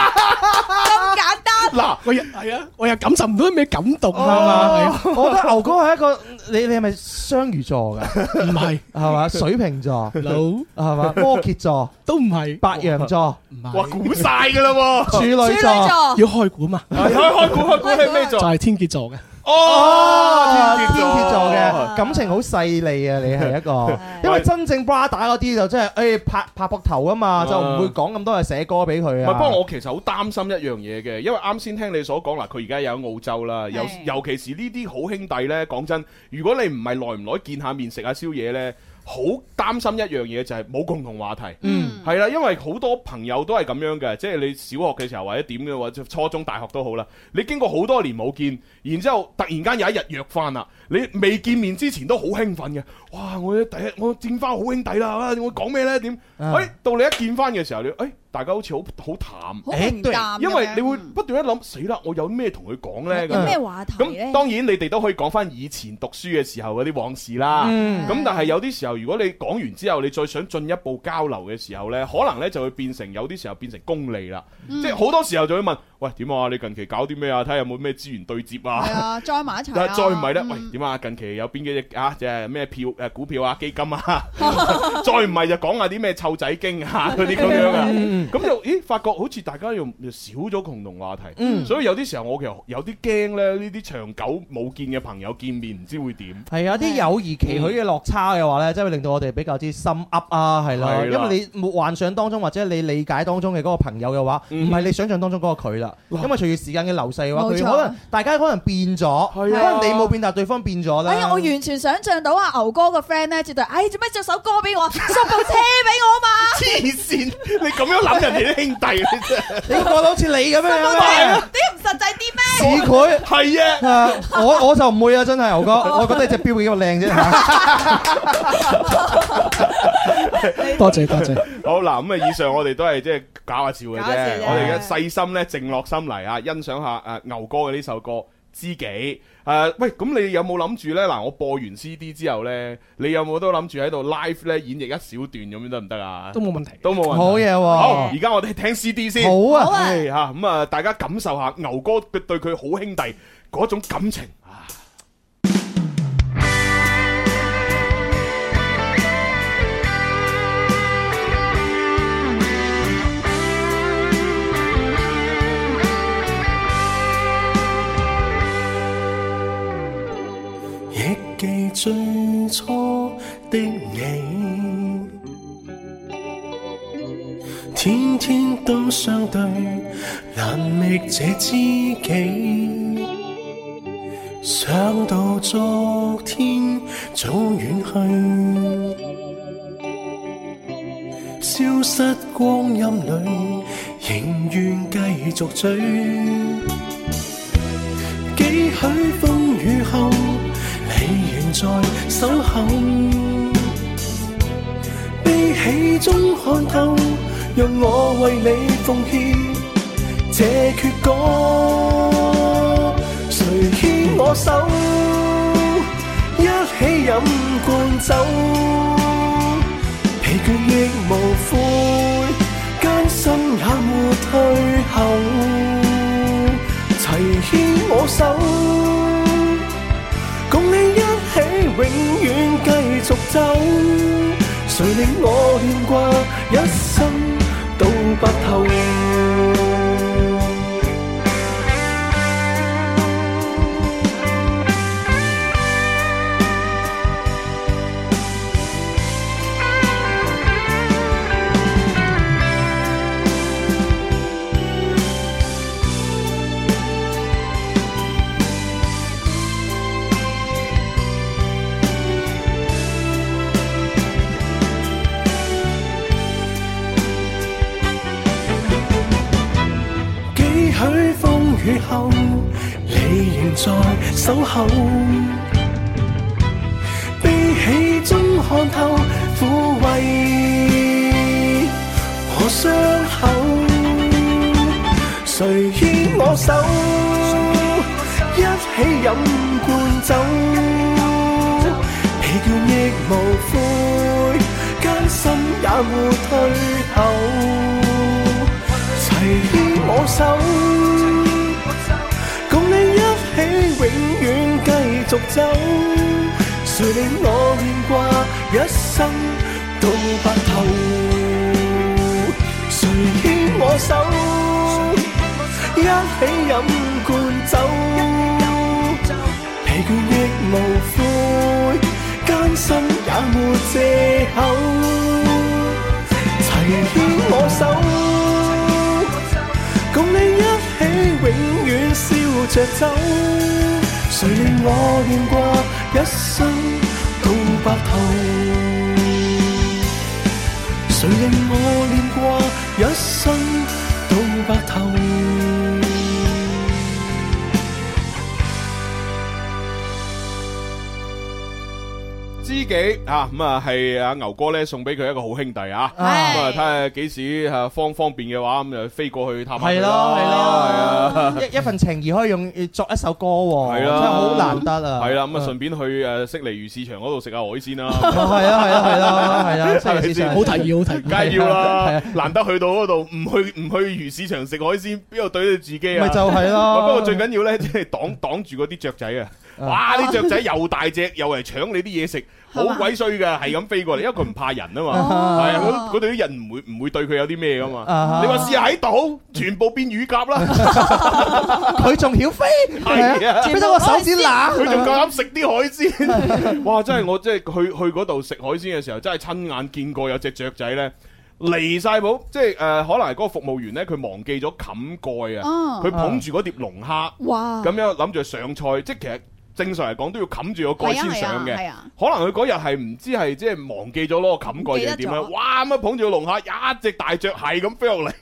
[SPEAKER 2] 咁簡單。
[SPEAKER 1] 嗱，
[SPEAKER 10] 我又係啊，我又感受唔到咩感動啊
[SPEAKER 3] 哦
[SPEAKER 10] 嘛。
[SPEAKER 3] 我覺得牛哥係一個你你係咪雙魚座㗎？
[SPEAKER 10] 唔係
[SPEAKER 3] 係 嘛？水瓶座
[SPEAKER 10] No
[SPEAKER 3] 係 嘛？摩羯座
[SPEAKER 10] 都唔係，
[SPEAKER 3] 白羊座
[SPEAKER 1] 哇，估晒㗎啦喎！
[SPEAKER 3] 處女座處女 座
[SPEAKER 10] 要開估嘛？
[SPEAKER 1] 係開開估開估係咩座
[SPEAKER 10] 就係天蝎座嘅。
[SPEAKER 1] 哦，
[SPEAKER 3] 啊天
[SPEAKER 1] 天
[SPEAKER 3] 蝎
[SPEAKER 1] 蝎
[SPEAKER 3] 座
[SPEAKER 1] 座
[SPEAKER 3] 嘅感情好細膩啊！你係一個，因為真正巴打嗰啲就真係誒拍拍膊頭啊嘛，就唔會講咁多嘢寫歌俾佢
[SPEAKER 1] 唔係，
[SPEAKER 3] 啊。
[SPEAKER 1] 不過我其實好擔心一樣嘢嘅，因為啱先聽你所講嗱，佢而家有喺澳洲啦，尤尤其是呢啲好兄弟呢，講真，如果你唔係耐唔耐見下面食下宵夜呢，好擔心一樣嘢就係冇共同話題。
[SPEAKER 3] 嗯，
[SPEAKER 1] 係啦，因為好多朋友都係咁樣嘅，即係你小學嘅時候或者點嘅話，初中、大學都好啦，你經過好多年冇見，然之後突然間有一日約翻啦，你未見面之前都好興奮嘅，哇！我第一我見翻好兄弟啦，哇我講咩呢？點？
[SPEAKER 13] 嗯
[SPEAKER 1] 哎，到你一見翻嘅時候，你哎大家好似好好淡。
[SPEAKER 2] 好平淡咁樣嗯
[SPEAKER 1] 因為你會不斷一諗，死啦！我有咩同佢講呢？
[SPEAKER 2] 有
[SPEAKER 1] 咁
[SPEAKER 2] 咩
[SPEAKER 1] 樣
[SPEAKER 2] 話題呢
[SPEAKER 1] 咁當然你哋都可以講翻以前讀書嘅時候嗰啲往事啦。
[SPEAKER 13] 嗯
[SPEAKER 1] 咁但係有啲時候，如果你講完之後，你再想進一步交流嘅時候呢，可能呢就會變成有啲時候變成功利啦。
[SPEAKER 2] 嗯
[SPEAKER 1] 即係好多時候就會問：喂，點啊？你近期搞啲咩啊？睇下有冇咩資源對接
[SPEAKER 2] 係
[SPEAKER 1] 啊？
[SPEAKER 2] 啊，再埋一齊
[SPEAKER 1] 但
[SPEAKER 2] 啊。
[SPEAKER 1] 係再唔係呢？喂，點啊？近期有邊幾隻啊？即係咩票誒股票啊、基金 啊？ 再唔係就講下啲咩湊仔經啊嗰啲咁樣啊
[SPEAKER 13] 嗯。
[SPEAKER 1] 咁就咦，發覺好似大家又又少咗共同話題。
[SPEAKER 3] 嗯
[SPEAKER 1] 所以有啲時候我其實有啲驚呢，呢啲長久冇見嘅朋友見面唔知會點。
[SPEAKER 3] 係啊，啲友誼期許嘅落差嘅話咧，真係會令到我哋比較之心噏啊，係啦。
[SPEAKER 1] 係啦
[SPEAKER 3] 因為你冇幻想當中或者你理解當中嘅嗰個朋友嘅話，唔係你想象當中嗰個佢啦。因為隨住時間嘅流逝嘅話，
[SPEAKER 2] 嗯冇
[SPEAKER 3] 佢
[SPEAKER 2] 錯
[SPEAKER 3] 可能大家可能變咗，可能你冇變，但係對方變咗啦。
[SPEAKER 2] 哎呀，我完全想象到啊牛哥個 friend 咧，絕對，哎，做咩着首 歌俾我，送部車俾我嘛？
[SPEAKER 1] 黐線，你咁樣諗人哋啲兄弟，你真係
[SPEAKER 3] 你覺得好似你咁樣咩？
[SPEAKER 2] 你唔實際啲咩？
[SPEAKER 3] 似佢
[SPEAKER 1] 係
[SPEAKER 3] 啊！ 我我就唔會啊，真係牛哥，
[SPEAKER 2] 哦
[SPEAKER 3] 我覺得你隻表比較靚啫嚇。
[SPEAKER 10] 多謝多謝。
[SPEAKER 1] 好嗱，咁啊，以上我哋都係即係搞下笑嘅
[SPEAKER 10] 搞下
[SPEAKER 1] 啫
[SPEAKER 10] 笑。啫
[SPEAKER 1] 我哋嘅細心咧，靜落心嚟啊，欣賞下誒牛哥嘅呢首歌《知己》。誒、喂，咁你有冇諗住咧？嗱，我播完 CD 之後咧，你有冇都諗住喺度 live 咧演繹一小段咁樣得唔得啊？
[SPEAKER 10] 都冇問題，
[SPEAKER 1] 都冇問題。
[SPEAKER 3] 好嘢喎
[SPEAKER 1] 好，而家我哋聽 CD 先。
[SPEAKER 3] 好啊好啊
[SPEAKER 1] 係嚇咁啊，大家感受下牛哥佢對佢好兄弟嗰種感情。
[SPEAKER 12] 亦記最初的你，天天都相對，難覓這知己。想到昨天早遠去，消失光陰裏，仍願繼續追。幾許風雨後，你仍在守候。悲喜中看透，讓我為你奉獻這闕歌。誰牽我手，一起飲罐酒。疲倦亦無悔，艱辛也沒退後。齊牽我手，共你一起永遠繼續走。誰令我牽掛，一生到白頭。幾許風雨後，你仍在守候。悲喜中看透，苦慰我傷口。誰牽我手，一起飲罐酒，疲倦亦無悔，艱辛也沒退後。齊牽我手。共你一起永遠繼續走。誰令我牽掛一生到白頭？誰牽我手，一起飲罐酒，疲倦亦無悔，艱辛也沒藉口。齊牽我手。共你一起永遠笑着走。誰令我念掛一生到白頭？誰令我念掛一生到白頭？
[SPEAKER 1] 知己啊，咁啊係阿牛哥咧送俾佢一個好兄弟啊，咁啊睇下幾時啊方方便嘅話，咁就飛過去探下
[SPEAKER 3] 係
[SPEAKER 1] 佢
[SPEAKER 3] 咯，
[SPEAKER 1] 啦
[SPEAKER 3] 係咯，
[SPEAKER 1] 係啊。
[SPEAKER 3] 一一份情誼可以用作一首歌喎，
[SPEAKER 1] 係
[SPEAKER 3] 真
[SPEAKER 1] 啦，
[SPEAKER 3] 係好難得啊！
[SPEAKER 1] 係啦，咁啊，順便去誒悉尼魚市場嗰度食下海鮮 啦。
[SPEAKER 3] 係啊係啊係啊 係啊悉尼市場好提
[SPEAKER 1] 議
[SPEAKER 3] 議
[SPEAKER 1] 好
[SPEAKER 3] 好
[SPEAKER 1] 提
[SPEAKER 3] 提
[SPEAKER 1] 議，
[SPEAKER 3] 議
[SPEAKER 1] 梗係要
[SPEAKER 3] 係
[SPEAKER 1] 啦
[SPEAKER 3] 啊！
[SPEAKER 1] 難得去到嗰度，唔去唔去魚市場食海鮮，邊度對得住自己啊？
[SPEAKER 3] 咪就係咯
[SPEAKER 1] 喂不過最緊要咧，即係擋擋住嗰啲雀仔啊！哇！啲雀仔又大隻，又嚟搶你啲嘢食，好鬼衰㗎，係咁飛過嚟，因為佢唔怕人啊嘛。
[SPEAKER 3] 哦
[SPEAKER 1] 係啊，嗰嗰度啲人唔會唔會對佢有啲咩㗎嘛
[SPEAKER 3] 啊。
[SPEAKER 1] 你話試下喺度，全部變乳鴿啦！
[SPEAKER 3] 佢仲曉飛，
[SPEAKER 1] 係啊，
[SPEAKER 3] 俾到個手指乸，
[SPEAKER 1] 佢仲夠膽食啲海鮮。哇！真係我真係去去嗰度食海鮮嘅時候，真係親眼見過有隻雀仔咧。離晒譜，即係誒、呃可能係嗰個服務員咧，佢忘記咗冚蓋啊
[SPEAKER 2] 哦！
[SPEAKER 1] 佢捧住嗰碟龍蝦，
[SPEAKER 2] 哇
[SPEAKER 1] 咁樣諗住上菜，即係其實正常嚟講都要冚住個蓋先上嘅
[SPEAKER 2] 係啊係啊係啊。
[SPEAKER 1] 可能佢嗰日係唔知係即係忘記咗攞個冚蓋定係點咧？
[SPEAKER 2] 唔記得咗
[SPEAKER 1] 哇！咁啊捧住個龍蝦，一隻大雀係咁飛落嚟，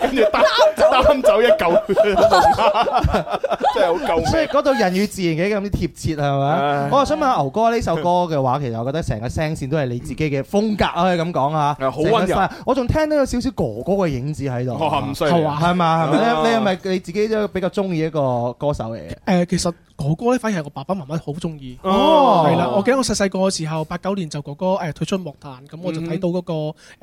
[SPEAKER 1] 跟住擔擔走一嚿龍蝦，真係好救命！
[SPEAKER 3] 所以嗰度人與自然嘅咁啲貼切係咪？我又想問下牛哥呢首歌嘅話，其實我覺得成個聲線都係你自己嘅風格啊可以咁講
[SPEAKER 1] 好
[SPEAKER 3] 嚇。
[SPEAKER 1] 溫柔
[SPEAKER 3] 成個 style，我仲聽到有少少哥哥嘅影子喺度。
[SPEAKER 1] 哦咁犀利
[SPEAKER 3] 係嘛係嘛？係咪
[SPEAKER 1] 啊
[SPEAKER 3] 你你係咪你自己都比較中意一個歌手嚟嘅？
[SPEAKER 10] 誒，其實哥哥咧反而係我爸爸媽媽好中意。
[SPEAKER 3] 哦
[SPEAKER 10] 係啦，我記得我細細個嘅時候，八九年就哥哥誒退出樂壇，咁我就睇到嗰個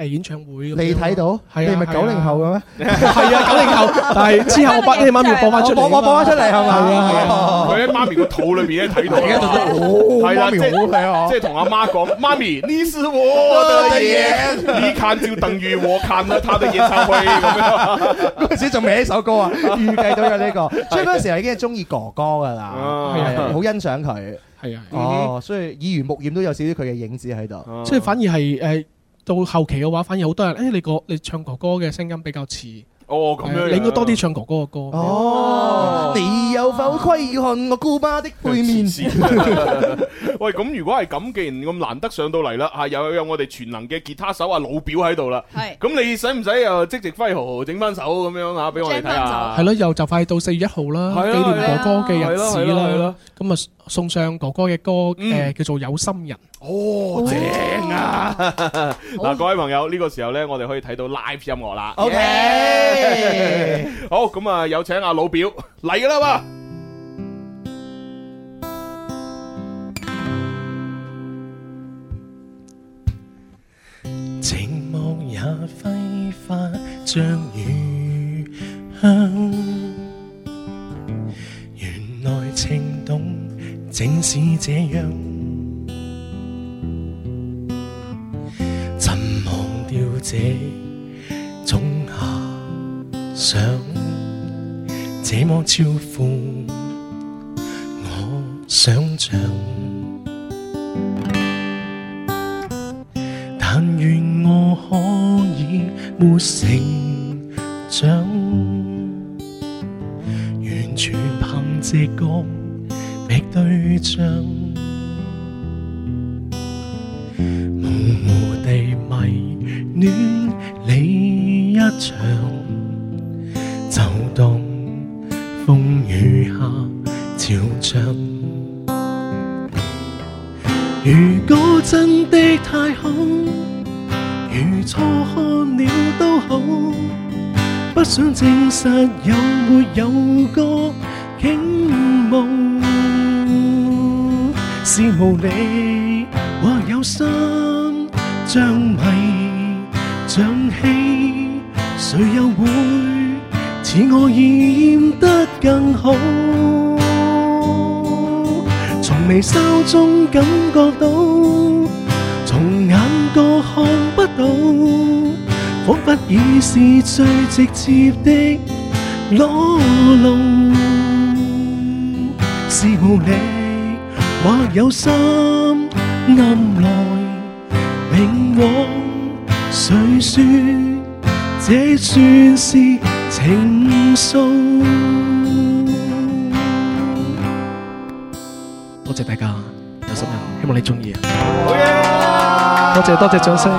[SPEAKER 10] 誒演唱會咁樣咯。
[SPEAKER 3] 你睇到？
[SPEAKER 10] 係啊，
[SPEAKER 3] 你咪九零後嘅咩？
[SPEAKER 10] 係啊，九零後，但係之後八爹媽咪播
[SPEAKER 1] 啊
[SPEAKER 10] 翻出嚟。
[SPEAKER 3] 我我播翻出嚟係嘛哦
[SPEAKER 10] 係啊係啊。
[SPEAKER 1] 佢喺媽咪個肚裏面咧睇到，係啊啦，即係即係同阿媽講，媽咪，呢是我的眼，你看就等於我看了他的演唱會咁樣。
[SPEAKER 3] 嗰陣時仲未呢首歌啊，預計到有呢個，所以嗰陣時候已 經係中意哥哥㗎啦，
[SPEAKER 10] 啊
[SPEAKER 3] 係 啊好欣賞佢。
[SPEAKER 10] 係啊
[SPEAKER 3] 哦，所以耳濡目染都有少少佢嘅影子喺度。
[SPEAKER 10] 即係反而係誒到後期嘅話，反而好多人誒你個你唱哥哥嘅聲音比較似。
[SPEAKER 1] 哦，咁樣
[SPEAKER 10] 你應該多啲 唱哥哥嘅歌。
[SPEAKER 3] 哦，你有否窺看我姑媽的背面？
[SPEAKER 1] 喂，咁如果係咁，既然咁難得上到嚟啦，啊，又有我哋全能嘅吉他手啊老表喺度啦，
[SPEAKER 2] 係
[SPEAKER 1] 咁你使唔使又即席揮毫整翻手咁樣啊，俾我哋睇下？
[SPEAKER 10] 係咯，又就快到四月一號啦，
[SPEAKER 1] 係啊
[SPEAKER 10] 紀念哥哥嘅日
[SPEAKER 1] 係咯係
[SPEAKER 10] 子
[SPEAKER 1] 咯係咯
[SPEAKER 10] 啦。咁啊，送上哥哥嘅歌，誒叫做《有 心人》。
[SPEAKER 1] 哦，正啊！嗱，各位朋友，呢個時候呢，我哋可以睇到 live 音樂啦。
[SPEAKER 3] OK
[SPEAKER 1] 好，咁啊，有請阿老表嚟噶啦
[SPEAKER 12] 情幕也揮發像餘香。原來情動正是這樣，怎忘掉這種遐想，這麼超乎我想像。但願我可以沒成長，完全憑直覺覓對象，模糊地迷戀你一場，就當瘋太空，如錯看了都好，不想證實有沒有個傾慕，是無理或有心像迷像戲，誰又會似我意厭得更好？從眉梢中感覺到，從眼角看不到，彷彿已是最直接的裸露，是無力或有心暗來明往，誰說這算是情愫？
[SPEAKER 10] 多謝大家，有心人，希望你中意啊！多謝多謝掌聲，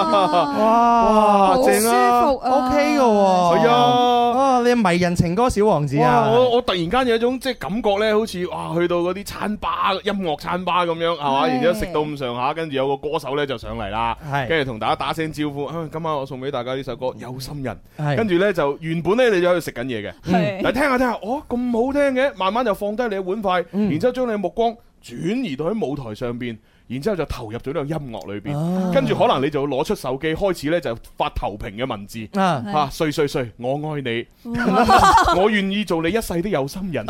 [SPEAKER 3] 哇，正啊，OK 嘅喎，
[SPEAKER 1] 係啊
[SPEAKER 3] 啊，你迷人情歌小王子啊，
[SPEAKER 1] 哇！我我突然間有一種即係感覺咧，好似哇去到嗰啲餐吧、音樂餐吧咁樣，係嘛？
[SPEAKER 3] 係
[SPEAKER 1] 然之後食到咁上下，跟住有個歌手咧就上嚟啦，跟住同大家打聲招呼。啊今晚我送俾大家呢首歌《有心人》，
[SPEAKER 3] 係
[SPEAKER 1] 跟住咧就原本咧你就喺度食緊嘢嘅，
[SPEAKER 3] 係
[SPEAKER 1] 但係聽下聽下，哦咁好聽嘅，慢慢就放低你嘅碗筷，然之後將你嘅目光轉移到喺舞台上邊。然之後就投入咗呢個音樂裏邊，跟住可能你就攞出手機開始咧就發投屏嘅文字，
[SPEAKER 3] 啊
[SPEAKER 1] 嚇碎碎碎，我愛你，
[SPEAKER 2] 哇
[SPEAKER 1] 我願意做你一世的有心人。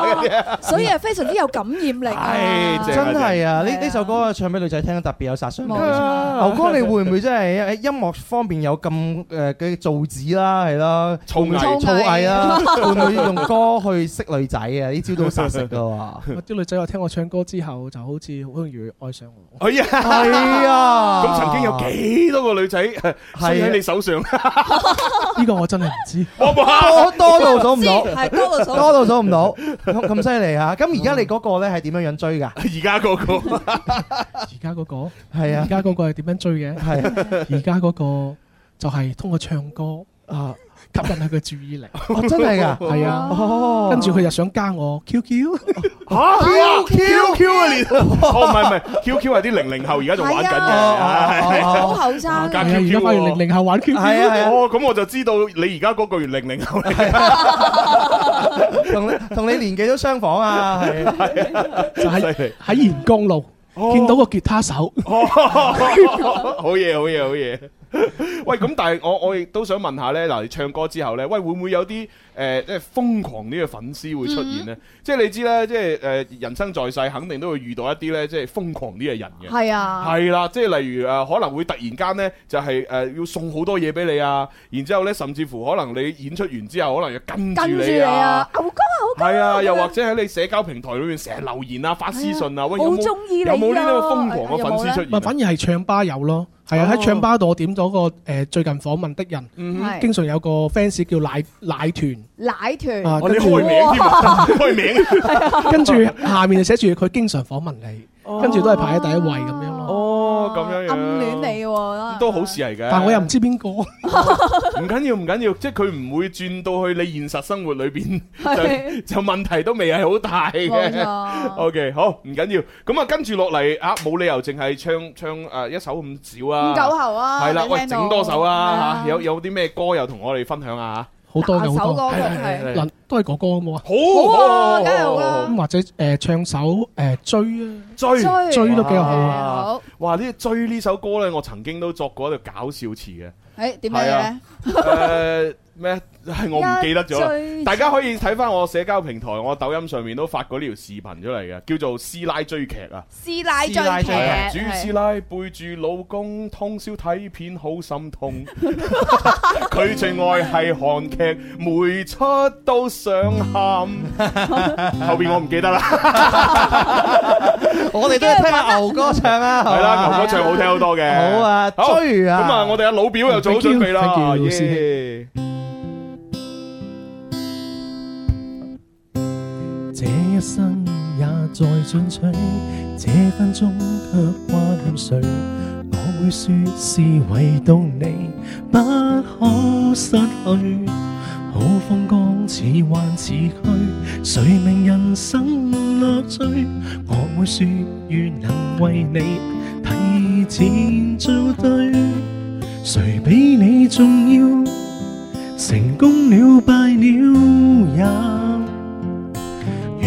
[SPEAKER 2] 所以係非常之有感染力啊。
[SPEAKER 1] 正
[SPEAKER 3] 真係啊！呢
[SPEAKER 2] 正啊
[SPEAKER 3] 呢首歌唱俾女仔聽特別有殺傷力。
[SPEAKER 2] 冇錯
[SPEAKER 3] 牛哥，你會唔會真係喺音樂方面有咁誒嘅造詣啦？係啦，
[SPEAKER 1] 造
[SPEAKER 10] 詣
[SPEAKER 3] 造詣啦，
[SPEAKER 10] 造
[SPEAKER 3] 會
[SPEAKER 10] 詣
[SPEAKER 3] 唔會用歌去識女仔啊？呢招都好殺食噶喎。
[SPEAKER 10] 啲女仔話聽我唱歌之後，就好似好容易愛 上我。
[SPEAKER 1] 哎呀，
[SPEAKER 3] 係啊
[SPEAKER 1] 咁曾經有幾多個女仔衰喺你手上？
[SPEAKER 10] 呢個我真係唔知，
[SPEAKER 3] 多多到數唔到，
[SPEAKER 10] 係多到數
[SPEAKER 3] 多
[SPEAKER 10] 唔到
[SPEAKER 3] 到數唔到，咁咁犀利啊！咁而家你嗰個咧係點樣樣 追㗎？
[SPEAKER 1] 而家嗰個
[SPEAKER 10] 而家嗰個
[SPEAKER 3] 係啊
[SPEAKER 10] 而家嗰個係點樣追 嘅？
[SPEAKER 3] 係
[SPEAKER 10] 而家嗰個就係通過唱歌
[SPEAKER 3] 啊
[SPEAKER 10] 吸引佢嘅注 意力。
[SPEAKER 3] 哦真係㗎
[SPEAKER 10] 係啊，
[SPEAKER 3] 哦
[SPEAKER 10] 跟住佢就想加我 QQ。
[SPEAKER 1] 嚇
[SPEAKER 3] Q
[SPEAKER 1] Q 啊連，哦唔係唔係，Q Q 係啲零零後而家仲玩緊
[SPEAKER 10] 係啊
[SPEAKER 1] 嘅，係係
[SPEAKER 2] 好後生啊
[SPEAKER 1] 加
[SPEAKER 10] 係啊
[SPEAKER 1] Q
[SPEAKER 10] 而
[SPEAKER 1] Q
[SPEAKER 10] 家反而零零後玩 QQ。
[SPEAKER 1] 哦，咁我就知道你而家嗰句零零後嚟
[SPEAKER 3] 同你同你年紀都相仿啊！係
[SPEAKER 10] 就喺喺沿江路見到個吉他手，
[SPEAKER 1] 好嘢，好嘢，好嘢。 喂，咁但係我我亦都想問下呢，嗱，你唱歌之後呢，喂，會唔會有啲誒即係瘋狂啲嘅粉絲會出現
[SPEAKER 2] 嗯
[SPEAKER 1] 呢？即係你知呢，即係誒人生在世，肯定都會遇到一啲呢，即係瘋狂啲嘅人嘅。
[SPEAKER 2] 係啊
[SPEAKER 1] 係啦，即係例如誒，可能會突然間呢，就係誒要送好多嘢俾你啊，然之後呢，甚至乎可能你演出完之後，可能又跟
[SPEAKER 2] 跟
[SPEAKER 1] 住
[SPEAKER 2] 住
[SPEAKER 1] 你
[SPEAKER 2] 你
[SPEAKER 1] 啊
[SPEAKER 2] 啊，。牛哥啊，牛哥
[SPEAKER 1] 係啊，又或者喺你社交平台裏面成日留言啊、發私信啊，喂，有
[SPEAKER 2] 好
[SPEAKER 1] 冇
[SPEAKER 2] 中意你
[SPEAKER 1] 有冇呢啲咁嘅
[SPEAKER 2] 啊
[SPEAKER 1] 瘋狂嘅粉絲出
[SPEAKER 10] 唔係
[SPEAKER 1] 現啊？
[SPEAKER 10] 反而係唱吧有咯。係啊，喺唱吧度我點咗個誒最近訪問的
[SPEAKER 1] 嗯
[SPEAKER 2] 哼
[SPEAKER 10] 人，經常有個 fans 叫奶奶團。
[SPEAKER 2] 奶團，
[SPEAKER 10] 啊，跟住
[SPEAKER 2] 哇
[SPEAKER 10] 跟住下面就寫住佢經常訪問你，跟住都係排喺第一位咁樣咯。
[SPEAKER 1] 哦，咁樣樣
[SPEAKER 2] 暗戀你喎，
[SPEAKER 1] 都好事嚟嘅。
[SPEAKER 10] 但我又唔知邊個。
[SPEAKER 1] 唔緊要，唔緊要，即係佢唔會轉到去你現實生活裏邊，
[SPEAKER 2] 係
[SPEAKER 1] 就就問題都未係好大
[SPEAKER 2] 冇
[SPEAKER 1] 嘅。
[SPEAKER 2] 錯
[SPEAKER 1] O K，好，唔緊要。咁啊，跟住落嚟啊，冇理由淨係唱唱誒一首咁少啊。
[SPEAKER 2] 五九後啊
[SPEAKER 1] 係啦，
[SPEAKER 2] 你
[SPEAKER 1] 喂，
[SPEAKER 2] 聽到
[SPEAKER 1] 整多首
[SPEAKER 2] 係
[SPEAKER 1] 啊
[SPEAKER 2] 啊
[SPEAKER 1] 嚇，有有啲咩歌又同我哋分享下？
[SPEAKER 10] 好多嘅好
[SPEAKER 2] 打手嗰個
[SPEAKER 10] 多，
[SPEAKER 2] 係係
[SPEAKER 10] 嗱都係哥哥好冇啊？
[SPEAKER 1] 好好啊好梗係好啦
[SPEAKER 10] 咁或者誒唱首誒追啊，
[SPEAKER 1] 追
[SPEAKER 10] 追都幾好啊！
[SPEAKER 2] 好。
[SPEAKER 1] 哇！呢追呢首歌呢，我曾經都作過一個搞笑詞嘅。
[SPEAKER 2] 誒點樣
[SPEAKER 1] 係
[SPEAKER 2] 咧
[SPEAKER 1] 啊？誒咩？係我唔記得咗啦。
[SPEAKER 2] 一追
[SPEAKER 1] 大家可以睇翻我社交平台，我抖音上面都發過呢條視頻出嚟嘅，叫做《師奶追劇》啊。
[SPEAKER 2] 師奶追
[SPEAKER 1] 係啊
[SPEAKER 2] 劇，
[SPEAKER 1] 主師奶背住老公，通宵睇片好心痛。佢最愛係韓劇，每出都想喊。後邊我唔記得啦。
[SPEAKER 3] 我哋都係聽下牛哥唱啊，
[SPEAKER 1] 係啦，牛哥唱好聽好多嘅。
[SPEAKER 3] 好啊追啊
[SPEAKER 1] 咁啊，我哋阿老表又做好準備啦
[SPEAKER 10] Thank you，thank。you，
[SPEAKER 1] 耶
[SPEAKER 10] 師
[SPEAKER 12] 這一生也在進取，這分鐘卻掛念誰？我會說是唯獨你不可失去。好風光似幻似虛，誰明人生樂趣？我會說願能為你體前做對，誰比你重要？成功了敗了也完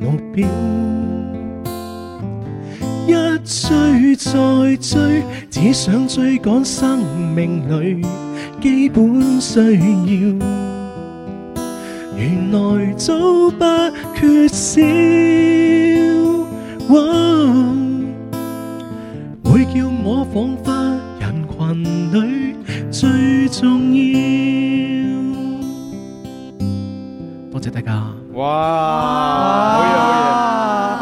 [SPEAKER 12] 目標。一追再追，只想追趕生命裏基本需要。原來早不缺少。哦會叫我彷彿人群裏最重要。多謝大家。
[SPEAKER 3] 哇！啊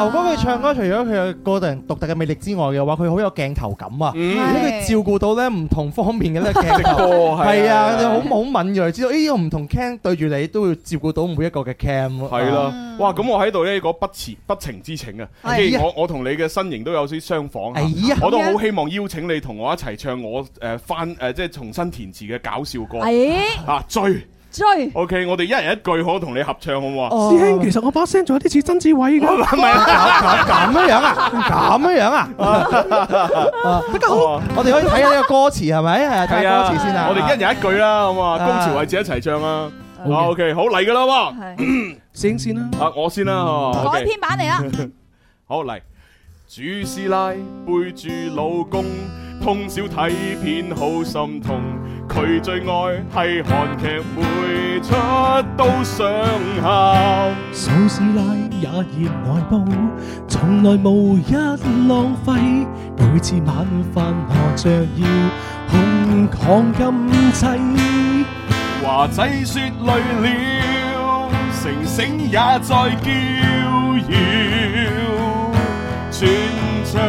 [SPEAKER 3] 牛哥佢唱歌除咗佢有個人獨特嘅魅力之外嘅話，佢好有鏡頭感啊！
[SPEAKER 1] 嗯
[SPEAKER 3] 而且佢照顧到咧唔同方面嘅咧鏡 頭
[SPEAKER 1] 直播，係啊
[SPEAKER 3] 係啊，你
[SPEAKER 1] 係啊
[SPEAKER 3] 好好敏鋭，知道呢個唔同 cam 對住你都要照顧到每一個嘅 cam 啊。
[SPEAKER 1] 係啦，哇！咁我喺度呢個不辭不情之請啊，
[SPEAKER 3] 哎呀
[SPEAKER 1] 既然我我同你嘅身形都有啲相仿啊
[SPEAKER 3] 哎呀，
[SPEAKER 1] 我都好希望邀請你同我一齊唱我誒翻誒即係重新填詞嘅搞笑歌
[SPEAKER 10] 哎
[SPEAKER 1] 啊追
[SPEAKER 2] 追
[SPEAKER 1] ，OK，我哋一人一句，我同你合唱好唔
[SPEAKER 3] 哦
[SPEAKER 1] 好啊？
[SPEAKER 10] 師兄，其實我把聲仲有啲似曾志偉㗎。
[SPEAKER 1] 係咪 啊
[SPEAKER 3] 咁樣樣啊，咁樣 樣啊，我哋可以睇下呢個歌詞係咪？係啊，
[SPEAKER 1] 哦
[SPEAKER 3] 睇
[SPEAKER 1] 係
[SPEAKER 3] 下歌詞先啊。
[SPEAKER 1] 我哋一人一句啦，好嘛？
[SPEAKER 3] 啊
[SPEAKER 1] 高潮位置一齊唱啊！啊 OK，好嚟噶啦喎！
[SPEAKER 10] 師兄先啦，
[SPEAKER 1] 啊我先啦，
[SPEAKER 2] 改編版嚟啊！
[SPEAKER 1] 好嚟，主師奶背住老公，通宵睇片好心痛。佢最愛係韓劇，每出都想喊。
[SPEAKER 12] 數師奶也熱愛煲，從來無一浪費。每次晚飯我着要空曠咁砌。
[SPEAKER 1] 華仔說累了，成成也在叫囂，全場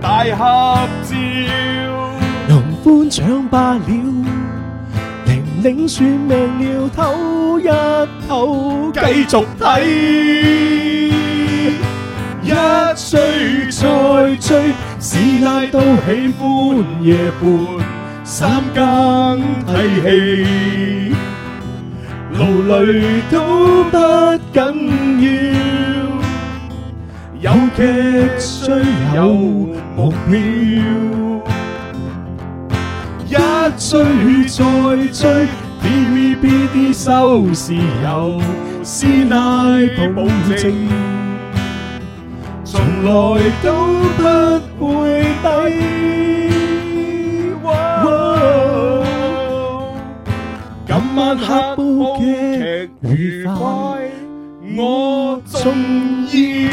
[SPEAKER 1] 大合照。
[SPEAKER 12] 龍歡搶罷了，玲玲算命了，唞一唞，繼續睇。一追再追，師奶都喜歡夜半三更睇戲，勞累都不緊要，有劇需有目標。一追再追，TVB 啲收視有師奶保證，從來都不會低。哇今晚黑煲劇愉快，我中意。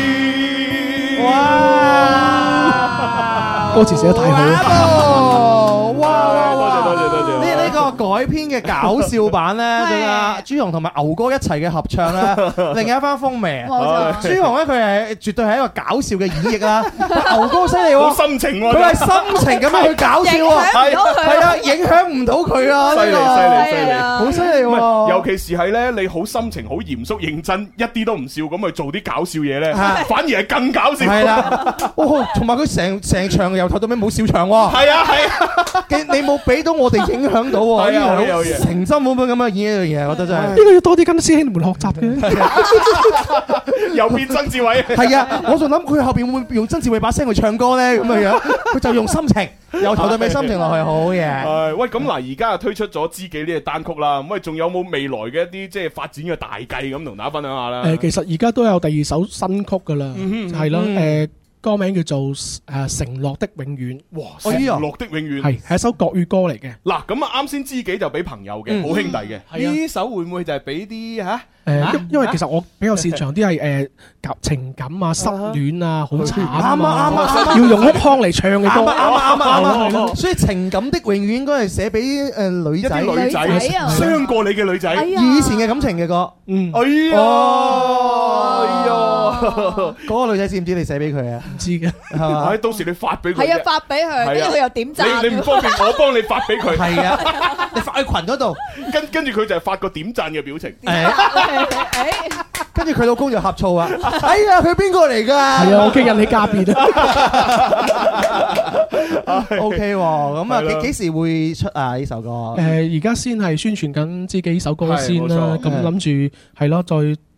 [SPEAKER 10] 歌詞寫得太好。
[SPEAKER 3] 哦， 哇哇哇！
[SPEAKER 1] 多謝多謝
[SPEAKER 3] 呢呢個改編嘅搞笑版咧，仲有阿啊朱紅同埋牛哥一齊嘅合唱 咧，另一番風味
[SPEAKER 1] 冇
[SPEAKER 3] 啊！
[SPEAKER 1] 錯
[SPEAKER 3] 朱紅咧，佢係絕對係一個搞笑嘅演繹啦，但牛哥犀利喎，
[SPEAKER 1] 好啊心情喎
[SPEAKER 3] 佢係心情咁樣去搞笑喎，
[SPEAKER 1] 影響唔到佢
[SPEAKER 3] 係啊，影響唔到佢啊，呢
[SPEAKER 1] 犀利犀利
[SPEAKER 3] 個
[SPEAKER 1] 犀利，
[SPEAKER 3] 好犀利
[SPEAKER 1] 唔係
[SPEAKER 10] 哦
[SPEAKER 3] 喎！
[SPEAKER 1] 尤其是係咧，你好心情、好嚴肅、認真，一啲都唔笑咁去做啲搞笑嘢咧，
[SPEAKER 10] 啊
[SPEAKER 3] 係
[SPEAKER 1] 反而係更搞笑。
[SPEAKER 3] 係啦，哦，同埋佢成成場由頭到尾冇笑場喎。
[SPEAKER 1] 係啊係 啊，
[SPEAKER 3] 你你冇俾到我哋影響到喎。
[SPEAKER 1] 係啊
[SPEAKER 3] 呢樣
[SPEAKER 1] 有嘢
[SPEAKER 3] 誠心咁樣咁樣演一樣嘢，我覺得真係
[SPEAKER 10] 呢。個要多啲跟師兄們學習嘅。
[SPEAKER 1] 又變曾志偉。
[SPEAKER 3] 係啊，我仲諗佢後邊會唔會用曾志偉把聲去唱歌咧，咁嘅樣，佢就用心情，由頭到尾心情落去，好嘢。
[SPEAKER 1] 係喂，咁嗱，而家啊推出咗《知己》呢隻單曲啦，咁喂，仲有冇未來嘅一啲即係發展嘅大計咁同大家分享下啦？
[SPEAKER 10] 誒，其實而家都有第二首新曲㗎啦，
[SPEAKER 1] 嗯哼
[SPEAKER 10] 係啦，
[SPEAKER 1] 嗯
[SPEAKER 10] 誒歌名叫做《誒承諾的永遠》，
[SPEAKER 1] 哇，承諾的永遠
[SPEAKER 10] 係係一首國語歌嚟嘅。
[SPEAKER 1] 嗱，咁啊啱先知己就俾朋友嘅，
[SPEAKER 10] 嗯
[SPEAKER 1] 好兄弟嘅。
[SPEAKER 10] 係啊
[SPEAKER 1] 呢首會唔會就係俾啲吓？
[SPEAKER 10] 誒，
[SPEAKER 1] 嚇
[SPEAKER 10] 因因為其實我比較擅長啲係誒夾情感啊、失戀啊、好慘啊，要用哭腔嚟唱嘅
[SPEAKER 3] 啱
[SPEAKER 10] 歌。
[SPEAKER 3] 啊啱啊啱啊
[SPEAKER 10] 係
[SPEAKER 3] 啱
[SPEAKER 10] 咯
[SPEAKER 3] 啊！所以情感的永遠應該係寫俾誒女
[SPEAKER 1] 一
[SPEAKER 3] 仔，
[SPEAKER 1] 啲女
[SPEAKER 10] 啊
[SPEAKER 1] 仔
[SPEAKER 10] 哎
[SPEAKER 1] 傷過你嘅女仔。
[SPEAKER 3] 以前嘅感情嘅歌。
[SPEAKER 10] 嗯，
[SPEAKER 1] 哎呀，哎呀，哦，
[SPEAKER 3] 嗰個女仔知唔知你寫俾佢啊？唔
[SPEAKER 10] 知嘅，
[SPEAKER 3] 係嘛
[SPEAKER 1] 唉，？到時你發俾佢啫。
[SPEAKER 2] 係啊，發俾佢，跟
[SPEAKER 1] 係啊
[SPEAKER 2] 住佢又點贊。
[SPEAKER 1] 你你唔方便，我幫你發俾佢。
[SPEAKER 3] 係啊，你發去群嗰度，
[SPEAKER 1] 跟跟住佢就係發個點贊嘅表情。
[SPEAKER 2] 啊
[SPEAKER 3] 跟住佢老公就呷醋啊！哎呀，佢邊個嚟㗎？係
[SPEAKER 10] 啊，我驚引起家變
[SPEAKER 3] 啊 ！OK 喎，咁啊，
[SPEAKER 10] 係啦
[SPEAKER 3] 幾幾時會出啊？呢首歌
[SPEAKER 10] 誒而家先係宣傳緊自己首歌先
[SPEAKER 1] 係冇
[SPEAKER 10] 啦
[SPEAKER 1] 錯，
[SPEAKER 10] 咁諗住係咯，再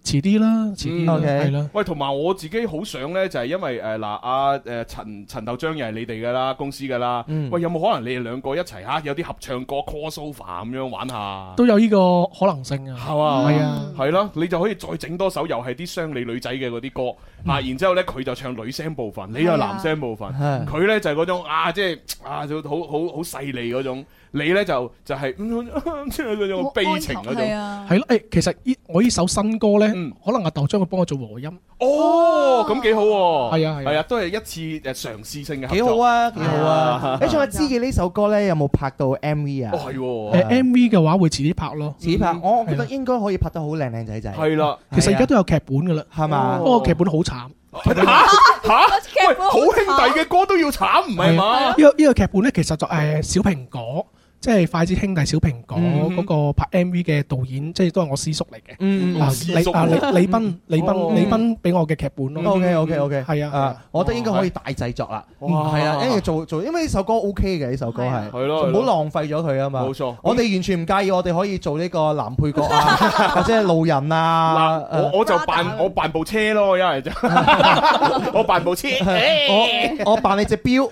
[SPEAKER 10] 遲啲啦，遲啲啦係啦。
[SPEAKER 1] 喂，同埋我自己好想咧，就係因為誒嗱，阿誒陳陳頭章又係你哋噶啦，公司噶啦。
[SPEAKER 10] 嗯
[SPEAKER 1] 喂，有冇可能你哋兩個一齊嚇有啲合唱歌 crossover 咁樣玩下？
[SPEAKER 10] 都有呢個可能性啊，
[SPEAKER 1] 係嘛？
[SPEAKER 10] 係啊，，
[SPEAKER 1] 係咯，你就可以再整多首又係啲傷你女仔嘅嗰啲歌啊，然之後咧佢就唱女聲部分，你
[SPEAKER 10] 係
[SPEAKER 1] 又
[SPEAKER 10] 啊
[SPEAKER 1] 男聲部分
[SPEAKER 10] 係，
[SPEAKER 1] 佢咧就係嗰種啊，即係啊，就好好好細膩嗰種，你咧就就係嗯即係嗰種悲情嗰種。
[SPEAKER 2] 啊
[SPEAKER 10] 係咯，誒，其實呢我呢首新歌咧，可能阿豆將佢幫我做和音，
[SPEAKER 1] 哦，咁幾好喎！
[SPEAKER 10] 係啊係啊
[SPEAKER 1] 係啊，都係一次誒嘗試性嘅合作。
[SPEAKER 3] 幾好啊，幾好啊！你仲有
[SPEAKER 1] 係
[SPEAKER 3] 知嘅呢首歌咧，有冇拍到 MV 啊？
[SPEAKER 1] 哦係喎
[SPEAKER 10] 誒 M V 嘅話會遲啲拍咯，
[SPEAKER 3] 自己拍，啊我我覺得應該可以拍得好靚靚仔仔。
[SPEAKER 1] 係哦啦
[SPEAKER 10] 其實而家都有劇本噶啦，
[SPEAKER 3] 係嘛
[SPEAKER 10] 不過劇本好慘。
[SPEAKER 1] 嚇喂，好兄弟嘅歌都要慘唔係嘛
[SPEAKER 3] 哦
[SPEAKER 10] 呢？個呢個劇本咧，其實就誒小蘋果，即係筷子兄弟小蘋果
[SPEAKER 1] 嗯
[SPEAKER 10] 嗰個拍 MV 嘅導演，即係都係我師叔嚟
[SPEAKER 3] 嗯
[SPEAKER 10] 嘅。啊
[SPEAKER 3] 師叔
[SPEAKER 10] 李啊李李斌，李
[SPEAKER 3] 哦
[SPEAKER 10] 斌，李斌俾我嘅劇本
[SPEAKER 1] 嗯
[SPEAKER 10] 咯。
[SPEAKER 3] OK OK OK，
[SPEAKER 10] 係啊係啊，
[SPEAKER 3] 我覺得應該可以大製作啦。
[SPEAKER 10] 哇
[SPEAKER 3] 係啊，因為做做，因為呢首歌 OK 嘅，呢首歌係，
[SPEAKER 1] 係咯
[SPEAKER 3] 就唔好浪費咗佢啊嘛。
[SPEAKER 1] 冇錯
[SPEAKER 3] 我哋完全唔介意，我哋可以做呢個男配角啊， 或者係路人啊。
[SPEAKER 1] 嗱，我我就扮我扮部車咯，一係 就我扮部車。
[SPEAKER 3] 我我扮你隻錶，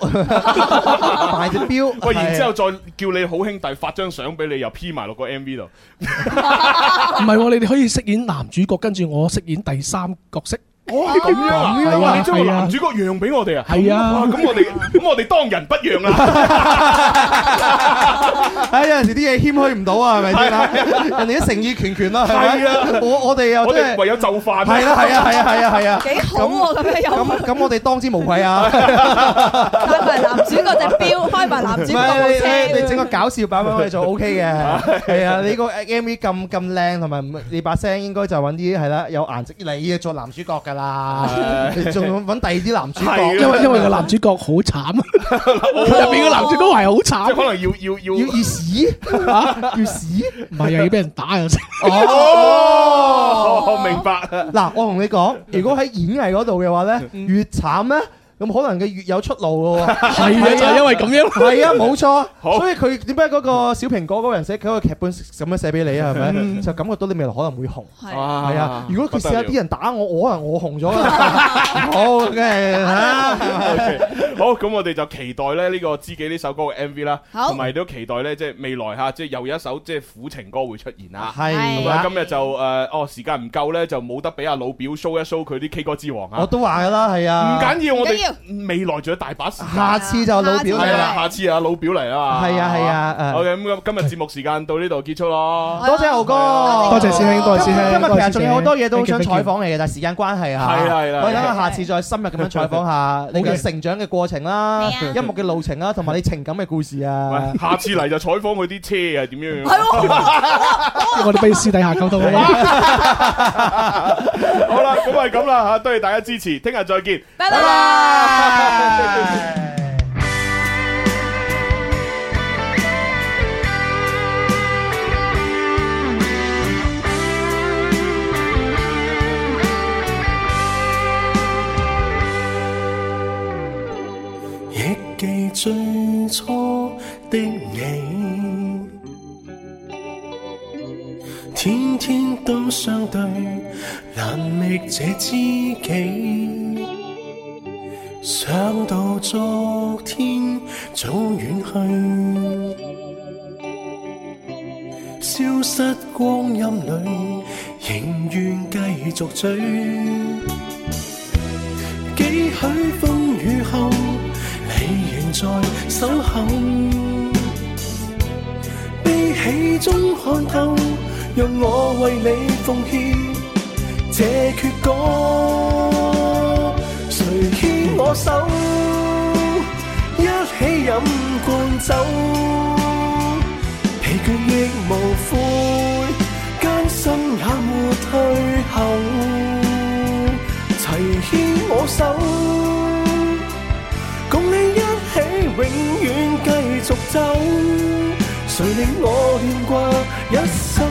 [SPEAKER 3] 扮你隻錶。
[SPEAKER 1] 喂，然之後
[SPEAKER 3] 係啊
[SPEAKER 1] 再叫你好兄弟發張相俾你，又 P 埋落個 MV
[SPEAKER 3] 哦
[SPEAKER 1] 度。
[SPEAKER 10] 唔 係喎，你哋可以飾演男主角，跟住我飾演第三角 色。
[SPEAKER 1] 哦咁樣啊！
[SPEAKER 10] 係
[SPEAKER 1] 哇
[SPEAKER 10] 啊
[SPEAKER 1] 你將個
[SPEAKER 10] 係啊
[SPEAKER 1] 男主角讓俾我哋啊！
[SPEAKER 10] 係啊
[SPEAKER 1] 哇咁我哋咁我哋當仁不讓啊啦。
[SPEAKER 3] 唉，哎有陣時啲嘢謙虛唔到啊，係咪先啊？人哋啲誠意拳拳啦，係
[SPEAKER 1] 係啊
[SPEAKER 3] 咪？我 我哋又
[SPEAKER 1] 我
[SPEAKER 3] 真
[SPEAKER 1] 哋
[SPEAKER 3] 係。
[SPEAKER 1] 唯有就範。
[SPEAKER 3] 係啦，係啊，係啊，係啊，係啊，
[SPEAKER 2] 幾好喎咁樣有
[SPEAKER 3] 咁咁，我哋當之無愧啊！
[SPEAKER 2] 開埋男主角 隻表，開埋男
[SPEAKER 3] 唔
[SPEAKER 2] 主角部
[SPEAKER 3] 係你你你整
[SPEAKER 2] 車。
[SPEAKER 3] 個搞笑版本可以做 OK 嘅，係啊！你個 MV 咁咁靚，同埋你把聲應該就揾啲係啦，有顏值，你啊做男主角㗎啦，
[SPEAKER 10] 係啊
[SPEAKER 3] 你仲揾第二啲男主角，
[SPEAKER 10] 因為因為個男主角好慘，啊 入邊個男主角係好慘，
[SPEAKER 1] 即
[SPEAKER 3] 啊
[SPEAKER 1] 係可能要要要
[SPEAKER 3] 要屎嚇，要屎，
[SPEAKER 10] 唔係又啊要俾人 打又成。
[SPEAKER 1] 哦，明白。
[SPEAKER 3] 嗱，我同你講，如果喺演藝嗰度嘅話咧，越慘咧。咁可能佢越有出路嘅喎，
[SPEAKER 10] 係啊就係因為咁樣
[SPEAKER 3] 係啊，冇錯，
[SPEAKER 10] 好
[SPEAKER 3] 所以佢點解嗰個小蘋果嗰個人寫佢個劇本咁樣寫俾你啊？係咪
[SPEAKER 10] 嗯
[SPEAKER 3] 就感覺到你未來可能會紅？
[SPEAKER 1] 係
[SPEAKER 3] 係啊，如果佢試下啲人打我，我可能我紅咗啦。好嘅啊嚇，
[SPEAKER 1] OK，好，咁我哋就期待咧呢個《知己》呢首歌嘅 MV 啦，
[SPEAKER 3] 好
[SPEAKER 1] 同埋都期待咧即係未來吓，即係又有一首即係苦情歌會出現啦。
[SPEAKER 3] 係
[SPEAKER 1] 咁啊
[SPEAKER 3] 啦，
[SPEAKER 1] 今日就誒哦時間唔夠咧，就冇得俾阿老表 show 一 show 佢啲 K 歌之王啊。
[SPEAKER 3] 我都話㗎啦，係
[SPEAKER 1] 唔
[SPEAKER 3] 啊，
[SPEAKER 1] 緊要，我
[SPEAKER 3] 唔緊要
[SPEAKER 1] 哋未來仲有大把時間。
[SPEAKER 3] 下次就老表
[SPEAKER 1] 係
[SPEAKER 3] 嚟
[SPEAKER 1] 啦，
[SPEAKER 3] 啦。
[SPEAKER 1] 下次啊老表嚟啦嘛。
[SPEAKER 3] 係啊係啊誒
[SPEAKER 1] OK，咁今日節目時間到呢度結束咯。
[SPEAKER 3] 多謝豪哥，多
[SPEAKER 10] 謝師兄多謝師兄
[SPEAKER 3] 今日
[SPEAKER 10] 多
[SPEAKER 3] 其實
[SPEAKER 10] 謝師姐
[SPEAKER 3] 仲有好多嘢都好想
[SPEAKER 10] Thank you，
[SPEAKER 3] 採訪你嘅，但係時間關係嚇。
[SPEAKER 1] 係啦係啦
[SPEAKER 3] 我哋等下下次再深入咁樣採訪下你嘅
[SPEAKER 1] OK
[SPEAKER 3] 成長嘅過程啦、音樂嘅路程啦，同埋你情感嘅故事啊。
[SPEAKER 1] 喂下次嚟就採訪佢啲啊車係點樣樣。
[SPEAKER 10] 我哋不如私底下溝通啦。
[SPEAKER 1] 好啦，咁係咁啦吓，多謝大家支持，聽日再見。
[SPEAKER 2] 拜拜。
[SPEAKER 12] 憶記最初的你，天天都相對，難覓這知己。想到昨天早遠去，消失光陰裏，仍願繼續追。幾許風雨後，你仍在守候。悲喜中看透，讓我為你奉獻這闕歌。誰牽我手，一起飲罐酒。疲倦亦無悔，艱辛也沒退後。齊我手，共你一起永遠繼續走。誰令我牽掛一生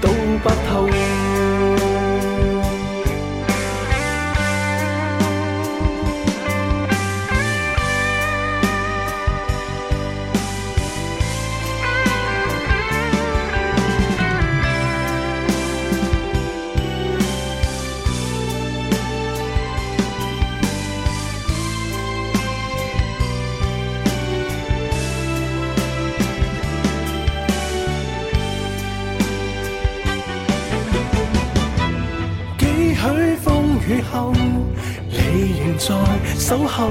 [SPEAKER 12] 到白頭？幾許風雨後，你仍在守候。